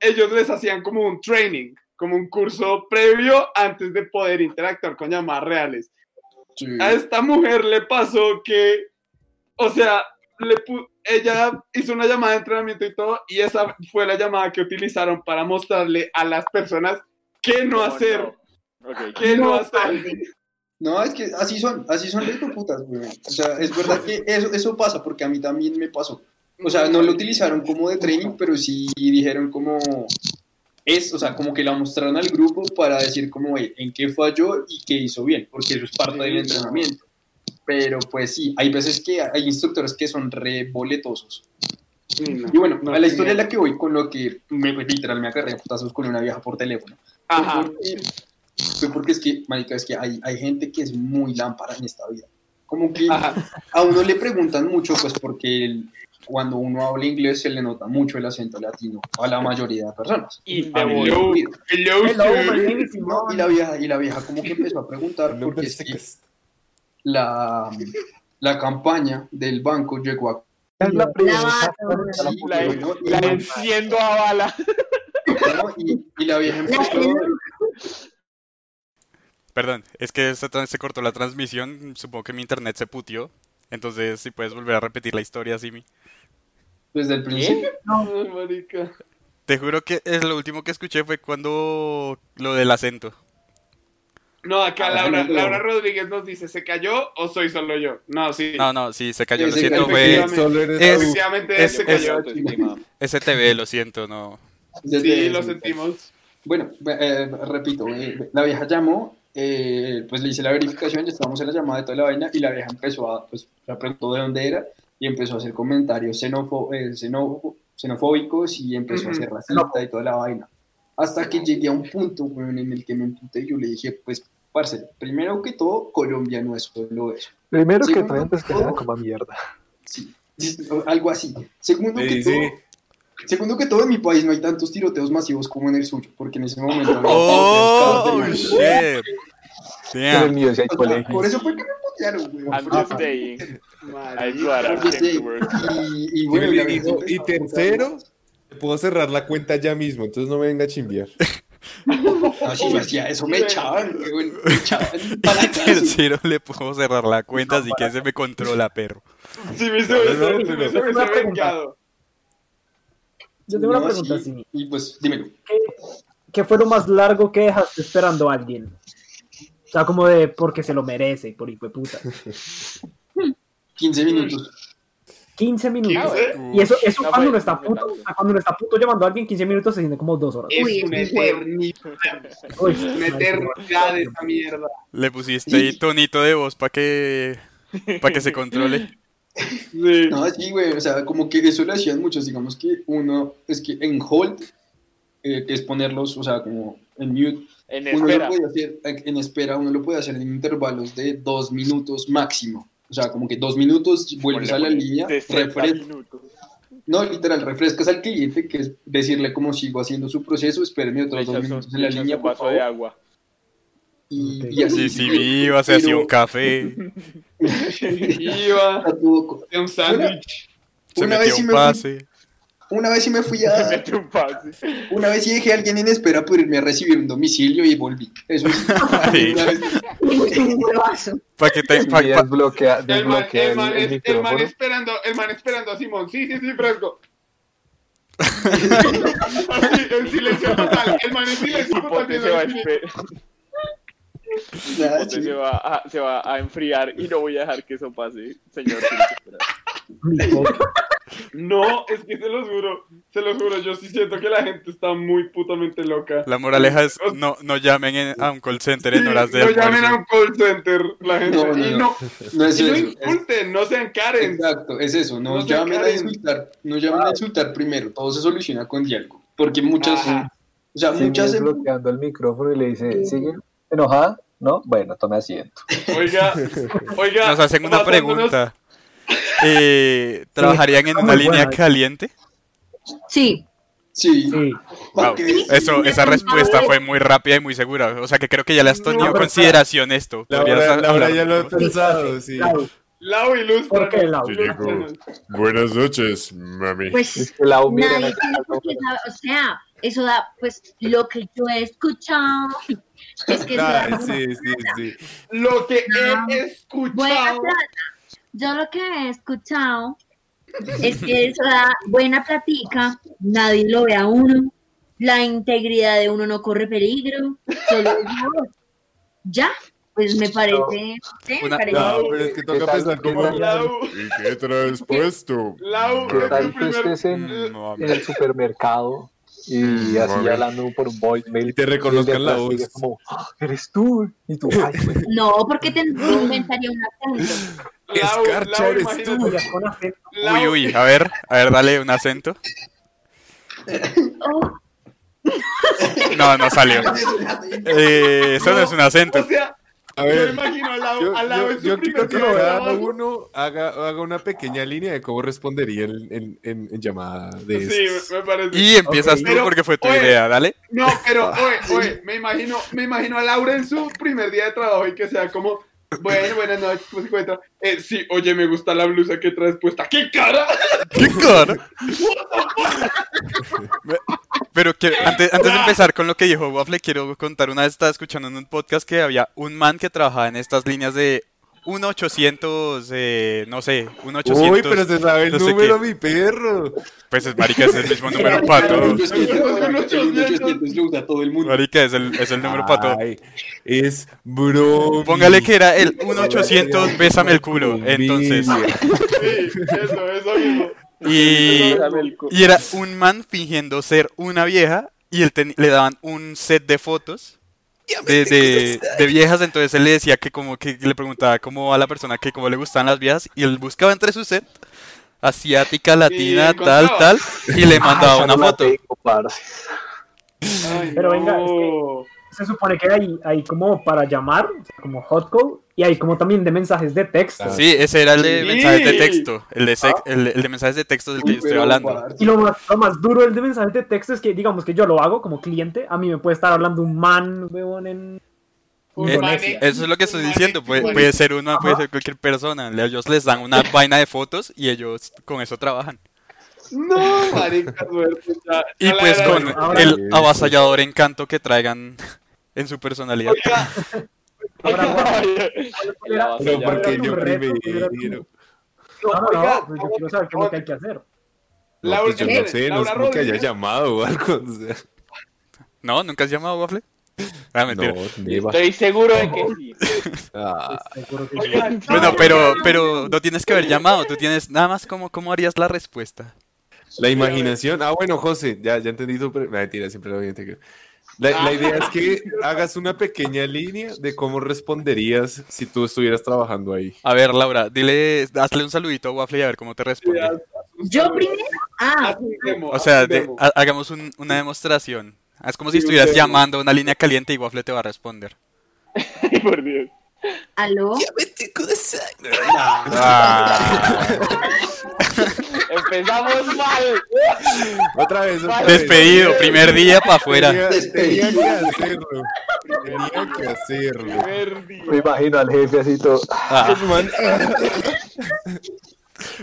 [SPEAKER 4] ellos les hacían como un training. como un curso previo antes de poder interactuar con llamadas reales.
[SPEAKER 6] Sí.
[SPEAKER 4] A esta mujer le pasó que, o sea, le pu- ella hizo una llamada de entrenamiento y todo, y esa fue la llamada que utilizaron para mostrarle a las personas qué no hacer, qué no, hacer.
[SPEAKER 6] No, es que así son, así son las putas, güey. O sea, es verdad que eso, eso pasa, porque a mí también me pasó. O sea, no lo utilizaron como de training, pero sí dijeron como es, o sea, como que la mostraron al grupo para decir como "Ey, en qué falló y qué hizo bien, porque eso es parte del entrenamiento. Pero pues sí, hay veces que hay instructores que son re boletosos. Y bueno, a la historia es la que voy con lo que me, literal me agarré a putazos con una vieja por teléfono.
[SPEAKER 4] Ajá.
[SPEAKER 6] Fue Pues porque es que, marica, es que hay, hay gente que es muy lámpara en esta vida. Como que
[SPEAKER 4] Ajá.
[SPEAKER 6] a uno le preguntan mucho, pues porque el- cuando uno habla inglés se le nota mucho el acento latino a la mayoría de personas.
[SPEAKER 2] Y te
[SPEAKER 6] A mí me
[SPEAKER 2] voló.
[SPEAKER 4] Hello,
[SPEAKER 6] incluido.
[SPEAKER 4] hello,
[SPEAKER 3] Hello, my
[SPEAKER 4] sir.
[SPEAKER 3] name is
[SPEAKER 6] No, y
[SPEAKER 3] Simone.
[SPEAKER 6] la vieja, y la vieja como que empezó a preguntar
[SPEAKER 9] No
[SPEAKER 6] porque es
[SPEAKER 9] pensé que
[SPEAKER 6] que
[SPEAKER 9] es-
[SPEAKER 6] la, la campaña del banco llegó a...
[SPEAKER 7] Es la primera.
[SPEAKER 8] La-
[SPEAKER 6] Sí,
[SPEAKER 2] La,
[SPEAKER 6] ¿no? Y-
[SPEAKER 2] la enciendo a bala.
[SPEAKER 6] ¿no? Y, y la vieja empezó...
[SPEAKER 1] Perdón, es que se, tra- se cortó la transmisión. Supongo que mi internet se putió. Entonces, si puedes volver a repetir la historia, Simi.
[SPEAKER 6] Desde el principio.
[SPEAKER 4] Ay, marica.
[SPEAKER 1] Te juro que es lo último que escuché fue cuando lo del acento.
[SPEAKER 4] No, acá
[SPEAKER 6] Ay,
[SPEAKER 4] Laura,
[SPEAKER 6] no.
[SPEAKER 4] Laura Rodríguez nos dice, ¿se cayó o soy solo yo? No, sí.
[SPEAKER 1] No, no, sí, se cayó,
[SPEAKER 6] Sí,
[SPEAKER 1] lo
[SPEAKER 6] se
[SPEAKER 1] siento,
[SPEAKER 6] cayó,
[SPEAKER 1] fue
[SPEAKER 4] efectivamente.
[SPEAKER 9] Solo eres
[SPEAKER 1] Es-
[SPEAKER 9] tú.
[SPEAKER 4] Efectivamente,
[SPEAKER 1] es-
[SPEAKER 4] se
[SPEAKER 1] es-
[SPEAKER 4] cayó.
[SPEAKER 1] STV, lo siento, no.
[SPEAKER 6] desde
[SPEAKER 4] Sí, lo
[SPEAKER 6] el-
[SPEAKER 4] sentimos.
[SPEAKER 6] Bueno, eh, repito, eh, la vieja llamó, eh, pues le hice la verificación, ya estábamos en la llamada de toda la vaina y la vieja empezó a, pues la preguntó de dónde era y empezó a hacer comentarios xenofo- eh, xenofo- xenofóbicos y empezó a
[SPEAKER 4] Ujú,
[SPEAKER 6] ser racista y toda la vaina. Hasta que llegué a un punto, weón, en el que me emputé y yo le dije, pues, parce, primero que todo, Colombia no es solo eso.
[SPEAKER 7] Primero
[SPEAKER 6] Sí,
[SPEAKER 7] que
[SPEAKER 6] no,
[SPEAKER 7] todo, antes que
[SPEAKER 6] no.
[SPEAKER 7] nada, coma mierda.
[SPEAKER 6] Sí, algo así. Segundo
[SPEAKER 5] Le
[SPEAKER 6] que todo...
[SPEAKER 5] dice,
[SPEAKER 6] Segundo que todo en mi país no hay tantos tiroteos masivos como en el suyo, porque en ese momento... no-
[SPEAKER 1] Oh, shit.
[SPEAKER 7] Pero el
[SPEAKER 1] Damn.
[SPEAKER 7] mío sí hay
[SPEAKER 6] O sea, Por
[SPEAKER 7] colegio.
[SPEAKER 6] eso fue que me putearon, güey.
[SPEAKER 2] I'm
[SPEAKER 6] Por
[SPEAKER 2] just
[SPEAKER 6] eso.
[SPEAKER 2] saying. I
[SPEAKER 4] Marica.
[SPEAKER 2] swear, I
[SPEAKER 6] Porque
[SPEAKER 2] came
[SPEAKER 6] sí.
[SPEAKER 2] to work.
[SPEAKER 6] Y, y
[SPEAKER 5] y,
[SPEAKER 6] bueno,
[SPEAKER 5] le
[SPEAKER 6] la
[SPEAKER 5] dijo,
[SPEAKER 6] gente empezó
[SPEAKER 5] "Y
[SPEAKER 6] a
[SPEAKER 5] tercero, puedo cerrar la cuenta ya mismo, entonces no me venga a chimbear.
[SPEAKER 6] putear. No, si yo hacía eso, me echaban, güey, bueno, me echaban para la
[SPEAKER 1] El
[SPEAKER 6] casa.
[SPEAKER 1] cero le puedo cerrar la cuenta, así que se me controla, perro.
[SPEAKER 4] Sí, me hizo
[SPEAKER 5] No,
[SPEAKER 4] eso,
[SPEAKER 5] no,
[SPEAKER 4] me hizo
[SPEAKER 5] pero-
[SPEAKER 4] eso, me hizo
[SPEAKER 3] Una pregunta.
[SPEAKER 4] vengado.
[SPEAKER 3] Yo tengo una
[SPEAKER 6] No,
[SPEAKER 3] pregunta,
[SPEAKER 6] sí,
[SPEAKER 3] Simi.
[SPEAKER 6] Y pues, dímelo.
[SPEAKER 3] ¿Qué fue lo más largo que dejaste esperando a alguien? O sea, como de porque se lo merece y por hijo de puta.
[SPEAKER 6] 15 minutos.
[SPEAKER 3] 15 minutos.
[SPEAKER 4] 15.
[SPEAKER 3] Y eso, eso
[SPEAKER 2] No,
[SPEAKER 3] cuando
[SPEAKER 2] pues,
[SPEAKER 3] uno está
[SPEAKER 2] no,
[SPEAKER 3] puto,
[SPEAKER 2] no, no.
[SPEAKER 3] cuando uno está puto llamando a alguien, 15 minutos se siente como dos horas.
[SPEAKER 8] Uy,
[SPEAKER 4] Es
[SPEAKER 8] es
[SPEAKER 4] una
[SPEAKER 8] un juego.
[SPEAKER 4] eternidad,
[SPEAKER 3] Uy,
[SPEAKER 4] una eternidad de esa mierda.
[SPEAKER 1] Le pusiste ahí tonito de voz para que, para que se controle.
[SPEAKER 4] Sí.
[SPEAKER 6] No, sí, güey, o sea, como que eso lo hacían muchos, digamos que uno, es que en hold, eh, que es ponerlos, o sea, como en mute,
[SPEAKER 2] En
[SPEAKER 6] uno lo
[SPEAKER 2] espera.
[SPEAKER 6] puede hacer eh, en espera, uno lo puede hacer en intervalos de dos minutos máximo. O sea, como que dos minutos vuelves a la línea,
[SPEAKER 2] 60
[SPEAKER 6] refres-
[SPEAKER 2] minutos.
[SPEAKER 6] No, literal, refrescas al cliente, que es decirle cómo sigo haciendo su proceso, espéreme
[SPEAKER 2] Le
[SPEAKER 6] otros dos
[SPEAKER 2] echas un-
[SPEAKER 6] minutos en
[SPEAKER 2] le
[SPEAKER 6] la
[SPEAKER 2] echas
[SPEAKER 6] línea,
[SPEAKER 2] un
[SPEAKER 6] por
[SPEAKER 2] vaso de
[SPEAKER 6] favor.
[SPEAKER 2] agua.
[SPEAKER 6] Y,
[SPEAKER 3] Ok.
[SPEAKER 6] y así.
[SPEAKER 1] Sí, sí, iba, se hacía un café.
[SPEAKER 4] Iba
[SPEAKER 6] Pero, tampoco.
[SPEAKER 4] de un sándwich.
[SPEAKER 1] Se
[SPEAKER 6] Una
[SPEAKER 1] metió
[SPEAKER 6] vez sí
[SPEAKER 1] un
[SPEAKER 6] me fui-
[SPEAKER 1] pase.
[SPEAKER 6] Una vez sí me fui a.
[SPEAKER 2] Mete un pase.
[SPEAKER 6] Una vez sí dejé a alguien en espera por irme a recibir un domicilio y volví. Eso sí. Una vez-
[SPEAKER 8] un huevazo.
[SPEAKER 1] Para que te,
[SPEAKER 7] Y
[SPEAKER 1] pa- pa-
[SPEAKER 7] desbloquea,
[SPEAKER 4] El man,
[SPEAKER 7] desbloquea
[SPEAKER 4] el
[SPEAKER 7] el,
[SPEAKER 4] man
[SPEAKER 7] el
[SPEAKER 4] es- el man
[SPEAKER 7] micrófono.
[SPEAKER 4] esperando, el man esperando a Simón. Sí, sí, sí, fresco. Así, en silencio total. El man en silencio total.
[SPEAKER 2] Hipote se va a
[SPEAKER 4] viendo-
[SPEAKER 2] esper-
[SPEAKER 6] o sea,
[SPEAKER 2] Hipote
[SPEAKER 6] Ah, sí.
[SPEAKER 2] se va a- se va a enfriar y no voy a dejar que eso pase, señor.
[SPEAKER 4] No, es que se los juro, se los juro, yo sí siento que la gente está muy putamente loca.
[SPEAKER 1] la moraleja es no, no llamen en- a un call center en horas de
[SPEAKER 4] no llamen a
[SPEAKER 1] almuerzo.
[SPEAKER 4] un call center, la gente.
[SPEAKER 6] No, no,
[SPEAKER 4] y no,
[SPEAKER 6] no. No es
[SPEAKER 4] y no
[SPEAKER 6] eso. es-
[SPEAKER 4] insulten, no sean Karen.
[SPEAKER 6] Exacto, es eso. No,
[SPEAKER 4] No se
[SPEAKER 6] llamen a
[SPEAKER 4] encaren.
[SPEAKER 6] insultar. No llamen a insultar primero. Todo se soluciona con diálogo. Porque muchas.
[SPEAKER 4] Ajá.
[SPEAKER 6] O sea,
[SPEAKER 7] Sí,
[SPEAKER 6] muchas. em-
[SPEAKER 7] desbloqueando el micrófono y le dice, ¿sigue enojada? No, bueno, tome asiento.
[SPEAKER 4] Oiga, oiga.
[SPEAKER 1] Nos hacen una
[SPEAKER 4] basándonos-
[SPEAKER 1] pregunta. Eh, ¿Trabajarían en una línea caliente?
[SPEAKER 8] Sí.
[SPEAKER 6] Sí.
[SPEAKER 3] Sí.
[SPEAKER 1] Wow,
[SPEAKER 6] porque es-
[SPEAKER 1] Eso, esa respuesta fue muy rápida y muy segura. O sea que creo que ya le has tenido en
[SPEAKER 3] pero-
[SPEAKER 1] consideración esto. ¿Podrías
[SPEAKER 5] Laura, Laura
[SPEAKER 1] hablar?
[SPEAKER 5] ya lo he pensado, sí.
[SPEAKER 3] Lau,
[SPEAKER 4] Lau ilustra.
[SPEAKER 3] ¿Por qué, Lau?
[SPEAKER 9] Buenas noches, mami.
[SPEAKER 8] Pues
[SPEAKER 7] Es que la humilde
[SPEAKER 8] nadie tiene por qué saber, o sea, Eso da, pues, lo que yo he escuchado. Es que eso da
[SPEAKER 5] Ah,
[SPEAKER 8] como
[SPEAKER 5] sí, sí, sí.
[SPEAKER 4] Lo que he
[SPEAKER 8] buena
[SPEAKER 4] escuchado.
[SPEAKER 8] plata. Yo lo que he escuchado es que eso da buena platica, nadie lo ve a uno, la integridad de uno no corre peligro, solo yo. Ya, pues me parece. sí, me
[SPEAKER 1] Una-
[SPEAKER 8] parece-
[SPEAKER 5] No, pero es que toca
[SPEAKER 7] Exacto,
[SPEAKER 5] pensar
[SPEAKER 7] que
[SPEAKER 5] como...
[SPEAKER 7] no-
[SPEAKER 4] La U,
[SPEAKER 9] ¿Y qué traes puesto?
[SPEAKER 4] la U,
[SPEAKER 7] ¿Qué tal
[SPEAKER 4] es tu
[SPEAKER 7] tú
[SPEAKER 5] Pues,
[SPEAKER 4] primer-
[SPEAKER 7] estés en,
[SPEAKER 1] Mm,
[SPEAKER 9] No,
[SPEAKER 7] en el supermercado y así
[SPEAKER 9] vale.
[SPEAKER 7] hablando por un voicemail?
[SPEAKER 5] Y te reconozcan
[SPEAKER 7] y el de
[SPEAKER 5] la
[SPEAKER 7] atrás
[SPEAKER 5] voz.
[SPEAKER 7] diga como, "Ah, eres tú. Y tú, ay, güey,
[SPEAKER 8] No, porque te inventaría un acento.
[SPEAKER 4] la U,
[SPEAKER 5] Escarcha
[SPEAKER 4] la U,
[SPEAKER 5] eres
[SPEAKER 4] imagínate,
[SPEAKER 5] tú.
[SPEAKER 3] Oiga, con acento.
[SPEAKER 4] la
[SPEAKER 1] Uy,
[SPEAKER 4] U.
[SPEAKER 1] uy, a ver, a ver, dale un acento.
[SPEAKER 8] Oh,
[SPEAKER 1] No, no salió. Eh, eso no es un acento.
[SPEAKER 4] O sea,
[SPEAKER 5] A
[SPEAKER 4] yo
[SPEAKER 5] ver,
[SPEAKER 4] imagino a la
[SPEAKER 5] yo,
[SPEAKER 4] U, a la U
[SPEAKER 5] yo-
[SPEAKER 4] en
[SPEAKER 5] yo
[SPEAKER 4] su
[SPEAKER 5] quiero
[SPEAKER 4] primer
[SPEAKER 5] que
[SPEAKER 4] día de
[SPEAKER 5] cada
[SPEAKER 4] trabajo.
[SPEAKER 5] uno haga, haga una pequeña línea de cómo respondería en, en- en- en llamada de
[SPEAKER 4] Sí,
[SPEAKER 5] esas.
[SPEAKER 4] me me parece.
[SPEAKER 1] Y empiezas tú
[SPEAKER 4] Pero,
[SPEAKER 1] porque fue tu
[SPEAKER 4] oye.
[SPEAKER 1] idea, dale.
[SPEAKER 4] No, pero, oye, oye, me imagino, me imagino a Laura en su primer día de trabajo y que sea como, bueno, buenas noches, ¿cómo se encuentra? Eh, sí, oye, me gusta la blusa que traes puesta. ¡Qué cara!
[SPEAKER 1] ¡Qué caro! Pero que antes, antes de empezar con lo que dijo Waffle, quiero contar. Una vez estaba escuchando en un podcast que había un man que trabajaba en estas líneas de 1800, eh, no sé, 1800.
[SPEAKER 5] Uy, pero se sabe el
[SPEAKER 1] no sé
[SPEAKER 5] número,
[SPEAKER 1] qué.
[SPEAKER 5] mi perro.
[SPEAKER 1] Pues es marica, es el mismo número para todos.
[SPEAKER 6] Yo es que- el 800 lo usa todo el mundo.
[SPEAKER 1] Marica, es el, es el número para todos.
[SPEAKER 5] Ay, Es bro.
[SPEAKER 1] Póngale que era el 1800, bésame el culo. Entonces.
[SPEAKER 4] Sí, eso, eso mismo.
[SPEAKER 1] Y,
[SPEAKER 2] Dame el cu-
[SPEAKER 1] y era un man fingiendo ser una vieja y él ten- le daban un set de fotos de, de- de viejas, entonces él le decía que como que le preguntaba cómo a la persona que cómo le gustaban las viejas y él buscaba entre su set asiática, latina, tal,
[SPEAKER 4] encontraba.
[SPEAKER 1] tal y le
[SPEAKER 7] Ah, esa
[SPEAKER 1] mandaba
[SPEAKER 7] no
[SPEAKER 1] una
[SPEAKER 7] la
[SPEAKER 1] foto.
[SPEAKER 7] tengo, parce.
[SPEAKER 4] Ay,
[SPEAKER 3] Pero venga,
[SPEAKER 4] no.
[SPEAKER 3] es
[SPEAKER 4] Oh.
[SPEAKER 3] Se supone que hay, hay como para llamar, o sea, como hot call, y hay como también de mensajes de texto.
[SPEAKER 5] Ah,
[SPEAKER 1] Sí, ese era el de
[SPEAKER 4] Sí.
[SPEAKER 1] mensajes de texto, el de, sex- el, el de mensajes de texto del que yo estoy
[SPEAKER 6] Pero,
[SPEAKER 1] hablando.
[SPEAKER 6] parce,
[SPEAKER 3] Y lo más, lo más duro del de mensajes de texto es que, digamos que yo lo hago como cliente, a mí me puede estar hablando un man, weón, en...
[SPEAKER 4] Un
[SPEAKER 1] Eh,
[SPEAKER 4] manejo.
[SPEAKER 1] Eso es lo que estoy
[SPEAKER 4] Un
[SPEAKER 1] diciendo, puede,
[SPEAKER 4] manejo.
[SPEAKER 1] puede ser uno, puede ser cualquier persona, le- ellos les dan una vaina de fotos y ellos con eso trabajan.
[SPEAKER 4] No, marica, suerte. ya.
[SPEAKER 1] Y
[SPEAKER 4] Ya la-
[SPEAKER 1] pues
[SPEAKER 4] la-
[SPEAKER 1] con
[SPEAKER 4] la-
[SPEAKER 3] ahora-
[SPEAKER 1] el avasallador encanto que traigan en su personalidad.
[SPEAKER 4] Oiga,
[SPEAKER 3] Era-
[SPEAKER 5] Pero
[SPEAKER 3] era
[SPEAKER 5] porque
[SPEAKER 3] un
[SPEAKER 5] yo
[SPEAKER 3] reto, era
[SPEAKER 5] primero.
[SPEAKER 3] como- No, no,
[SPEAKER 4] Oiga,
[SPEAKER 3] no, pues yo quiero saber qué es lo que hay que hacer.
[SPEAKER 5] No,
[SPEAKER 4] Laura,
[SPEAKER 5] pues yo no
[SPEAKER 4] ¿quién
[SPEAKER 5] sé,
[SPEAKER 4] eres?
[SPEAKER 5] no
[SPEAKER 4] Laura
[SPEAKER 5] sé como que haya
[SPEAKER 4] Rodríguez.
[SPEAKER 5] llamado o algo. o sea,
[SPEAKER 1] ¿No? ¿Nunca has llamado Waffle? Ah, mentira.
[SPEAKER 5] no, neva.
[SPEAKER 2] Estoy seguro de que sí.
[SPEAKER 5] Ah,
[SPEAKER 3] Seguro que sí.
[SPEAKER 4] oigan,
[SPEAKER 1] Bueno, pero, pero no tienes que haber llamado, tú tienes nada más como cómo harías la respuesta.
[SPEAKER 5] la imaginación. Ah, bueno, José, ya, ya entendí tu pre- Nah, Mentira, siempre lo voy a integrar. La, la
[SPEAKER 4] Ah.
[SPEAKER 5] idea es que hagas una pequeña línea de cómo responderías si tú estuvieras trabajando ahí.
[SPEAKER 1] A ver, Laura, dile, hazle un saludito a Waffle y a ver cómo te responde.
[SPEAKER 8] Yo primero. Ah,
[SPEAKER 4] Haz un demo,
[SPEAKER 1] O
[SPEAKER 4] haz
[SPEAKER 1] sea,
[SPEAKER 4] un
[SPEAKER 1] de-
[SPEAKER 4] demo.
[SPEAKER 1] ha- hagamos un- una demostración. Es como si
[SPEAKER 4] Sí, un
[SPEAKER 1] estuvieras
[SPEAKER 4] demo.
[SPEAKER 1] llamando a una línea caliente y Waffle te va a responder.
[SPEAKER 2] Ay, por Dios.
[SPEAKER 8] aló.
[SPEAKER 5] Ah.
[SPEAKER 2] Empezamos mal.
[SPEAKER 5] Otra vez. otra vez.
[SPEAKER 1] Despedido, primer día para afuera.
[SPEAKER 5] Tenía, tenía que hacerlo. Tenía que hacerlo.
[SPEAKER 4] Primer día.
[SPEAKER 7] Me imagino al jefe así todo. "Ah,
[SPEAKER 1] Ah,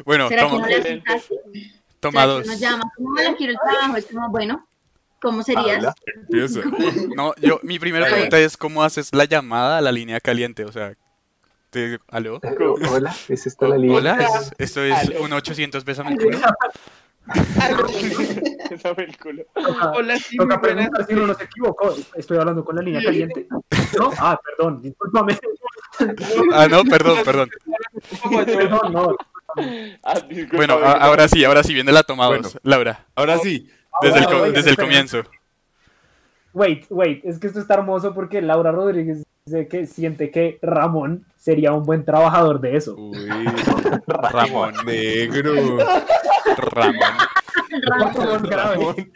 [SPEAKER 1] bueno,
[SPEAKER 8] ¿Será que
[SPEAKER 1] toma,
[SPEAKER 8] no le gusta así?
[SPEAKER 1] toma
[SPEAKER 8] ¿Será que
[SPEAKER 1] dos.
[SPEAKER 8] nos llama? ¿Cómo le quiero el trabajo? Es como, bueno, ¿cómo serías?
[SPEAKER 7] Habla.
[SPEAKER 5] Empieza.
[SPEAKER 1] No, yo, mi primera
[SPEAKER 8] Está
[SPEAKER 1] pregunta es cómo haces la llamada a la línea caliente, o sea, te- ¿aló?
[SPEAKER 7] eh, Hola, ¿es esta la línea?
[SPEAKER 1] Hola, es- esto es un 800 bésame el culo.
[SPEAKER 2] Dame el culo.
[SPEAKER 3] Toca-
[SPEAKER 4] Hola, sí, muy
[SPEAKER 3] Toca
[SPEAKER 4] buenas.
[SPEAKER 3] preguntar si uno no se equivocó. Estoy hablando con la línea caliente. ¿No? Ah, perdón, discúlpame.
[SPEAKER 1] Ah, no, perdón, perdón.
[SPEAKER 3] Perdón, no.
[SPEAKER 2] Ah, disculpa,
[SPEAKER 1] Bueno,
[SPEAKER 2] venga.
[SPEAKER 1] a- ahora sí, ahora sí, viene la toma
[SPEAKER 5] Bueno.
[SPEAKER 1] dos. Laura,
[SPEAKER 5] Ahora sí.
[SPEAKER 1] desde el,
[SPEAKER 3] Ahora,
[SPEAKER 1] co-
[SPEAKER 3] oiga,
[SPEAKER 1] desde el
[SPEAKER 3] espera.
[SPEAKER 1] comienzo.
[SPEAKER 3] Wait, wait, es que esto está hermoso porque Laura Rodríguez dice que siente que Ramón sería un buen trabajador de eso.
[SPEAKER 5] Uy,
[SPEAKER 1] Ramón,
[SPEAKER 5] negro.
[SPEAKER 1] Ramón.
[SPEAKER 3] Ramón, grave.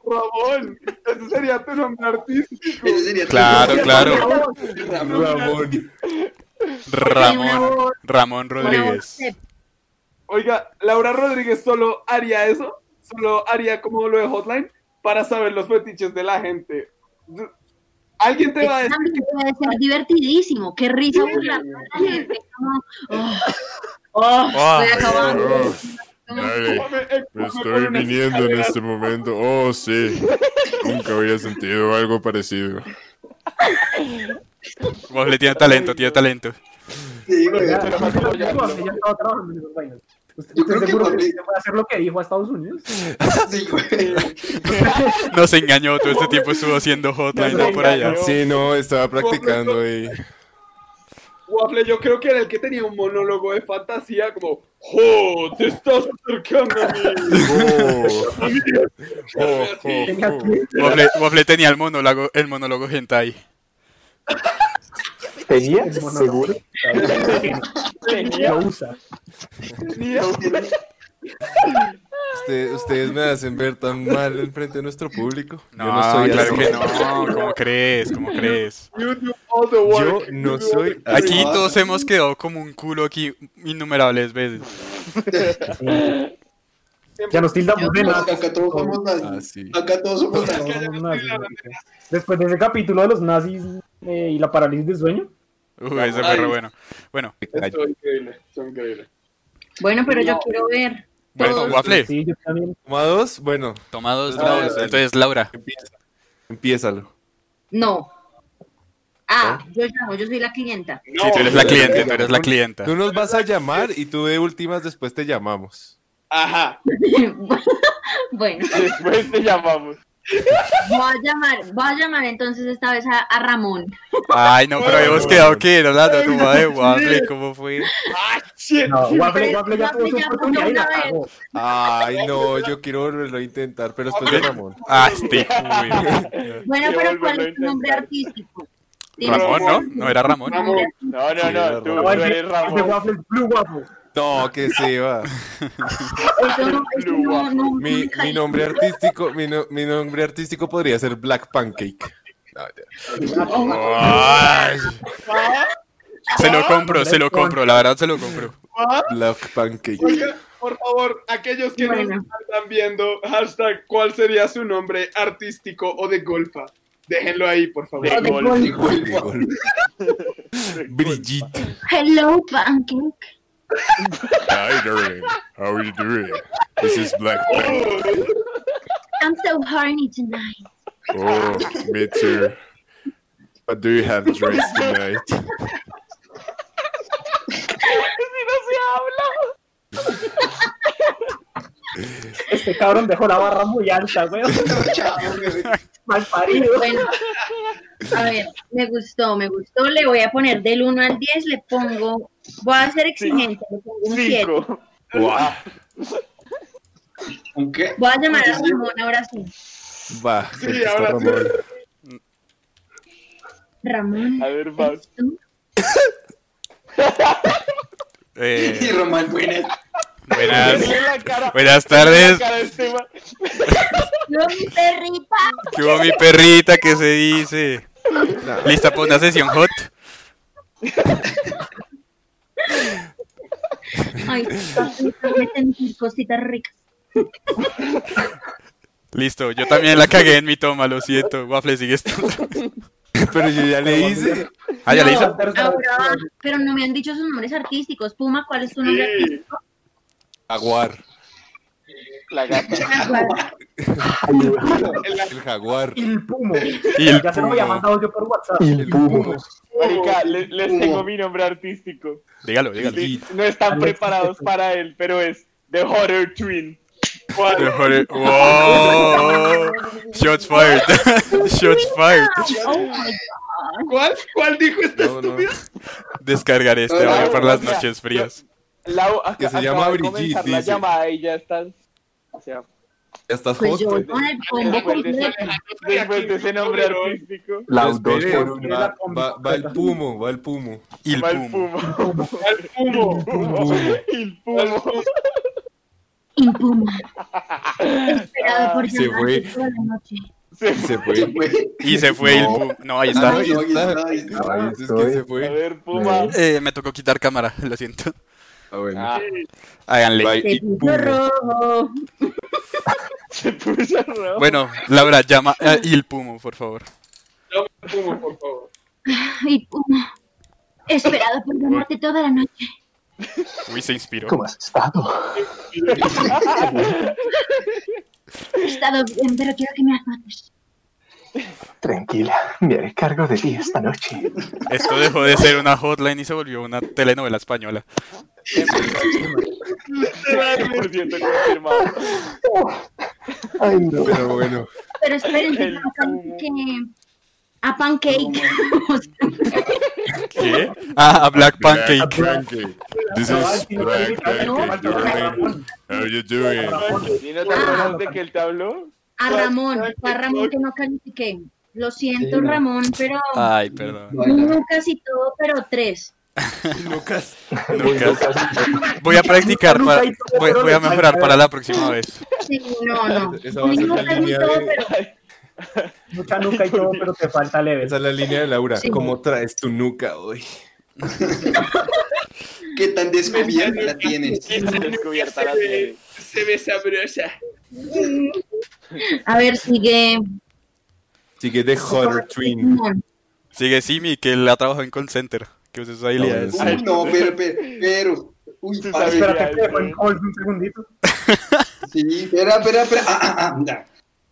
[SPEAKER 4] Ramón, ese sería tu nombre artístico.
[SPEAKER 6] Ese sería tu-
[SPEAKER 1] Claro, claro.
[SPEAKER 5] Ramón.
[SPEAKER 1] Ramón, Ramón Rodríguez.
[SPEAKER 8] eh,
[SPEAKER 4] Oiga, Laura Rodríguez solo haría eso, solo haría como lo de Hotline para saber los fetiches de la gente. Alguien te va a decir,
[SPEAKER 8] También puede ser divertidísimo. Qué risa burlar a la gente. Como, oh, oh,
[SPEAKER 1] Ah,
[SPEAKER 8] estoy acabando.
[SPEAKER 5] Dale, me estoy viniendo en este momento. Oh, sí. Nunca había sentido algo parecido.
[SPEAKER 1] Waffle tiene talento, tiene talento.
[SPEAKER 6] Sí, güey.
[SPEAKER 3] Ya, ya estaba trabajando en esas vainas. ¿Usted,
[SPEAKER 6] Yo
[SPEAKER 3] usted
[SPEAKER 6] creo que
[SPEAKER 3] seguro que
[SPEAKER 6] Waffle-
[SPEAKER 3] se puede hacer lo que dijo a Estados Unidos?
[SPEAKER 6] Sí, güey.
[SPEAKER 1] Nos engañó todo este tiempo, estuvo haciendo hotline de por allá.
[SPEAKER 5] Sí, no, estaba practicando ahí.
[SPEAKER 4] Waffle, yo creo que era el que tenía un monólogo de fantasía, como, ¡Jo! ¡Te estás acercando a mí!
[SPEAKER 5] Oh, oh, oh,
[SPEAKER 3] Tenía
[SPEAKER 5] oh.
[SPEAKER 3] que...
[SPEAKER 1] Waffle, Waffle tenía el monólogo, el monólogo hentai.
[SPEAKER 7] ¿Tenía?
[SPEAKER 3] El monólogo.
[SPEAKER 7] ¿Seguro?
[SPEAKER 3] Lo usa.
[SPEAKER 5] Usted- ustedes me hacen ver tan mal enfrente de nuestro público.
[SPEAKER 1] No,
[SPEAKER 5] Yo no soy
[SPEAKER 1] claro
[SPEAKER 5] así.
[SPEAKER 1] que no. ¿Cómo crees? ¿Cómo crees?
[SPEAKER 4] You do all the work.
[SPEAKER 5] Yo no soy así.
[SPEAKER 1] Aquí todos hemos quedado como un culo aquí innumerables veces.
[SPEAKER 3] Ya nos tildamos de nada.
[SPEAKER 6] Acá todos somos
[SPEAKER 5] Ah,
[SPEAKER 6] nazis.
[SPEAKER 5] sí.
[SPEAKER 6] Acá todos somos nazis.
[SPEAKER 3] Después de ese capítulo de los nazis eh, y la parálisis del sueño,
[SPEAKER 1] Uy, ese fue re bueno. Bueno,
[SPEAKER 4] Esto es increíble, esto es increíble.
[SPEAKER 8] Bueno, pero yo
[SPEAKER 6] No.
[SPEAKER 8] quiero ver.
[SPEAKER 1] bueno, Waffle,
[SPEAKER 3] sí, yo también.
[SPEAKER 5] Toma dos, bueno,
[SPEAKER 1] toma dos
[SPEAKER 5] Ah,
[SPEAKER 1] rounds.
[SPEAKER 5] dale.
[SPEAKER 1] Entonces, Laura.
[SPEAKER 5] empieza. Empiézalo.
[SPEAKER 8] No. Ah, yo llamo, yo soy la clienta.
[SPEAKER 1] Sí, tú eres la cliente, tú eres la clienta.
[SPEAKER 5] Tú nos vas a llamar y tú de últimas después te llamamos.
[SPEAKER 4] Ajá.
[SPEAKER 8] bueno,
[SPEAKER 2] Después te llamamos.
[SPEAKER 8] voy a llamar, voy a llamar entonces esta vez a, a Ramón.
[SPEAKER 1] Ay, no, pero habíamos quedado que era la toma de Waffle, ¿cómo fue?
[SPEAKER 4] ¡Ah, shit!
[SPEAKER 3] No, Waffle,
[SPEAKER 8] Pero
[SPEAKER 3] Waffle ya tuvo
[SPEAKER 8] Waffle
[SPEAKER 3] su
[SPEAKER 8] ya
[SPEAKER 3] oportunidad y la
[SPEAKER 8] una vez.
[SPEAKER 3] cagó.
[SPEAKER 5] Ay, no, yo quiero volverlo a intentar, pero después de Ramón.
[SPEAKER 1] Ah, este culo.
[SPEAKER 8] Bueno,
[SPEAKER 2] Yo
[SPEAKER 8] pero
[SPEAKER 2] vuelvo
[SPEAKER 8] ¿cuál
[SPEAKER 2] a
[SPEAKER 8] es tu nombre
[SPEAKER 2] intentar.
[SPEAKER 8] artístico? ¿Tienes
[SPEAKER 1] Ramón, ¿no? No era Ramón.
[SPEAKER 8] un nombre artístico?
[SPEAKER 2] No, no, no, tú, tú
[SPEAKER 3] No, el de-
[SPEAKER 2] eres
[SPEAKER 3] el de
[SPEAKER 2] Ramón.
[SPEAKER 3] este Waffle es Blue Waffle.
[SPEAKER 5] No, que se va.
[SPEAKER 8] Eso no, eso no, no,
[SPEAKER 5] Mi,
[SPEAKER 8] no
[SPEAKER 5] mi
[SPEAKER 8] califica.
[SPEAKER 5] nombre artístico, mi, no- mi nombre artístico podría ser Black Pancake.
[SPEAKER 1] Ay. Se lo compro, se lo compro, la verdad se lo compro.
[SPEAKER 5] Black Pancake.
[SPEAKER 4] Oiga, por favor, aquellos que
[SPEAKER 8] Bueno.
[SPEAKER 4] nos están viendo, hashtag, ¿cuál sería su nombre artístico o de golfa? Déjenlo ahí, por favor.
[SPEAKER 2] De gol.
[SPEAKER 5] Brigitte.
[SPEAKER 8] Hello, Pancake.
[SPEAKER 5] Hi, darling. How are you doing? This is Black Pancake.
[SPEAKER 8] I'm so horny tonight.
[SPEAKER 5] Oh, me too. What do you have dressed tonight?
[SPEAKER 3] Este cabrón dejó la barra muy alta, güey. Mal parido.
[SPEAKER 8] Bueno, a ver, me gustó, me gustó. Le voy a poner del 1 al 10, le pongo, voy a ser exigente, le pongo un 7.
[SPEAKER 2] Cinco.
[SPEAKER 5] Wow.
[SPEAKER 6] ¿Con qué?
[SPEAKER 8] Voy a llamar a Ramón ahora sí.
[SPEAKER 5] Va,
[SPEAKER 4] Sí,
[SPEAKER 5] aquí está
[SPEAKER 4] ahora sí.
[SPEAKER 5] Ramón.
[SPEAKER 8] Ramón.
[SPEAKER 2] A ver, va.
[SPEAKER 8] ¿eres tú?
[SPEAKER 6] Sí,
[SPEAKER 1] Eh,
[SPEAKER 6] Román, buenas.
[SPEAKER 1] buenas,
[SPEAKER 2] Mira la cara-
[SPEAKER 1] buenas
[SPEAKER 2] mira la
[SPEAKER 1] tardes.
[SPEAKER 2] cara de este man.
[SPEAKER 8] Yo, mi perrita.
[SPEAKER 1] ¿Qué hubo, mi perrita? ¿Qué se dice? ¿Lista para una sesión hot?
[SPEAKER 8] Ay, me sentir cositas ricas.
[SPEAKER 1] Listo, yo también la cagué en mi toma, lo siento. Waffle, sigue esto.
[SPEAKER 5] Pero yo ya le hice.
[SPEAKER 1] Ah, ya le hizo.
[SPEAKER 3] No, pero-
[SPEAKER 8] Ahora, va, ah, pero no me han dicho sus nombres artísticos. Puma, ¿cuál es tu nombre
[SPEAKER 4] Sí.
[SPEAKER 8] artístico?
[SPEAKER 5] Jaguar.
[SPEAKER 2] La gata.
[SPEAKER 8] Ah,
[SPEAKER 5] El jaguar.
[SPEAKER 3] Il Pumo.
[SPEAKER 1] Y el
[SPEAKER 3] ya se lo había
[SPEAKER 1] pumo.
[SPEAKER 3] mandado yo por WhatsApp.
[SPEAKER 7] Y pumo.
[SPEAKER 2] Marica, le- les
[SPEAKER 4] Uh.
[SPEAKER 2] tengo mi nombre artístico.
[SPEAKER 1] Dígalo, dígalo.
[SPEAKER 2] Sí, no están preparados para él, pero es The Horror Twin.
[SPEAKER 1] Mejor el- ¡Wow! Shots fired. Shots fired.
[SPEAKER 8] Oh my
[SPEAKER 4] ¿Cuál? ¿Cuál dijo este
[SPEAKER 5] No, no.
[SPEAKER 4] estúpido?
[SPEAKER 1] Descargaré este audio para las noches frías.
[SPEAKER 2] Lau, ac-
[SPEAKER 5] Que se
[SPEAKER 2] acaba
[SPEAKER 5] llama
[SPEAKER 2] de
[SPEAKER 5] Brigitte,
[SPEAKER 2] comenzar la
[SPEAKER 5] dice.
[SPEAKER 2] llamada y ya están. O sea,
[SPEAKER 5] Ya estás
[SPEAKER 8] Pues yo
[SPEAKER 5] hot.
[SPEAKER 8] voy con el combo
[SPEAKER 2] después de,
[SPEAKER 8] completo.
[SPEAKER 2] ese, después de ese nombre artístico,
[SPEAKER 7] Las dos
[SPEAKER 5] Espere,
[SPEAKER 7] por una.
[SPEAKER 5] va, va- va el pumo, va el pumo.
[SPEAKER 1] Y el
[SPEAKER 2] va el
[SPEAKER 1] pumo.
[SPEAKER 2] pumo.
[SPEAKER 4] Al humo.
[SPEAKER 2] El pumo.
[SPEAKER 8] Impuma. Esperado por
[SPEAKER 5] Se
[SPEAKER 8] llamar
[SPEAKER 5] fue.
[SPEAKER 8] toda la noche.
[SPEAKER 2] Se-
[SPEAKER 5] Se fue.
[SPEAKER 1] Y se fue el pumo. No, ahí
[SPEAKER 5] Ah,
[SPEAKER 1] está.
[SPEAKER 5] ahí está, ahí
[SPEAKER 7] Ah,
[SPEAKER 5] está. Es que
[SPEAKER 7] estoy.
[SPEAKER 5] se
[SPEAKER 2] A
[SPEAKER 5] fue.
[SPEAKER 2] ver, puma.
[SPEAKER 1] Eh, me tocó quitar cámara, lo siento.
[SPEAKER 5] Ah, bueno.
[SPEAKER 2] Ah,
[SPEAKER 1] Háganle.
[SPEAKER 5] Bye.
[SPEAKER 8] Se
[SPEAKER 5] Y
[SPEAKER 8] puso
[SPEAKER 5] pumo.
[SPEAKER 8] rojo.
[SPEAKER 2] se puso rojo.
[SPEAKER 1] Bueno, Laura, llama a Il Pumo, por favor.
[SPEAKER 4] Humo, por favor.
[SPEAKER 8] Impuma. Esperado por llamarte toda la noche.
[SPEAKER 1] Uy, se inspiró.
[SPEAKER 7] ¿Cómo has estado?
[SPEAKER 8] He estado bien, pero quiero que me azotes.
[SPEAKER 7] Tranquila, me haré cargo de ti esta noche.
[SPEAKER 1] Esto dejó de ser una hotline y se volvió una telenovela española.
[SPEAKER 2] confirmado.
[SPEAKER 7] Ay, no.
[SPEAKER 5] Pero bueno,
[SPEAKER 8] Pero esperen,
[SPEAKER 2] El
[SPEAKER 8] que a pancake. O sea,
[SPEAKER 1] ¿Qué? Ah, a Black
[SPEAKER 9] Black
[SPEAKER 1] Pancake.
[SPEAKER 9] Pancake. This
[SPEAKER 5] Ah,
[SPEAKER 9] is Black Pancake, darling. How you doing?
[SPEAKER 2] ¿Y no te acuerdas de que él te habló?
[SPEAKER 8] a Ramón, fue a Ramón que no califiqué. Lo siento,
[SPEAKER 7] Sí, no.
[SPEAKER 8] Ramón, pero
[SPEAKER 5] Ah,
[SPEAKER 1] Ay, perdón.
[SPEAKER 8] uno casi todo, pero tres.
[SPEAKER 5] Lucas,
[SPEAKER 1] Lucas. Voy a practicar, para- voy, voy a mejorar para la próxima vez.
[SPEAKER 8] Sí, no, no.
[SPEAKER 5] Esa va a ser
[SPEAKER 8] Uno
[SPEAKER 5] la
[SPEAKER 8] casi
[SPEAKER 5] línea
[SPEAKER 8] todo,
[SPEAKER 5] de-
[SPEAKER 8] pero
[SPEAKER 3] Mucha nuca y todo, pero te falta level.
[SPEAKER 5] esa es la línea de Laura.
[SPEAKER 8] Sí.
[SPEAKER 5] ¿Cómo traes tu nuca hoy?
[SPEAKER 6] ¿Qué tan descubierta la tienes?
[SPEAKER 2] Descubierta la
[SPEAKER 4] Se ve-
[SPEAKER 2] tiene.
[SPEAKER 4] Se ve sabrosa.
[SPEAKER 8] A ver, sigue.
[SPEAKER 5] Sigue de Horror Twin.
[SPEAKER 8] Simón.
[SPEAKER 1] Sigue Simi, que él ha trabajado en call center. Que usa sus habilidades.
[SPEAKER 5] Ay,
[SPEAKER 6] Uy, no, pero, pero, pero. Uy,
[SPEAKER 2] Sus
[SPEAKER 6] parce,
[SPEAKER 2] habilidades.
[SPEAKER 3] Espérate, que dejo en hold un segundito.
[SPEAKER 6] sí, espera, espera, espera. Ah, ah, ah, ya.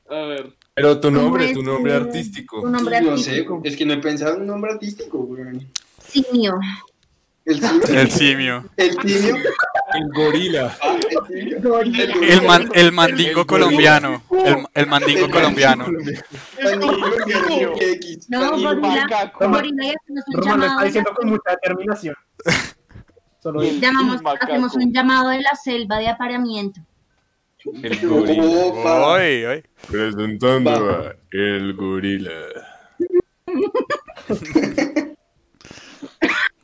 [SPEAKER 4] A ver.
[SPEAKER 5] Pero tu nombre,
[SPEAKER 8] es
[SPEAKER 5] tu nombre
[SPEAKER 8] tu- Tu
[SPEAKER 5] artístico.
[SPEAKER 8] nombre
[SPEAKER 6] No sé,
[SPEAKER 8] artístico.
[SPEAKER 6] es que no he pensado en un nombre artístico, güey.
[SPEAKER 8] Simio.
[SPEAKER 6] El simio.
[SPEAKER 1] El simio.
[SPEAKER 6] El simio.
[SPEAKER 5] El gorila.
[SPEAKER 6] Ah, el simio.
[SPEAKER 1] El, man- el mandingo
[SPEAKER 5] El
[SPEAKER 1] colombiano. El, el mandingo colombiano.
[SPEAKER 6] Tan niño que X.
[SPEAKER 8] No,
[SPEAKER 6] Tan niño.
[SPEAKER 8] gorila.
[SPEAKER 2] macaco.
[SPEAKER 8] Gorila, nos un
[SPEAKER 3] Norman lo
[SPEAKER 8] llamado.
[SPEAKER 3] está
[SPEAKER 8] de la-
[SPEAKER 3] diciendo con mucha determinación. Solo
[SPEAKER 2] Y el
[SPEAKER 8] Llamamos,
[SPEAKER 2] macaco.
[SPEAKER 8] hacemos un llamado de la selva de apareamiento.
[SPEAKER 5] El gorila.
[SPEAKER 6] Opa.
[SPEAKER 1] Ay, ay.
[SPEAKER 9] Presentando a El Gorila.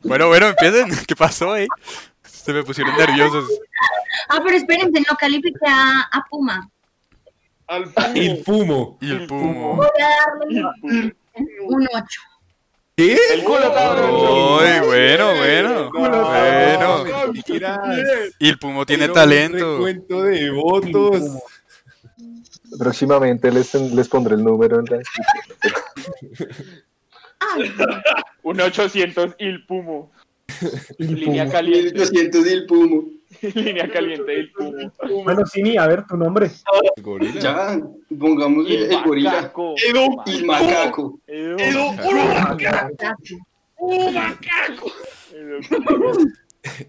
[SPEAKER 1] Bueno, bueno, empiecen. ¿Qué pasó ahí? Se me pusieron nerviosos.
[SPEAKER 8] Ah, pero espérense, no califique a, a Puma.
[SPEAKER 4] Al
[SPEAKER 5] El pumo.
[SPEAKER 1] Y el pumo.
[SPEAKER 8] Voy a darle un 8.
[SPEAKER 5] ¿Qué?
[SPEAKER 2] El culo cabrón.
[SPEAKER 1] Ay, bueno, bueno. Bueno. Y el pumo tiene talento.
[SPEAKER 5] Cuento de votos.
[SPEAKER 7] Próximamente les, les pondré el número en la descripción.
[SPEAKER 2] Un 800 y el pumo. Línea caliente.
[SPEAKER 6] 1800 y el pumo.
[SPEAKER 2] Línea caliente y el pumo.
[SPEAKER 3] Bueno, Simi, a ver tu nombre.
[SPEAKER 5] El gorila.
[SPEAKER 6] Ya, pongamos
[SPEAKER 2] Y
[SPEAKER 6] el, el gorila.
[SPEAKER 2] macaco.
[SPEAKER 4] Edu.
[SPEAKER 6] Y macaco.
[SPEAKER 2] Edu.
[SPEAKER 4] Edu. ¡Puro macaco! ¡Puro macaco!
[SPEAKER 2] Edu.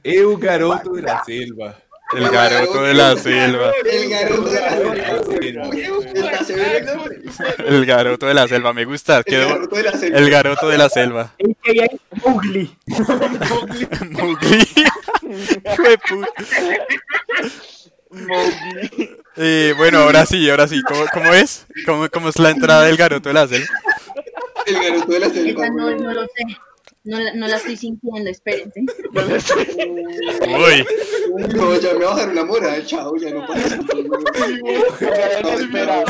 [SPEAKER 5] Eu garoto de la selva.
[SPEAKER 1] El garoto de la selva.
[SPEAKER 6] El garoto de la selva.
[SPEAKER 4] ¡Edu,
[SPEAKER 6] Está severo.
[SPEAKER 4] macaco!
[SPEAKER 1] El garoto de la selva. Me gusta.
[SPEAKER 6] El
[SPEAKER 1] Quedó
[SPEAKER 6] garoto de la selva.
[SPEAKER 1] el garoto de la selva.
[SPEAKER 3] AKA Ugly.
[SPEAKER 1] Mowgli. Hijo de pu-
[SPEAKER 2] Mowgli.
[SPEAKER 1] Eh, bueno, ahora sí, ahora sí. ¿Cómo, cómo es? ¿Cómo, ¿Cómo es la entrada del garoto de la selva?
[SPEAKER 6] El garoto de la selva.
[SPEAKER 8] Esa no,
[SPEAKER 6] güey.
[SPEAKER 8] no lo sé. No, la- no la estoy sintiendo, espérense.
[SPEAKER 1] Uy.
[SPEAKER 6] No, ya me bajaron la moral, chao, ya no pasa
[SPEAKER 2] Póngala en espera.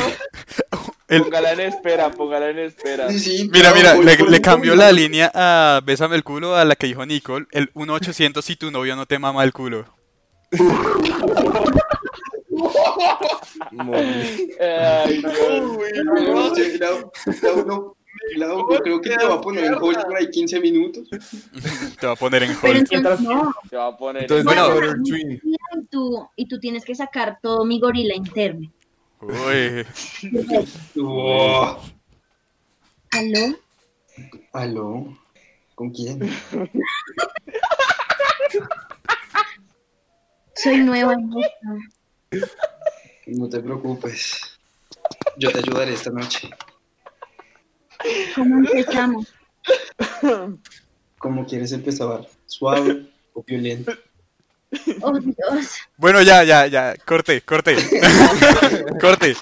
[SPEAKER 1] El-
[SPEAKER 2] Póngala en espera. Póngala en espera.
[SPEAKER 1] Mira, mira, le, le cambió la línea a Bésame el culo a la que dijo Nicole, el 1800 si tu novio no te mama el culo.
[SPEAKER 2] Ay, Dios.
[SPEAKER 6] No sé, Lau, Lau, no, Lau, no creo que te va a poner en hold por ahí 15 minutos.
[SPEAKER 1] Te va a poner en
[SPEAKER 8] Pero
[SPEAKER 1] hold.
[SPEAKER 8] entonces, no.
[SPEAKER 2] Se va a poner.
[SPEAKER 5] Entonces,
[SPEAKER 1] Bueno.
[SPEAKER 5] de Horror Twin.
[SPEAKER 8] Y tú, y tú tienes que sacar todo mi gorila interno.
[SPEAKER 1] Uy.
[SPEAKER 6] Oh,
[SPEAKER 8] ¿Aló?
[SPEAKER 6] ¿Aló? ¿Con quién?
[SPEAKER 8] Soy nueva en esto.
[SPEAKER 6] No te preocupes. Yo te ayudaré esta noche.
[SPEAKER 8] ¿Cómo empezamos?
[SPEAKER 6] ¿Cómo quieres empezar? ¿Suave o violento?
[SPEAKER 8] Oh, Dios.
[SPEAKER 1] Bueno, ya, ya, ya. Corte, corte. corte.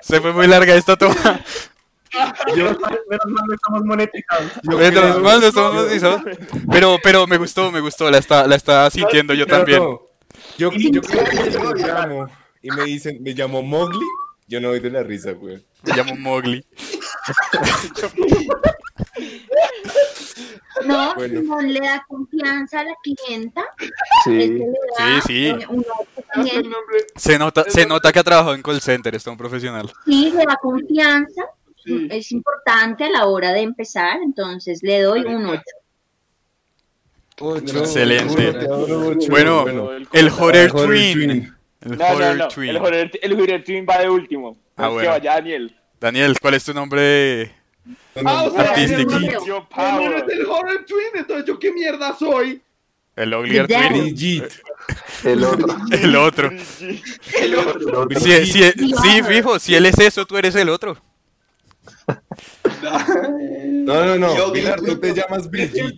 [SPEAKER 1] Se fue muy larga esta toma.
[SPEAKER 3] Menos mal menos mal no estamos monetizados.
[SPEAKER 1] Menos mal, no estamos monetizados. Pero, pero me gustó, me gustó. La está, la está sintiendo yo
[SPEAKER 5] No,
[SPEAKER 1] también.
[SPEAKER 5] no. Yo, yo creo que yo lo llamo y me dicen, me llamo Mowgli. Yo no doy de la risa, güey.
[SPEAKER 1] Te llamo Mowgli.
[SPEAKER 8] No,
[SPEAKER 5] Bueno.
[SPEAKER 8] no le da confianza a la clienta. Este
[SPEAKER 7] Sí,
[SPEAKER 8] le da
[SPEAKER 1] Sí, sí.
[SPEAKER 8] un- un ocho
[SPEAKER 4] Hasta el
[SPEAKER 8] también.
[SPEAKER 4] nombre.
[SPEAKER 1] Se nota, se nota que ha trabajado en call center, está un profesional.
[SPEAKER 8] Sí, le da confianza.
[SPEAKER 4] Sí.
[SPEAKER 8] Es importante a la hora de empezar, entonces le doy un 8.
[SPEAKER 1] Excelente.
[SPEAKER 5] Bueno,
[SPEAKER 1] Bueno, el Horror
[SPEAKER 5] Horror
[SPEAKER 1] Twin. El
[SPEAKER 2] No, no, no.
[SPEAKER 1] Horror
[SPEAKER 2] El
[SPEAKER 1] Twin.
[SPEAKER 2] Horror, el Horror Twin va de último.
[SPEAKER 1] Ah,
[SPEAKER 2] Es
[SPEAKER 1] bueno.
[SPEAKER 2] Que vaya Daniel.
[SPEAKER 1] Daniel, ¿cuál es tu nombre?
[SPEAKER 2] Ah, o sea,
[SPEAKER 1] Artístico.
[SPEAKER 2] ese es Yo,
[SPEAKER 4] Mi hermano
[SPEAKER 2] Power.
[SPEAKER 4] es el horror twin, entonces yo qué mierda soy.
[SPEAKER 1] El Oglier
[SPEAKER 8] Ya.
[SPEAKER 1] Twin.
[SPEAKER 5] Brigitte.
[SPEAKER 7] El otro.
[SPEAKER 1] El otro.
[SPEAKER 4] El otro.
[SPEAKER 7] el otro.
[SPEAKER 1] Sí, sí, sí, fijo, si él es eso, tú eres el otro.
[SPEAKER 5] No, no, no.
[SPEAKER 6] Yo,
[SPEAKER 5] Pilar, tú
[SPEAKER 6] Brigitte.
[SPEAKER 5] te llamas Brigitte.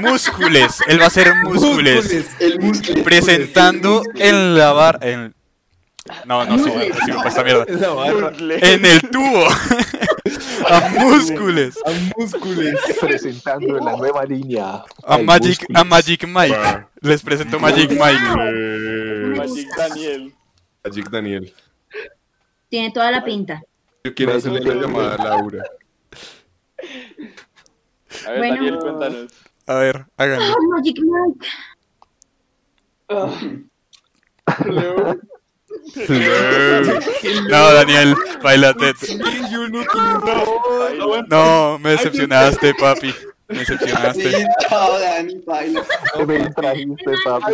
[SPEAKER 1] Múscules. Él va a ser múscules.
[SPEAKER 6] El músculo.
[SPEAKER 1] Presentando en la bar. En... No, no, sí,
[SPEAKER 8] Múscules.
[SPEAKER 1] sí, para esta mierda.
[SPEAKER 5] La barra.
[SPEAKER 1] En el tubo. A múscules.
[SPEAKER 5] A múscules.
[SPEAKER 7] Presentando la nueva línea.
[SPEAKER 1] A
[SPEAKER 7] El
[SPEAKER 1] Magic, a Magic
[SPEAKER 7] músculo.
[SPEAKER 1] Mike.
[SPEAKER 9] Ah.
[SPEAKER 1] Les presento Magic Mike.
[SPEAKER 9] Eh,
[SPEAKER 2] Magic Daniel.
[SPEAKER 5] Magic Daniel.
[SPEAKER 8] Tiene toda la pinta.
[SPEAKER 5] Yo quiero hacerle la llamada a Laura.
[SPEAKER 2] A ver,
[SPEAKER 8] Bueno.
[SPEAKER 2] Daniel, cuéntanos.
[SPEAKER 1] A ver, háganlo.
[SPEAKER 8] Ah, Magic Mike.
[SPEAKER 1] Eh. No, Daniel, bailate. No, me decepcionaste, papi. Me decepcionaste.
[SPEAKER 6] Chao, Dani, baila.
[SPEAKER 7] Me trajiste, papi.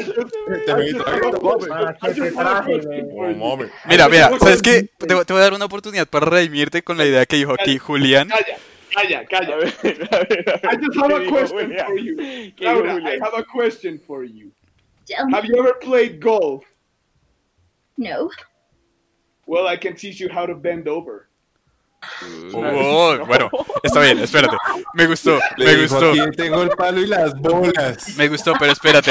[SPEAKER 3] Ah, qué traje, güey.
[SPEAKER 9] oh, mami.
[SPEAKER 1] Mira, mira, ¿sabes qué? Te, te voy a dar una oportunidad para redimirte con la idea que dijo aquí Julián.
[SPEAKER 4] Calla, calla,
[SPEAKER 2] A
[SPEAKER 4] calla.
[SPEAKER 2] ver, a ver, a
[SPEAKER 4] I
[SPEAKER 2] ver.
[SPEAKER 4] just have
[SPEAKER 2] ¿Qué
[SPEAKER 4] a question
[SPEAKER 2] dijo Julián?
[SPEAKER 4] for you.
[SPEAKER 2] ¿Qué dijo
[SPEAKER 4] Laura, I
[SPEAKER 2] Julián?
[SPEAKER 4] have a question for you.
[SPEAKER 8] Ya,
[SPEAKER 4] Have you ever played golf?
[SPEAKER 8] No.
[SPEAKER 4] Well, I can teach you how to bend over.
[SPEAKER 1] Oh, bueno, está bien, espérate. Me gustó,
[SPEAKER 5] Le
[SPEAKER 1] me
[SPEAKER 5] dijo,
[SPEAKER 1] gustó,
[SPEAKER 5] "Aquí tengo el palo y las bolas.
[SPEAKER 1] me gustó, pero espérate.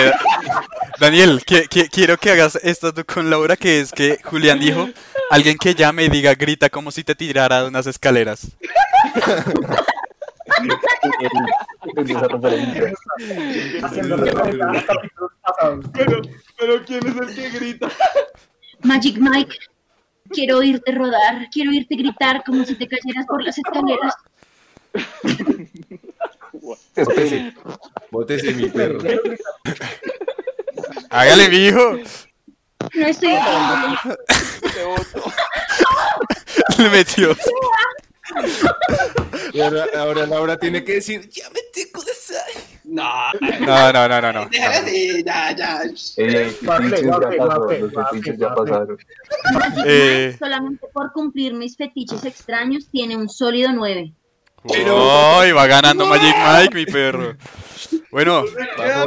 [SPEAKER 1] Daniel, qui- qui- quiero que hagas esto tú con Laura, que es que Julián dijo, alguien que llame y diga, grita como si te tirara de unas escaleras.
[SPEAKER 7] En esa referencia.
[SPEAKER 3] Haciendo referencia a los capítulos pasados.
[SPEAKER 4] Pero, pero ¿quién es el que grita?
[SPEAKER 8] Magic Mike. Quiero oírte rodar, quiero oírte gritar como si te cayeras por las escaleras.
[SPEAKER 7] Espere,
[SPEAKER 5] Bótese mi perro.
[SPEAKER 1] Hágale, mi hijo.
[SPEAKER 8] No estoy.
[SPEAKER 2] Te voto.
[SPEAKER 1] Le metió.
[SPEAKER 5] Y ahora, ahora Laura tiene que decir, ya me tengo de
[SPEAKER 6] Nah,
[SPEAKER 1] No, no, no, no, no.
[SPEAKER 6] déjala así, ya, ya.
[SPEAKER 7] eh, los fetiches ya pasaron, los fetiches ya pasaron.
[SPEAKER 8] Magic
[SPEAKER 1] Eh.
[SPEAKER 8] Mike, solamente por cumplir mis fetiches extraños, tiene un sólido 9.
[SPEAKER 1] Ay, va ganando Magic Mike, mi perro. Bueno,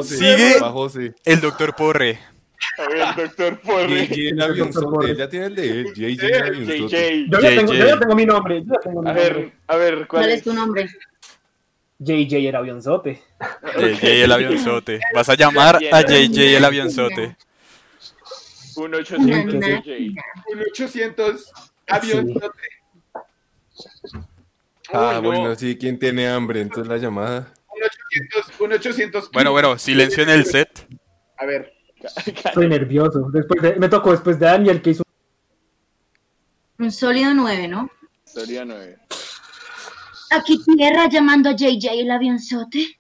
[SPEAKER 1] Sigue.
[SPEAKER 5] Bajo, sí.
[SPEAKER 1] el doctor Porre.
[SPEAKER 2] A ver, doctor Porre.
[SPEAKER 5] JJ Avionzote, ya tiene el de él. JJ Avionzote.
[SPEAKER 2] JJ.
[SPEAKER 3] Yo ya
[SPEAKER 1] JJ.
[SPEAKER 3] tengo, yo ya tengo mi nombre. Yo ya tengo mi
[SPEAKER 2] A
[SPEAKER 3] nombre.
[SPEAKER 2] ver, a ver,
[SPEAKER 8] ¿Cuál
[SPEAKER 2] ¿cuál
[SPEAKER 8] es
[SPEAKER 2] es?
[SPEAKER 8] tu nombre?
[SPEAKER 3] JJ era avionzote.
[SPEAKER 1] JJ el avionzote. Vas a llamar a JJ el avionzote.
[SPEAKER 2] Un
[SPEAKER 8] Una
[SPEAKER 2] 800
[SPEAKER 8] nana.
[SPEAKER 2] JJ.
[SPEAKER 4] Un 800 avión.
[SPEAKER 5] Ah,
[SPEAKER 4] Uy, no.
[SPEAKER 5] bueno, sí, ¿quién tiene hambre? Entonces la llamada.
[SPEAKER 4] Un 800, un 800.
[SPEAKER 1] Bueno, bueno, silencio en el set.
[SPEAKER 4] A ver.
[SPEAKER 3] Estoy nervioso. Después de- me tocó después de Daniel que hizo
[SPEAKER 8] Un sólido 9, ¿no?
[SPEAKER 2] Historia 9.
[SPEAKER 8] Aquí tierra llamando a JJ el avionzote.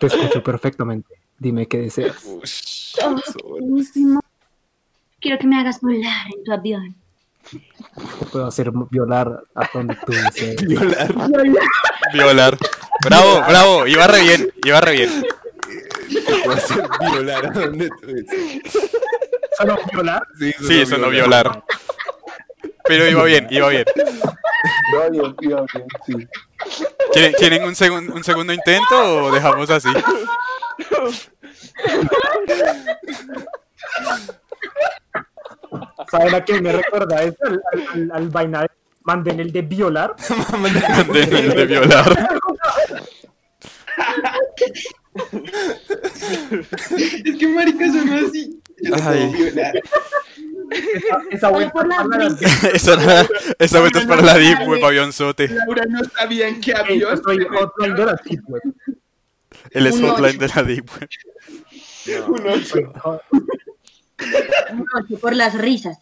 [SPEAKER 3] Te escucho perfectamente. Dime qué deseas.
[SPEAKER 8] Oh, buenísimo. Quiero que me hagas volar en tu avión.
[SPEAKER 3] Puedo hacer violar a donde tú desees.
[SPEAKER 1] Violar. Bravo, bravo. Iba re bien, iba re bien.
[SPEAKER 5] Va a ser violar a dónde tú ves.
[SPEAKER 3] ¿Solo violar?
[SPEAKER 1] Sí, eso no violar. Pero iba bien, iba bien.
[SPEAKER 7] No, bien, bien, bien, sí.
[SPEAKER 1] ¿Quieren, quieren un, segun- un segundo intento o dejamos así?
[SPEAKER 3] ¿Saben a quién me recuerda eso? Al, al, al, al vaina de- manden el de violar.
[SPEAKER 1] De, de violar.
[SPEAKER 6] Es que marica sonó así. Yo te puedo
[SPEAKER 1] Ay.
[SPEAKER 6] violar.
[SPEAKER 3] Esa, esa
[SPEAKER 8] Solo por las
[SPEAKER 3] para la-
[SPEAKER 8] 20.
[SPEAKER 1] Esa, era- esa vuelta es para la Deep Web, avionzote.
[SPEAKER 4] Laura no está bien qué
[SPEAKER 3] Ey, yo
[SPEAKER 4] avión.
[SPEAKER 3] soy hotline de la Deep Web.
[SPEAKER 1] Él es hotline de la Deep Web.
[SPEAKER 3] Soy hot-
[SPEAKER 8] Un ocho por las risas.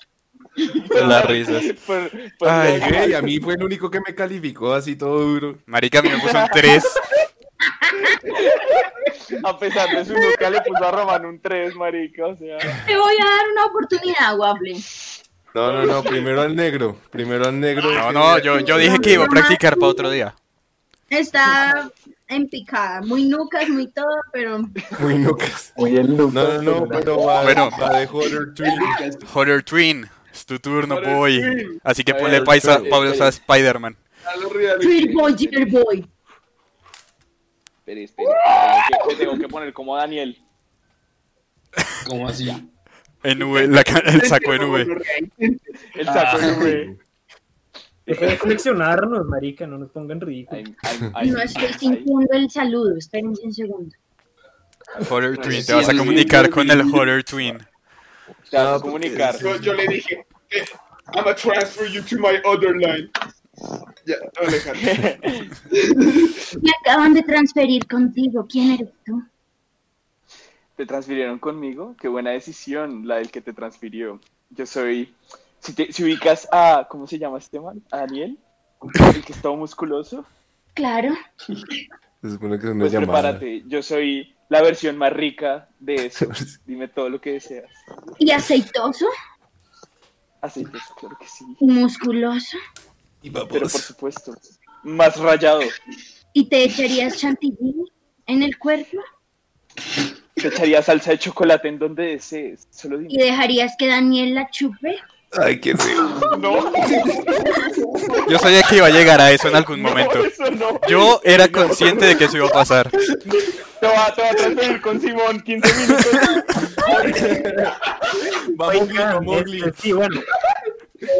[SPEAKER 1] Por las risas.
[SPEAKER 2] Por,
[SPEAKER 5] Pues,
[SPEAKER 2] por
[SPEAKER 1] Ay,
[SPEAKER 2] la-
[SPEAKER 5] Güey, a mí fue el único que me calificó así todo duro.
[SPEAKER 1] Marica, a mí me puso un 3.
[SPEAKER 2] A pesar de su nuca le puso a Román un 3, marica, o sea.
[SPEAKER 8] Te voy a dar una oportunidad, Waffle.
[SPEAKER 5] No, no, no, primero al negro. Primero al negro.
[SPEAKER 1] No, no, yo, yo dije que iba a practicar para otro día.
[SPEAKER 8] Está en picada. Muy nucas, muy todo, pero.
[SPEAKER 5] Muy Lucas.
[SPEAKER 7] Oye, el
[SPEAKER 5] No, no, no, pero va,
[SPEAKER 1] Bueno.
[SPEAKER 5] va de Horror Twin.
[SPEAKER 1] Hotter Twin, es tu turno,
[SPEAKER 4] Hotter
[SPEAKER 1] boy.
[SPEAKER 4] Twin.
[SPEAKER 1] Así que
[SPEAKER 6] Ay,
[SPEAKER 1] ponle
[SPEAKER 6] el
[SPEAKER 1] paisa,
[SPEAKER 6] Twin,
[SPEAKER 1] pausa a
[SPEAKER 6] el Twin.
[SPEAKER 1] Spider-Man.
[SPEAKER 4] A los reales.
[SPEAKER 8] Twitter boy, Twitter boy.
[SPEAKER 2] Espere, espere. Tengo que, me tengo que poner como Daniel.
[SPEAKER 6] ¿Cómo así?
[SPEAKER 1] En V, la ca- el saco en V.
[SPEAKER 2] El saco
[SPEAKER 6] Ah.
[SPEAKER 2] güey.
[SPEAKER 10] Dejen de coleccionarnos, marica, no nos pongan ridículos.
[SPEAKER 2] I'm- I'm- I'm-
[SPEAKER 8] No estoy
[SPEAKER 2] I'm-
[SPEAKER 8] sintiendo el saludo. Espérense un segundo.
[SPEAKER 1] Hotter Twin, te
[SPEAKER 6] sí,
[SPEAKER 1] vas a
[SPEAKER 6] sí,
[SPEAKER 1] comunicar
[SPEAKER 6] sí,
[SPEAKER 1] con
[SPEAKER 6] sí.
[SPEAKER 1] el Hotter Twin.
[SPEAKER 2] Te
[SPEAKER 5] pues,
[SPEAKER 2] vas a comunicar.
[SPEAKER 4] Yo, yo le dije, eh, I'ma transfer you to my other line. Ya, Alejandro.
[SPEAKER 8] Me acaban de transferir contigo. ¿Quién eres tú?
[SPEAKER 2] ¿Te transfirieron conmigo? Qué buena decisión la del que te transfirió. Yo soy. Si, te, si ubicas a. ¿Cómo se llama este man? ¿A Daniel? El que es todo musculoso.
[SPEAKER 8] Claro.
[SPEAKER 5] Se supone que es una
[SPEAKER 2] Pues
[SPEAKER 5] llamada.
[SPEAKER 2] prepárate. Yo soy la versión más rica de eso. Dime todo lo que deseas.
[SPEAKER 8] Y aceitoso,
[SPEAKER 2] Aceites, claro que sí.
[SPEAKER 8] y musculoso.
[SPEAKER 2] Pero por
[SPEAKER 5] Pues.
[SPEAKER 2] supuesto, más rayado.
[SPEAKER 8] ¿Y te echarías chantilly en el cuerpo?
[SPEAKER 2] Te echaría salsa de chocolate en donde desees. Solo
[SPEAKER 8] ¿Y
[SPEAKER 2] dime.
[SPEAKER 8] dejarías que Daniel la chupe?
[SPEAKER 5] Ay, qué feo.
[SPEAKER 2] No,
[SPEAKER 1] Yo sabía que iba a llegar a eso en algún momento.
[SPEAKER 2] eso no.
[SPEAKER 1] Yo era consciente de que eso iba a pasar.
[SPEAKER 2] Te va, te va a transferir con Simón 15 minutos.
[SPEAKER 5] Va Mowgli, va
[SPEAKER 10] Oigan,
[SPEAKER 5] Mowgli.
[SPEAKER 10] este, sí, bueno.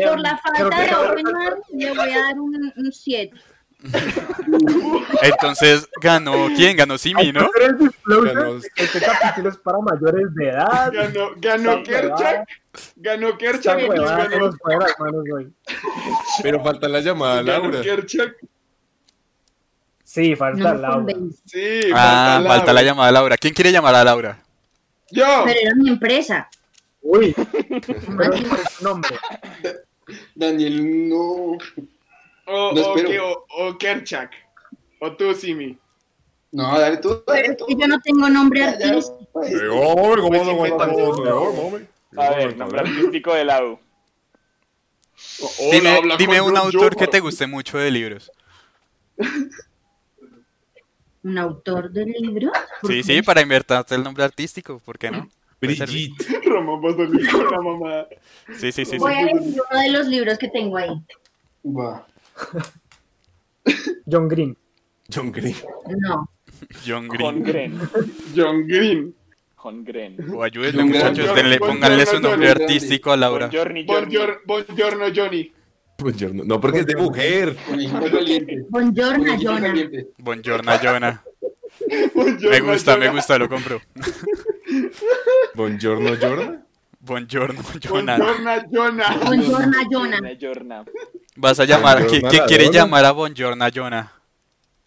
[SPEAKER 8] Por la
[SPEAKER 10] Creo
[SPEAKER 8] falta
[SPEAKER 10] que-
[SPEAKER 8] de Open Man, le voy a dar un 7.
[SPEAKER 1] Entonces ganó, ¿quién? Ganó Simi,
[SPEAKER 10] Hay que
[SPEAKER 1] ¿no?
[SPEAKER 10] hacer el disclosure
[SPEAKER 5] Ganó-
[SPEAKER 10] de que Este capítulo es para mayores de edad.
[SPEAKER 4] Ganó, ganó
[SPEAKER 10] Esta huevada,
[SPEAKER 4] Kerchak. Ganó
[SPEAKER 10] esta
[SPEAKER 4] Kerchak.
[SPEAKER 10] huevada se
[SPEAKER 4] ganó-
[SPEAKER 10] nos fue de las manos hoy.
[SPEAKER 5] Pero falta la llamada,
[SPEAKER 4] Ganó
[SPEAKER 5] Laura.
[SPEAKER 4] Kerchak.
[SPEAKER 10] Sí, falta
[SPEAKER 8] No me
[SPEAKER 10] la Laura.
[SPEAKER 8] convence.
[SPEAKER 4] Sí,
[SPEAKER 1] Ah, falta la llamada a Laura. ¿Quién quiere llamar a Laura?
[SPEAKER 4] Yo,
[SPEAKER 8] Pero era mi empresa.
[SPEAKER 10] Uy, pero es nombre.
[SPEAKER 6] Daniel, no.
[SPEAKER 4] o,
[SPEAKER 6] No
[SPEAKER 4] o,
[SPEAKER 6] espero.
[SPEAKER 4] que- o, o Kerchak. O tú, Simi.
[SPEAKER 6] No, dale tú,
[SPEAKER 8] Pero
[SPEAKER 6] dale
[SPEAKER 8] es
[SPEAKER 6] tú.
[SPEAKER 8] que yo no tengo nombre
[SPEAKER 6] Ya, ya,
[SPEAKER 8] artístico.
[SPEAKER 6] pues.
[SPEAKER 9] Eh, oh, hombre, ¿cómo no aguantamos dos, señor? Hombre.
[SPEAKER 2] A ver, nombre artístico de la U.
[SPEAKER 4] Hola,
[SPEAKER 1] Dime,
[SPEAKER 4] habla
[SPEAKER 1] dime
[SPEAKER 4] con
[SPEAKER 1] un
[SPEAKER 4] John
[SPEAKER 1] autor que
[SPEAKER 4] Jofra.
[SPEAKER 1] te guste mucho de libros.
[SPEAKER 8] ¿Un autor de libro? ¿Por
[SPEAKER 1] Sí,
[SPEAKER 8] qué?
[SPEAKER 1] sí, para inventarte el nombre artístico, ¿por qué no? Puede servir.
[SPEAKER 5] Brigitte.
[SPEAKER 4] Ramón Pastor con la mamá.
[SPEAKER 1] Sí, sí, sí, sí.
[SPEAKER 8] Voy a leer uno de los libros que tengo ahí.
[SPEAKER 6] Va.
[SPEAKER 10] John Green.
[SPEAKER 5] John Green.
[SPEAKER 8] No.
[SPEAKER 1] John Green.
[SPEAKER 2] Hongren.
[SPEAKER 4] John Green.
[SPEAKER 2] Hongren.
[SPEAKER 1] O ayúdenme,
[SPEAKER 6] John Green.
[SPEAKER 1] muchachos,
[SPEAKER 4] John-
[SPEAKER 1] denle,
[SPEAKER 4] John-
[SPEAKER 1] pónganle
[SPEAKER 4] John-
[SPEAKER 1] su
[SPEAKER 4] John-
[SPEAKER 1] nombre
[SPEAKER 6] John-
[SPEAKER 1] artístico a Laura.
[SPEAKER 2] Johnny,
[SPEAKER 4] Bonjour- Buongiorno, Johnny.
[SPEAKER 5] Buongiorno. No, porque es de mujer.
[SPEAKER 6] Conejito caliente.
[SPEAKER 8] Buongiorno,
[SPEAKER 6] Conejito
[SPEAKER 8] Jonah.
[SPEAKER 6] caliente.
[SPEAKER 1] Buongiorno, Jonah.
[SPEAKER 4] Buongiorno,
[SPEAKER 1] Me gusta, me
[SPEAKER 4] Jonah.
[SPEAKER 1] gusta, lo compro.
[SPEAKER 5] Buongiorno, Jordan.
[SPEAKER 1] Buongiorno, Jonah.
[SPEAKER 4] Buongiorno, Jonah.
[SPEAKER 8] Buongiorno,
[SPEAKER 4] Ah.
[SPEAKER 8] Jonah.
[SPEAKER 2] Jorna.
[SPEAKER 1] Vas a llamar,
[SPEAKER 5] Buongiorno,
[SPEAKER 1] ¿quién, quién quiere
[SPEAKER 5] Maradona.
[SPEAKER 1] llamar a Buongiorno, Jonah?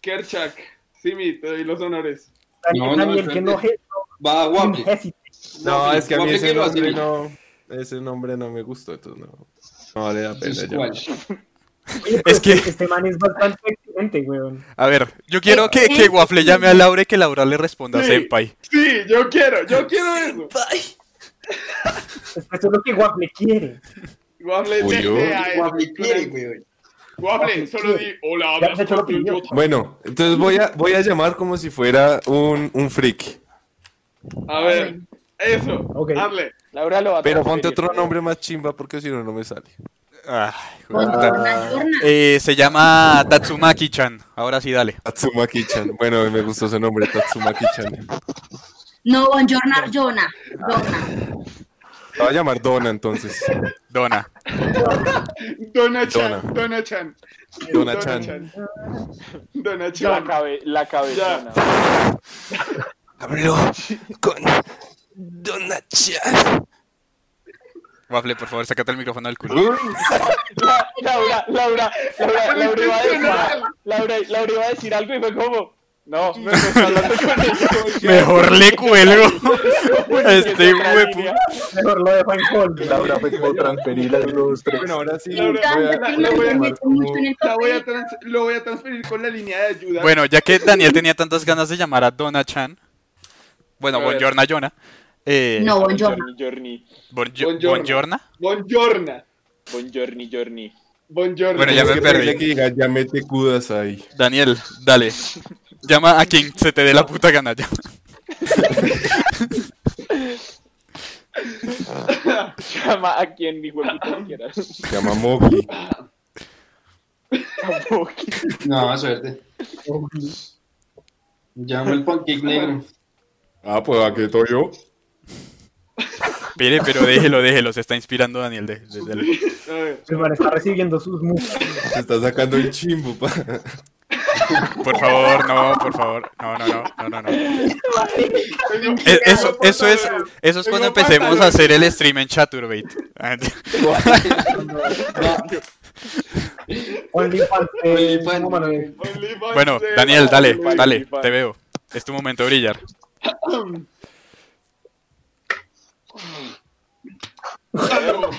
[SPEAKER 4] Kerchak. Simi, te doy los honores.
[SPEAKER 10] Daniel,
[SPEAKER 6] No, no,
[SPEAKER 10] Daniel, que
[SPEAKER 6] espérate.
[SPEAKER 10] no je-
[SPEAKER 6] Va,
[SPEAKER 10] no
[SPEAKER 6] guapo.
[SPEAKER 10] hesite.
[SPEAKER 5] No, es que a mí
[SPEAKER 6] Guapo,
[SPEAKER 5] ese
[SPEAKER 6] que lo
[SPEAKER 5] nombre
[SPEAKER 6] hace.
[SPEAKER 5] no. Ese nombre no me gustó, entonces no. No vale la pena
[SPEAKER 6] Entonces,
[SPEAKER 5] llamar.
[SPEAKER 6] ¿cuál?
[SPEAKER 10] Oye, pero
[SPEAKER 1] que-
[SPEAKER 10] este- Este man es bastante excelente, weón.
[SPEAKER 1] A ver, yo quiero que, que Waffle llame a Laura y que Laura le responda a
[SPEAKER 4] Sí.
[SPEAKER 1] Senpai.
[SPEAKER 4] Sí, yo quiero, yo quiero eso.
[SPEAKER 10] Es que Eso es lo que Waffle quiere.
[SPEAKER 4] Waffle,
[SPEAKER 5] Uy, yo.
[SPEAKER 4] desea eso.
[SPEAKER 6] Guapo,
[SPEAKER 5] este
[SPEAKER 6] quiere, güey.
[SPEAKER 4] Waffle, solo di hola,
[SPEAKER 10] Ya
[SPEAKER 4] hablas
[SPEAKER 10] se echó la
[SPEAKER 4] con John
[SPEAKER 10] opinión.
[SPEAKER 4] Jota.
[SPEAKER 5] Bueno, entonces voy a, voy a llamar como si fuera un, un freak.
[SPEAKER 4] A ver, eso,
[SPEAKER 10] Ok.
[SPEAKER 4] hazle.
[SPEAKER 2] Laura lo va a
[SPEAKER 5] Pero
[SPEAKER 2] transferir.
[SPEAKER 5] ponte otro nombre más chimba porque si no, no me sale.
[SPEAKER 1] Ay, hijo de puta.
[SPEAKER 8] Buongiorno, Jonah.
[SPEAKER 1] Ah, Eh, se llama Tatsumaki-chan. Ahora sí, dale.
[SPEAKER 5] Tatsumaki-chan. Bueno, me gustó ese nombre, Tatsumaki-chan.
[SPEAKER 8] No, buongiorno, Jonah.
[SPEAKER 4] Ah.
[SPEAKER 8] Jonah.
[SPEAKER 5] La voy a llamar Donna entonces.
[SPEAKER 1] Dona.
[SPEAKER 4] Dona-chan, Dona-chan.
[SPEAKER 5] Donna-chan.
[SPEAKER 2] La,
[SPEAKER 4] Dona-chan.
[SPEAKER 2] cabe, la cabezona.
[SPEAKER 5] Habló con Donna-chan.
[SPEAKER 1] Waffle, por favor, sácate el micrófono del culo.
[SPEAKER 2] La- Laura, Laura, Laura, Laura iba a decir, Laura, Laura iba a decir algo y fue como, no, no
[SPEAKER 4] pues,
[SPEAKER 2] está hablando con ella. Pues,
[SPEAKER 1] Mejor le cuelgo. Este huepu.
[SPEAKER 10] Mejor lo dejo en cold.
[SPEAKER 7] Laura me como transferir a unos tres.
[SPEAKER 5] Bueno, ahora sí.
[SPEAKER 8] Me
[SPEAKER 4] Laura,
[SPEAKER 8] encanta
[SPEAKER 4] voy a- la
[SPEAKER 8] que me
[SPEAKER 4] voy a-
[SPEAKER 8] mete mucho en el
[SPEAKER 4] La voy
[SPEAKER 8] papel.
[SPEAKER 4] a trans- lo voy a transferir con la línea de ayuda.
[SPEAKER 1] Bueno, ya que Daniel tenía tantas ganas de llamar a Donna Chan. Bueno,
[SPEAKER 4] A ver.
[SPEAKER 1] Buongiorno, Jonah. Eh,
[SPEAKER 8] No, buongiorno.
[SPEAKER 2] Johnny, Johnny.
[SPEAKER 1] Buongio-
[SPEAKER 4] Buongiorno.
[SPEAKER 1] Buongiorno.
[SPEAKER 4] Buongiorno.
[SPEAKER 2] Buongiorno, Journey.
[SPEAKER 4] Buongiorno.
[SPEAKER 1] Bueno, ya
[SPEAKER 11] Es
[SPEAKER 1] me
[SPEAKER 11] que
[SPEAKER 1] perdí.
[SPEAKER 11] pedirle que diga, ya mete cudas ahí.
[SPEAKER 1] Daniel, dale. Llama a quien se te dé la puta gana ya.
[SPEAKER 2] Llama a quien mi huevito quieras.
[SPEAKER 11] Se llama Mowgli.
[SPEAKER 6] No, suerte. Llamo el pancake negro.
[SPEAKER 11] Ah, pues aquí estoy yo.
[SPEAKER 1] Pere, pero déjelo, déjelo. Se está inspirando Daniel. de- de- dale.
[SPEAKER 3] El man está recibiendo sus moves.
[SPEAKER 11] Se está sacando el chimbo, pa.
[SPEAKER 1] Por favor, no, por favor. No, no, no, no, no. no. Eh, Eso, eso es, eso es cuando empecemos a hacer el stream en Chaturbate. Ah,
[SPEAKER 12] OnlyFans. eh, no, mano, eh,
[SPEAKER 1] Bueno, Daniel, dale, dale, te veo. Es tu momento de brillar.
[SPEAKER 4] Hablo,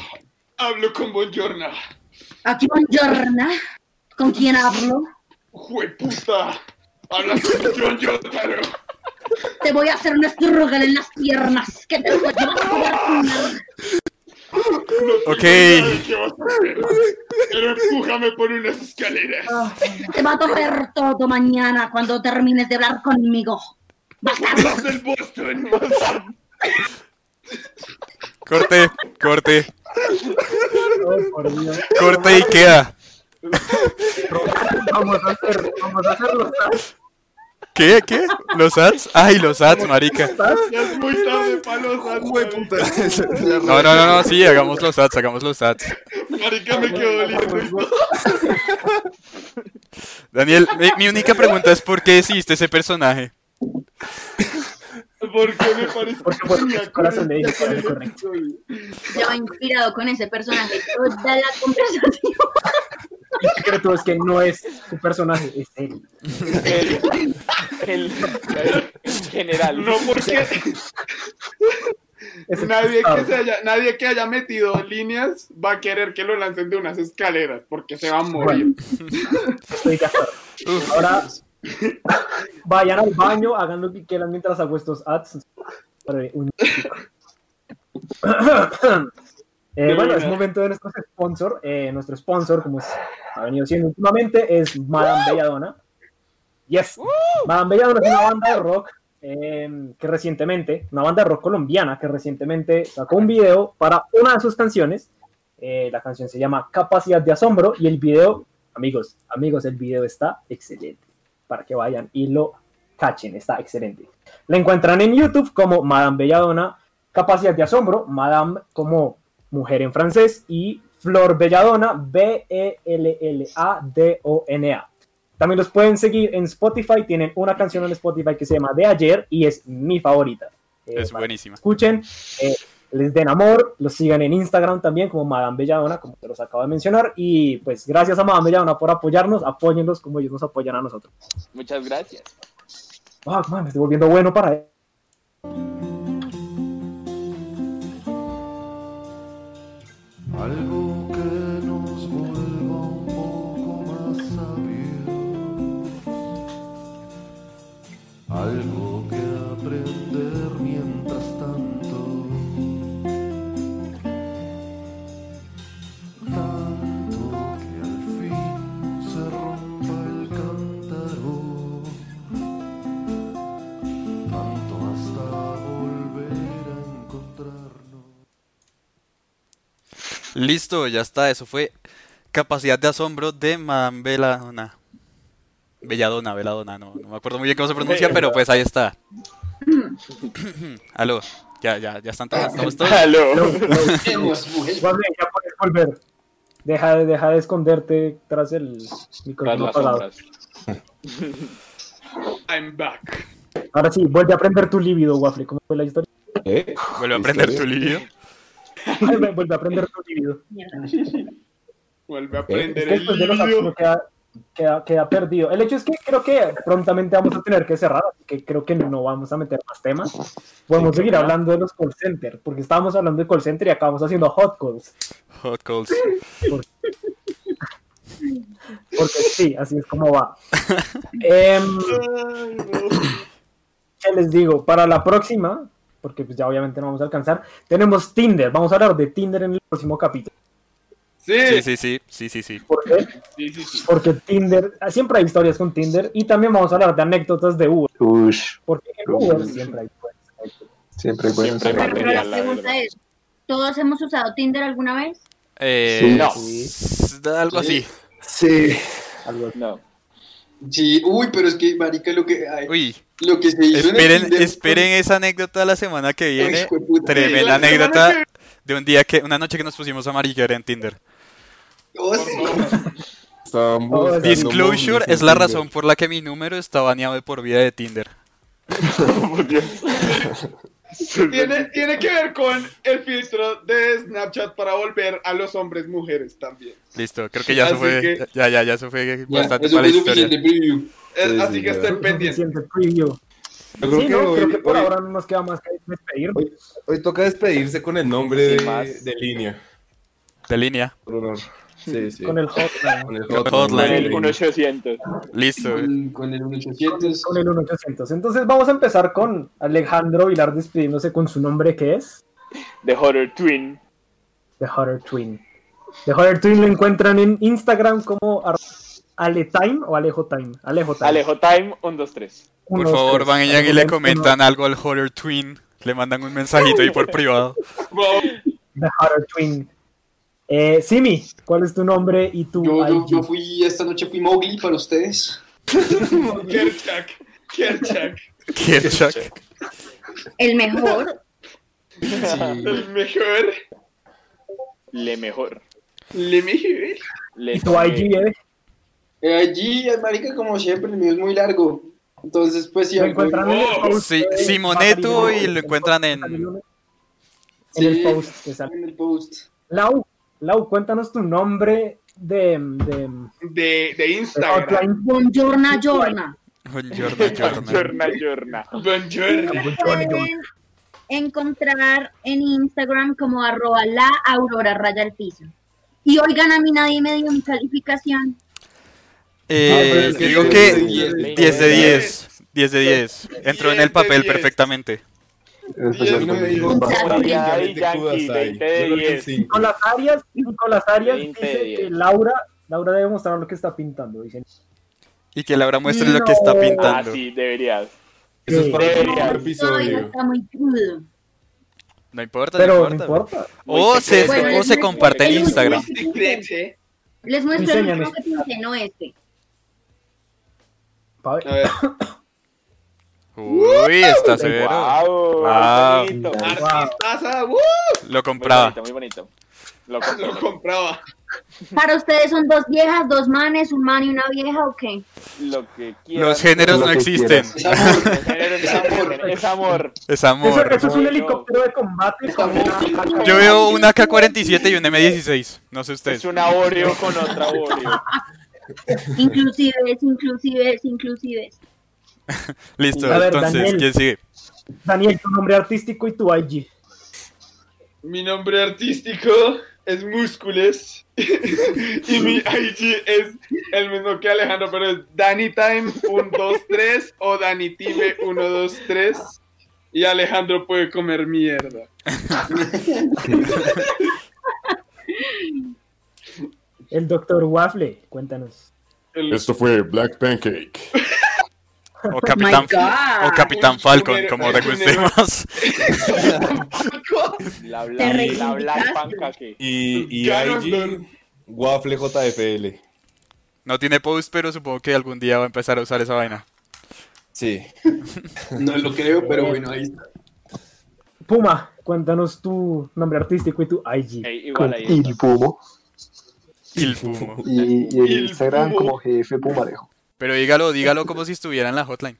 [SPEAKER 4] hablo con Buongiorno.
[SPEAKER 8] Aquí buongiorno. ¿Con quién hablo?
[SPEAKER 4] ¡Jueputa! Hablas con Buongiorno.
[SPEAKER 8] Te voy a hacer un estrugal en las piernas. Que te voy a comer.
[SPEAKER 1] Ok,
[SPEAKER 4] ¿Qué vas a hacer? Pero empújame por unas escaleras.
[SPEAKER 3] Ah.
[SPEAKER 8] Te va a doler todo mañana cuando termines de hablar conmigo. Bastardo.
[SPEAKER 4] Los del Boston.
[SPEAKER 1] corte, corte,
[SPEAKER 3] Ay, por Dios.
[SPEAKER 1] corte y queda.
[SPEAKER 3] Vamos a hacer, vamos a hacer los tasks.
[SPEAKER 1] ¿Qué? ¿Qué? ¿Los ads? Ay, los ads, marica.
[SPEAKER 4] Ya es muy tarde para los Astros.
[SPEAKER 1] No, no, no, no, sí, hagamos los ads, hagamos los ads.
[SPEAKER 4] Marica, me quedo lindo.
[SPEAKER 1] Daniel, mi, mi única pregunta es ¿por qué hiciste ese personaje?
[SPEAKER 4] Porque me parece
[SPEAKER 3] Porque fue el corazón le dije que era correcto.
[SPEAKER 8] Yo he inspirado con ese personaje toda la conversación.
[SPEAKER 3] Y el secreto es que no es su personaje, es él.
[SPEAKER 2] El, el, el general.
[SPEAKER 4] No, porque
[SPEAKER 3] Es el
[SPEAKER 4] nadie que,
[SPEAKER 3] pescado.
[SPEAKER 4] se haya, nadie que haya metido líneas va a querer que lo lancen de unas escaleras, porque se va a morir.
[SPEAKER 3] Bueno. Estoy de acuerdo. Ahora vayan al baño, hagan lo que quieran mientras hago estos ads. Vale, un- Eh, bueno, es momento de nuestro sponsor. Eh, nuestro sponsor, como es- ha venido siendo últimamente, es Madame Belladonna. Yes. Madame Belladonna es una banda de rock eh, que recientemente, una banda de rock colombiana que recientemente sacó un video para una de sus canciones. Eh, la canción se llama Capacidad de Asombro y el video, amigos, amigos, el video está excelente. Para que vayan y lo cachen, está excelente. La encuentran en YouTube como Madame Belladonna, Capacidad de Asombro, Madame como mujer en francés y Flor Belladonna, E B-E-L-L-A-D-O-N-A. También los pueden seguir en Spotify, tienen una canción en Spotify que se llama De Ayer y es mi favorita. Eh,
[SPEAKER 1] Es
[SPEAKER 3] para
[SPEAKER 1] buenísima.
[SPEAKER 3] escuchen, eh, les den amor, los sigan en Instagram también como Madame Belladona, como se los acabo de mencionar, y pues gracias a Madame Belladona por apoyarnos, apóyenlos como ellos nos apoyan a nosotros.
[SPEAKER 2] Muchas gracias.
[SPEAKER 3] Ah, man, me estoy volviendo bueno para él.
[SPEAKER 5] Algo que nos vuelva un poco más sabios. Algo que aprender mientras tanto. Tanto que al fin se rompa el cántaro. Tanto hasta volver a encontrarnos.
[SPEAKER 1] Listo, ya está, eso fue Capacidad de Asombro de Madame Belladonna. Belladona, Belladonna, no, no me acuerdo muy bien cómo se pronuncia, pero pues ahí está. Aló, ya, ya, ya están todos, estamos todos.
[SPEAKER 2] Aló.
[SPEAKER 6] Hemos vuelto.
[SPEAKER 3] Igual, ven, ya puedes volver. Deja, de- deja de esconderte tras el
[SPEAKER 2] Tras
[SPEAKER 3] micrófono
[SPEAKER 2] las
[SPEAKER 3] apagado.
[SPEAKER 2] sombras.
[SPEAKER 4] I'm back.
[SPEAKER 3] Ahora sí, vuelve a aprender tu líbido, Waffle. ¿Cómo fue la historia?
[SPEAKER 11] ¿Eh?
[SPEAKER 1] Vuelve a aprender tu lío.
[SPEAKER 3] Ay, ven, vuelve a aprender tu líbido.
[SPEAKER 4] Vuelve a
[SPEAKER 3] Es
[SPEAKER 4] prender
[SPEAKER 3] que
[SPEAKER 4] el
[SPEAKER 3] después de los
[SPEAKER 4] lío.
[SPEAKER 3] actos queda, queda, queda perdido. El hecho es que creo que prontamente vamos a tener que cerrar, así que creo que no vamos a meter más temas. Podemos seguir hablando de los call centers, porque estábamos hablando de call center y acabamos haciendo hot calls.
[SPEAKER 1] Hot calls.
[SPEAKER 3] Porque sí, así es como va. Em,
[SPEAKER 4] Ay, no.
[SPEAKER 3] ¿Qué les digo? Para la próxima, porque pues ya obviamente no vamos a alcanzar, tenemos Tinder. Vamos a hablar de Tinder en el próximo capítulo.
[SPEAKER 1] Sí, sí, sí, sí, sí, sí.
[SPEAKER 3] ¿Por qué? Sí, sí, sí. Porque Tinder, siempre hay historias con Tinder y también vamos a hablar de anécdotas de Uber.
[SPEAKER 7] Ush.
[SPEAKER 3] Porque en
[SPEAKER 7] Ush.
[SPEAKER 3] Uber siempre hay buenas anécdotas.
[SPEAKER 7] Siempre hay buenas
[SPEAKER 8] Pero,
[SPEAKER 7] anécdotas.
[SPEAKER 8] pero la pregunta es, ¿todos hemos usado Tinder alguna vez?
[SPEAKER 1] Eh,
[SPEAKER 7] No.
[SPEAKER 1] s- Algo así.
[SPEAKER 6] Sí.
[SPEAKER 2] No.
[SPEAKER 6] Sí, uy, pero es que, marica, lo que, ay,
[SPEAKER 1] Uy,
[SPEAKER 6] lo que se hizo en el
[SPEAKER 1] esperen,
[SPEAKER 6] Tinder-
[SPEAKER 1] esperen esa anécdota la semana que
[SPEAKER 6] Ay,
[SPEAKER 1] viene.
[SPEAKER 6] jueputa.
[SPEAKER 1] Tremenda
[SPEAKER 4] La semana
[SPEAKER 1] anécdota de un día que, una noche que nos pusimos a mariquear en Tinder.
[SPEAKER 6] Oh, sí.
[SPEAKER 3] Oh,
[SPEAKER 13] Estaban buscando
[SPEAKER 1] Disclosure
[SPEAKER 13] momias en
[SPEAKER 1] es la
[SPEAKER 13] Tinder.
[SPEAKER 1] razón por la que mi número está baneado de por vida de Tinder.
[SPEAKER 4] Tiene, tiene que ver con el filtro de Snapchat para volver a los hombres mujeres también.
[SPEAKER 1] Listo, creo que ya
[SPEAKER 4] Así
[SPEAKER 1] se fue.
[SPEAKER 4] que-
[SPEAKER 1] Ya, ya, ya se fue
[SPEAKER 6] Ya,
[SPEAKER 1] bastante
[SPEAKER 6] eso
[SPEAKER 1] para la
[SPEAKER 6] fue
[SPEAKER 1] historia.
[SPEAKER 6] suficiente preview.
[SPEAKER 4] Eh,
[SPEAKER 5] Sí,
[SPEAKER 4] Así
[SPEAKER 5] sí,
[SPEAKER 4] que
[SPEAKER 5] ya.
[SPEAKER 4] estén pendientes.
[SPEAKER 3] Suficiente preview.
[SPEAKER 5] Yo creo
[SPEAKER 3] sí,
[SPEAKER 5] que
[SPEAKER 3] no, creo
[SPEAKER 5] hoy-
[SPEAKER 3] que por
[SPEAKER 5] hoy-
[SPEAKER 3] ahora no nos queda más que despedir.
[SPEAKER 5] Hoy- Hoy toca despedirse con el nombre de,
[SPEAKER 2] Sin más.
[SPEAKER 5] de línea.
[SPEAKER 1] De línea.
[SPEAKER 5] Por honor. Sí, sí.
[SPEAKER 3] Con el hotline,
[SPEAKER 5] Con el
[SPEAKER 1] Con
[SPEAKER 5] hotline.
[SPEAKER 1] hotline.
[SPEAKER 2] El 1800.
[SPEAKER 1] Listo.
[SPEAKER 6] Con, con el 1800.
[SPEAKER 3] con el 1800. Entonces vamos a empezar con Alejandro Vilar despidiéndose con su nombre que es
[SPEAKER 2] The Horror Twin.
[SPEAKER 3] The Hotter Twin. The Hotter Twin lo encuentran en Instagram como ar- Aletime o Alejo Time. Alejo Time.
[SPEAKER 2] Alejo Time 123.
[SPEAKER 1] Por
[SPEAKER 3] Unos
[SPEAKER 1] favor,
[SPEAKER 3] tres.
[SPEAKER 1] vayan y le
[SPEAKER 3] Uno-
[SPEAKER 1] comentan algo al Horror Twin. Le mandan un mensajito ahí por privado.
[SPEAKER 3] The Hotter Twin. Eh, Simi, ¿cuál es tu nombre y tu
[SPEAKER 6] Yo, yo,
[SPEAKER 3] IG?
[SPEAKER 6] yo fui, esta noche fui Mowgli para ustedes.
[SPEAKER 4] Kerchak, Kerchak,
[SPEAKER 1] Kerchak.
[SPEAKER 8] El mejor.
[SPEAKER 4] el mejor,
[SPEAKER 2] Le mejor.
[SPEAKER 4] le mejor.
[SPEAKER 2] Le
[SPEAKER 3] ¿Y tu IG, eh?
[SPEAKER 6] Eh, allí, eh, marica, como siempre, el mío es muy largo. Entonces, pues sí,
[SPEAKER 3] Lo
[SPEAKER 6] algo-
[SPEAKER 3] encuentran en el
[SPEAKER 4] Oh,
[SPEAKER 3] post.
[SPEAKER 1] sí,
[SPEAKER 3] de
[SPEAKER 1] Simoneto
[SPEAKER 3] Matarino,
[SPEAKER 1] y lo encuentran en-
[SPEAKER 3] Matarino,
[SPEAKER 6] sí,
[SPEAKER 3] en el post que sale.
[SPEAKER 6] en el post.
[SPEAKER 3] Lau, Lau, cuéntanos tu nombre de, de,
[SPEAKER 4] De,
[SPEAKER 3] de
[SPEAKER 4] de Instagram.
[SPEAKER 3] hotline.
[SPEAKER 8] Buongiorno, giorna.
[SPEAKER 1] Jordan, Jordan.
[SPEAKER 2] Jorna, jorna.
[SPEAKER 4] Bonjour.
[SPEAKER 8] Me pueden encontrar en Instagram como arroba la aurora raya al piso. Y oigan, a mí nadie me dio mi calificación.
[SPEAKER 1] Eh,
[SPEAKER 6] es que
[SPEAKER 1] digo
[SPEAKER 6] diez
[SPEAKER 1] que
[SPEAKER 6] de diez.
[SPEAKER 1] 10 de 10. 10 de 10. Entró en el papel
[SPEAKER 4] 10 de 10.
[SPEAKER 1] perfectamente.
[SPEAKER 7] Después
[SPEAKER 5] A mí no me dijo
[SPEAKER 8] Exacto.
[SPEAKER 5] bastante,
[SPEAKER 8] Ya,
[SPEAKER 5] realmente
[SPEAKER 2] Yankee,
[SPEAKER 5] Kudasai.
[SPEAKER 2] 20 de
[SPEAKER 5] Yo creo que
[SPEAKER 2] 10.
[SPEAKER 5] cinco.
[SPEAKER 3] Nicolás Arias, Nicolás Arias
[SPEAKER 2] 20 de
[SPEAKER 3] dice que
[SPEAKER 2] 10.
[SPEAKER 3] Laura, Laura debe mostrar lo que está pintando. Dicen.
[SPEAKER 1] Y que Laura muestre lo que está
[SPEAKER 3] No.
[SPEAKER 2] Ah,
[SPEAKER 1] pintando.
[SPEAKER 2] sí, deberías.
[SPEAKER 5] Eso Este es para el
[SPEAKER 2] Debería.
[SPEAKER 5] próximo
[SPEAKER 8] Todavía
[SPEAKER 5] episodio.
[SPEAKER 8] está muy crudo.
[SPEAKER 1] No importa, no
[SPEAKER 3] Pero no
[SPEAKER 1] importa.
[SPEAKER 3] importa.
[SPEAKER 1] O se,
[SPEAKER 8] Bueno,
[SPEAKER 1] o
[SPEAKER 8] les
[SPEAKER 1] se
[SPEAKER 8] muestro-
[SPEAKER 1] comparte en
[SPEAKER 8] les muestro-
[SPEAKER 1] Instagram.
[SPEAKER 8] Les muestro el
[SPEAKER 3] Enséñanos.
[SPEAKER 8] último que pinté, no este.
[SPEAKER 3] Pa' ver.
[SPEAKER 4] A ver,
[SPEAKER 1] Uy, está severo.
[SPEAKER 2] Wow,
[SPEAKER 1] Ah.
[SPEAKER 2] bonito. Muy
[SPEAKER 4] artistaza, ¡uh!
[SPEAKER 1] Lo compraba.
[SPEAKER 2] bonito, muy bonito. Lo compré.
[SPEAKER 4] lo compraba.
[SPEAKER 8] Para ustedes son dos viejas, dos manes, un man y una vieja, ¿o qué?
[SPEAKER 2] Lo que quieras.
[SPEAKER 1] Los géneros
[SPEAKER 7] Lo
[SPEAKER 1] no
[SPEAKER 7] que
[SPEAKER 1] existen.
[SPEAKER 7] quieras.
[SPEAKER 6] Es amor.
[SPEAKER 2] Los géneros
[SPEAKER 6] Es
[SPEAKER 2] no
[SPEAKER 6] amor.
[SPEAKER 2] existen, Es amor.
[SPEAKER 1] Es
[SPEAKER 3] Eso,
[SPEAKER 1] amor.
[SPEAKER 3] eso es un
[SPEAKER 2] no.
[SPEAKER 3] helicóptero de combate. con
[SPEAKER 6] amor.
[SPEAKER 3] una-
[SPEAKER 1] Yo veo una K47 y una M16. No sé ustedes.
[SPEAKER 2] Es una Oreo con otra Oreo.
[SPEAKER 8] Inclusives, inclusives, inclusives.
[SPEAKER 1] Listo,
[SPEAKER 3] A ver,
[SPEAKER 1] entonces,
[SPEAKER 3] Daniel.
[SPEAKER 1] ¿quién sigue?
[SPEAKER 3] Daniel, tu nombre artístico y tu IG.
[SPEAKER 4] Mi nombre artístico es Múscules y mi IG es el mismo que Alejandro, pero es DaniTime123 o DaniTime123 y Alejandro puede comer mierda.
[SPEAKER 3] El doctor Waffle, cuéntanos.
[SPEAKER 4] El-
[SPEAKER 13] Esto fue Black Pancake.
[SPEAKER 1] O Capitán,
[SPEAKER 8] God.
[SPEAKER 1] o Capitán Falcon,
[SPEAKER 4] Un
[SPEAKER 1] como
[SPEAKER 4] héroe,
[SPEAKER 1] recueste
[SPEAKER 4] un héroe.
[SPEAKER 1] más.
[SPEAKER 2] La
[SPEAKER 8] Te
[SPEAKER 2] bla, la
[SPEAKER 8] reivindicaste.
[SPEAKER 2] bla pancaque.
[SPEAKER 5] Y, y
[SPEAKER 4] Ganon,
[SPEAKER 5] IG, Waffle JFL.
[SPEAKER 1] No tiene post, pero supongo que algún día va a empezar a usar esa vaina.
[SPEAKER 5] Sí.
[SPEAKER 6] No lo creo, pero bueno, ahí está.
[SPEAKER 3] Puma, cuéntanos tu nombre artístico y tu IG.
[SPEAKER 2] Ey, igual
[SPEAKER 7] con
[SPEAKER 2] ahí
[SPEAKER 7] Il
[SPEAKER 2] está.
[SPEAKER 7] Pumo
[SPEAKER 1] Y el fumo.
[SPEAKER 7] y, y en
[SPEAKER 4] Il
[SPEAKER 7] Instagram
[SPEAKER 4] Pumo.
[SPEAKER 7] como GF Pumarejo.
[SPEAKER 1] Pero dígalo, dígalo como si estuviera en la hotline.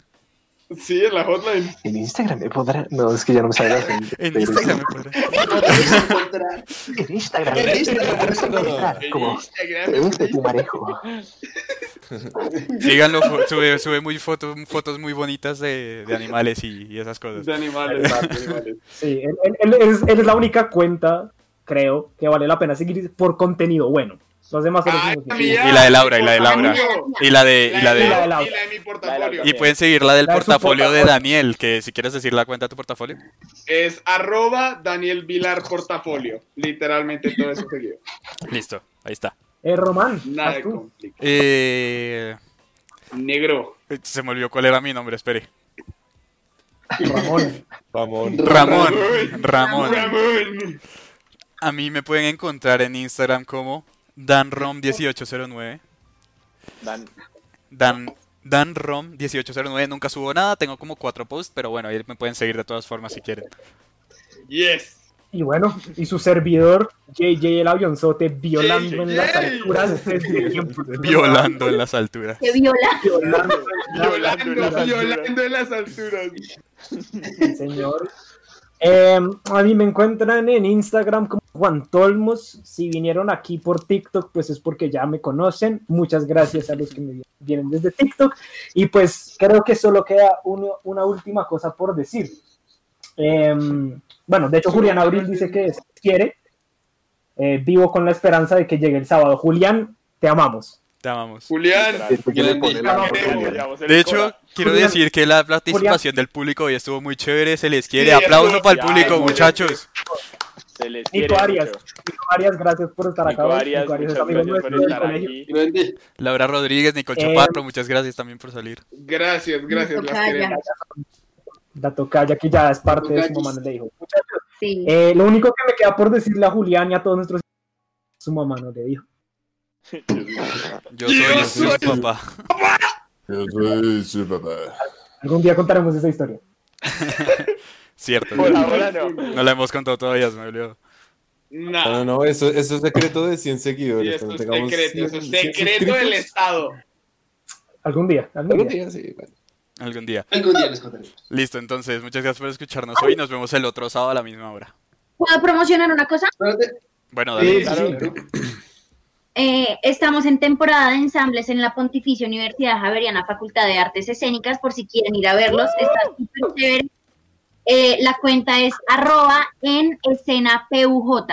[SPEAKER 4] Sí, en la hotline.
[SPEAKER 7] En Instagram me podrán. No, es que ya no me sale hacer.
[SPEAKER 1] En Instagram me podrá.
[SPEAKER 6] Podéis encontrar
[SPEAKER 7] En Instagram.
[SPEAKER 6] En
[SPEAKER 7] En
[SPEAKER 6] Instagram.
[SPEAKER 7] Instagram. puedes encontrar Como
[SPEAKER 4] Instagram.
[SPEAKER 7] GF Pumarejo.
[SPEAKER 1] Síganlo, fo- sube, sube muy foto- fotos muy bonitas de, de animales y, y esas cosas.
[SPEAKER 4] De animales, Ah, animales.
[SPEAKER 3] Sí, él, él- él es, él es la única cuenta, creo, que vale la pena seguir por contenido bueno. Los demás son los
[SPEAKER 4] Ay,
[SPEAKER 3] mismos.
[SPEAKER 4] mía,
[SPEAKER 1] Y la de Laura, y la de Laura.
[SPEAKER 4] amigo.
[SPEAKER 1] Y la de, y la
[SPEAKER 3] Y
[SPEAKER 1] de,
[SPEAKER 3] la de
[SPEAKER 4] Y
[SPEAKER 3] Laura.
[SPEAKER 4] la de mi portafolio.
[SPEAKER 1] Y pueden seguir la del
[SPEAKER 3] La de su
[SPEAKER 1] portafolio de
[SPEAKER 3] portafolio.
[SPEAKER 1] Daniel, que si quieres decir la cuenta de tu portafolio.
[SPEAKER 4] Es arroba Daniel Vilar Portafolio. Literalmente todo eso seguido.
[SPEAKER 1] Listo. Ahí está.
[SPEAKER 3] Eh, Román.
[SPEAKER 4] Nada de
[SPEAKER 3] vas tú.
[SPEAKER 4] complicado.
[SPEAKER 1] Eh,
[SPEAKER 4] Negro.
[SPEAKER 1] se me olvidó cuál era mi nombre, espere.
[SPEAKER 3] Ramón.
[SPEAKER 1] Ramón.
[SPEAKER 5] Ramón.
[SPEAKER 4] Ramón.
[SPEAKER 1] Ramón.
[SPEAKER 4] Ramón.
[SPEAKER 1] A mí me pueden encontrar en Instagram como danrom1809.
[SPEAKER 2] Dan.
[SPEAKER 1] Dan, danrom1809. Nunca subo nada, tengo como cuatro posts, pero bueno, ahí me pueden seguir de todas formas si quieren.
[SPEAKER 4] Yes.
[SPEAKER 3] Y bueno, y su servidor, JJ el avionzote, violando en las
[SPEAKER 4] JJ.
[SPEAKER 3] alturas desde siempre.
[SPEAKER 1] Violando en las alturas.
[SPEAKER 8] Que viola.
[SPEAKER 3] Violando,
[SPEAKER 4] Violando,
[SPEAKER 3] Violando.
[SPEAKER 4] violando en las alturas.
[SPEAKER 3] sí, señor. Eh, a mí me encuentran en Instagram como Juan Tolmos. Si vinieron aquí por TikTok, pues es porque ya me conocen. Muchas gracias a los que me vi- vienen desde TikTok. Y pues creo que solo queda uno- una última cosa por decir. Eh, bueno, de hecho, Julián Abril dice que se quiere. Eh, vivo con la esperanza de que llegue el sábado. Julián, te amamos.
[SPEAKER 1] Te amamos.
[SPEAKER 4] Julián.
[SPEAKER 7] que le pone la
[SPEAKER 4] Grande.
[SPEAKER 7] mano,
[SPEAKER 2] Ya, vos eres
[SPEAKER 1] De hecho,
[SPEAKER 2] Cora.
[SPEAKER 1] quiero
[SPEAKER 3] Julián.
[SPEAKER 1] decir que la participación del público hoy estuvo muy chévere, se les quiere.
[SPEAKER 4] Sí,
[SPEAKER 1] Aplauso
[SPEAKER 4] estuvo-
[SPEAKER 1] para el
[SPEAKER 2] ya,
[SPEAKER 1] público,
[SPEAKER 2] estuvo-
[SPEAKER 1] muchachos.
[SPEAKER 2] Se les
[SPEAKER 3] Nico
[SPEAKER 2] quiere
[SPEAKER 3] Arias,
[SPEAKER 2] mucho.
[SPEAKER 3] Nico Arias, gracias por estar acá.
[SPEAKER 2] Nico
[SPEAKER 3] hoy.
[SPEAKER 2] Arias,
[SPEAKER 3] Nico Arias es
[SPEAKER 2] muchas
[SPEAKER 3] amigo
[SPEAKER 2] gracias por
[SPEAKER 3] nuestro del
[SPEAKER 2] estar
[SPEAKER 3] colegio.
[SPEAKER 2] aquí.
[SPEAKER 6] Grande.
[SPEAKER 1] Laura Rodríguez, Nicole
[SPEAKER 3] Eh,
[SPEAKER 1] Choparro, muchas gracias también por salir.
[SPEAKER 4] Gracias, gracias. Las
[SPEAKER 8] Tocaya.
[SPEAKER 4] queremos.
[SPEAKER 3] La tocaya que ya es parte de su mamá, no le dijo.
[SPEAKER 8] Sí.
[SPEAKER 3] Eh, lo único que me queda por decirle a Julián y a todos nuestros su mamá no le dijo.
[SPEAKER 1] Yo soy
[SPEAKER 14] soy-
[SPEAKER 1] su papá.
[SPEAKER 14] Yo soy su papá.
[SPEAKER 3] Algún día contaremos esa historia.
[SPEAKER 1] Cierto.
[SPEAKER 2] Por ahora no.
[SPEAKER 1] No la hemos contado todavía, se me olvidó.
[SPEAKER 5] No,
[SPEAKER 4] Nah.
[SPEAKER 5] no, no, eso, eso es secreto de 100
[SPEAKER 4] Y
[SPEAKER 5] seguidores.
[SPEAKER 4] esto es
[SPEAKER 5] cuando tengamos
[SPEAKER 4] secreto, eso es
[SPEAKER 5] 100
[SPEAKER 4] secreto del
[SPEAKER 5] suscritos,
[SPEAKER 4] Estado.
[SPEAKER 3] Algún día, algún
[SPEAKER 5] algún
[SPEAKER 3] día.
[SPEAKER 5] día sí, bueno.
[SPEAKER 1] Algún día.
[SPEAKER 6] Algún día les contaré.
[SPEAKER 1] Listo, entonces, muchas gracias por escucharnos hoy. Nos vemos el otro sábado a la misma hora.
[SPEAKER 8] ¿Puedo promocionar una cosa?
[SPEAKER 6] Espérate.
[SPEAKER 1] Bueno, dale.
[SPEAKER 6] Sí, sí,
[SPEAKER 2] claro.
[SPEAKER 6] sí, claro.
[SPEAKER 8] Eh, estamos en temporada de ensambles en la Pontificia Universidad Javeriana Facultad de Artes Escénicas, por si quieren ir a verlos. Está súper chévere. Eh, la cuenta es arroba en escena PUJ.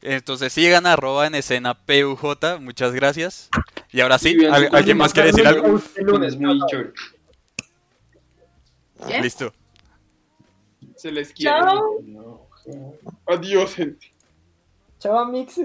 [SPEAKER 1] Entonces sigan arroba en escena PUJ, muchas gracias. Y ahora sí,
[SPEAKER 6] Y vean su
[SPEAKER 1] ¿al- ¿alguien
[SPEAKER 6] columna,
[SPEAKER 1] más quiere decir algo?
[SPEAKER 6] Es muy chévere.
[SPEAKER 8] ¿Eh?
[SPEAKER 1] Listo.
[SPEAKER 4] Se les quiere.
[SPEAKER 8] Chao.
[SPEAKER 4] Adiós, gente.
[SPEAKER 3] Chao, Mixes.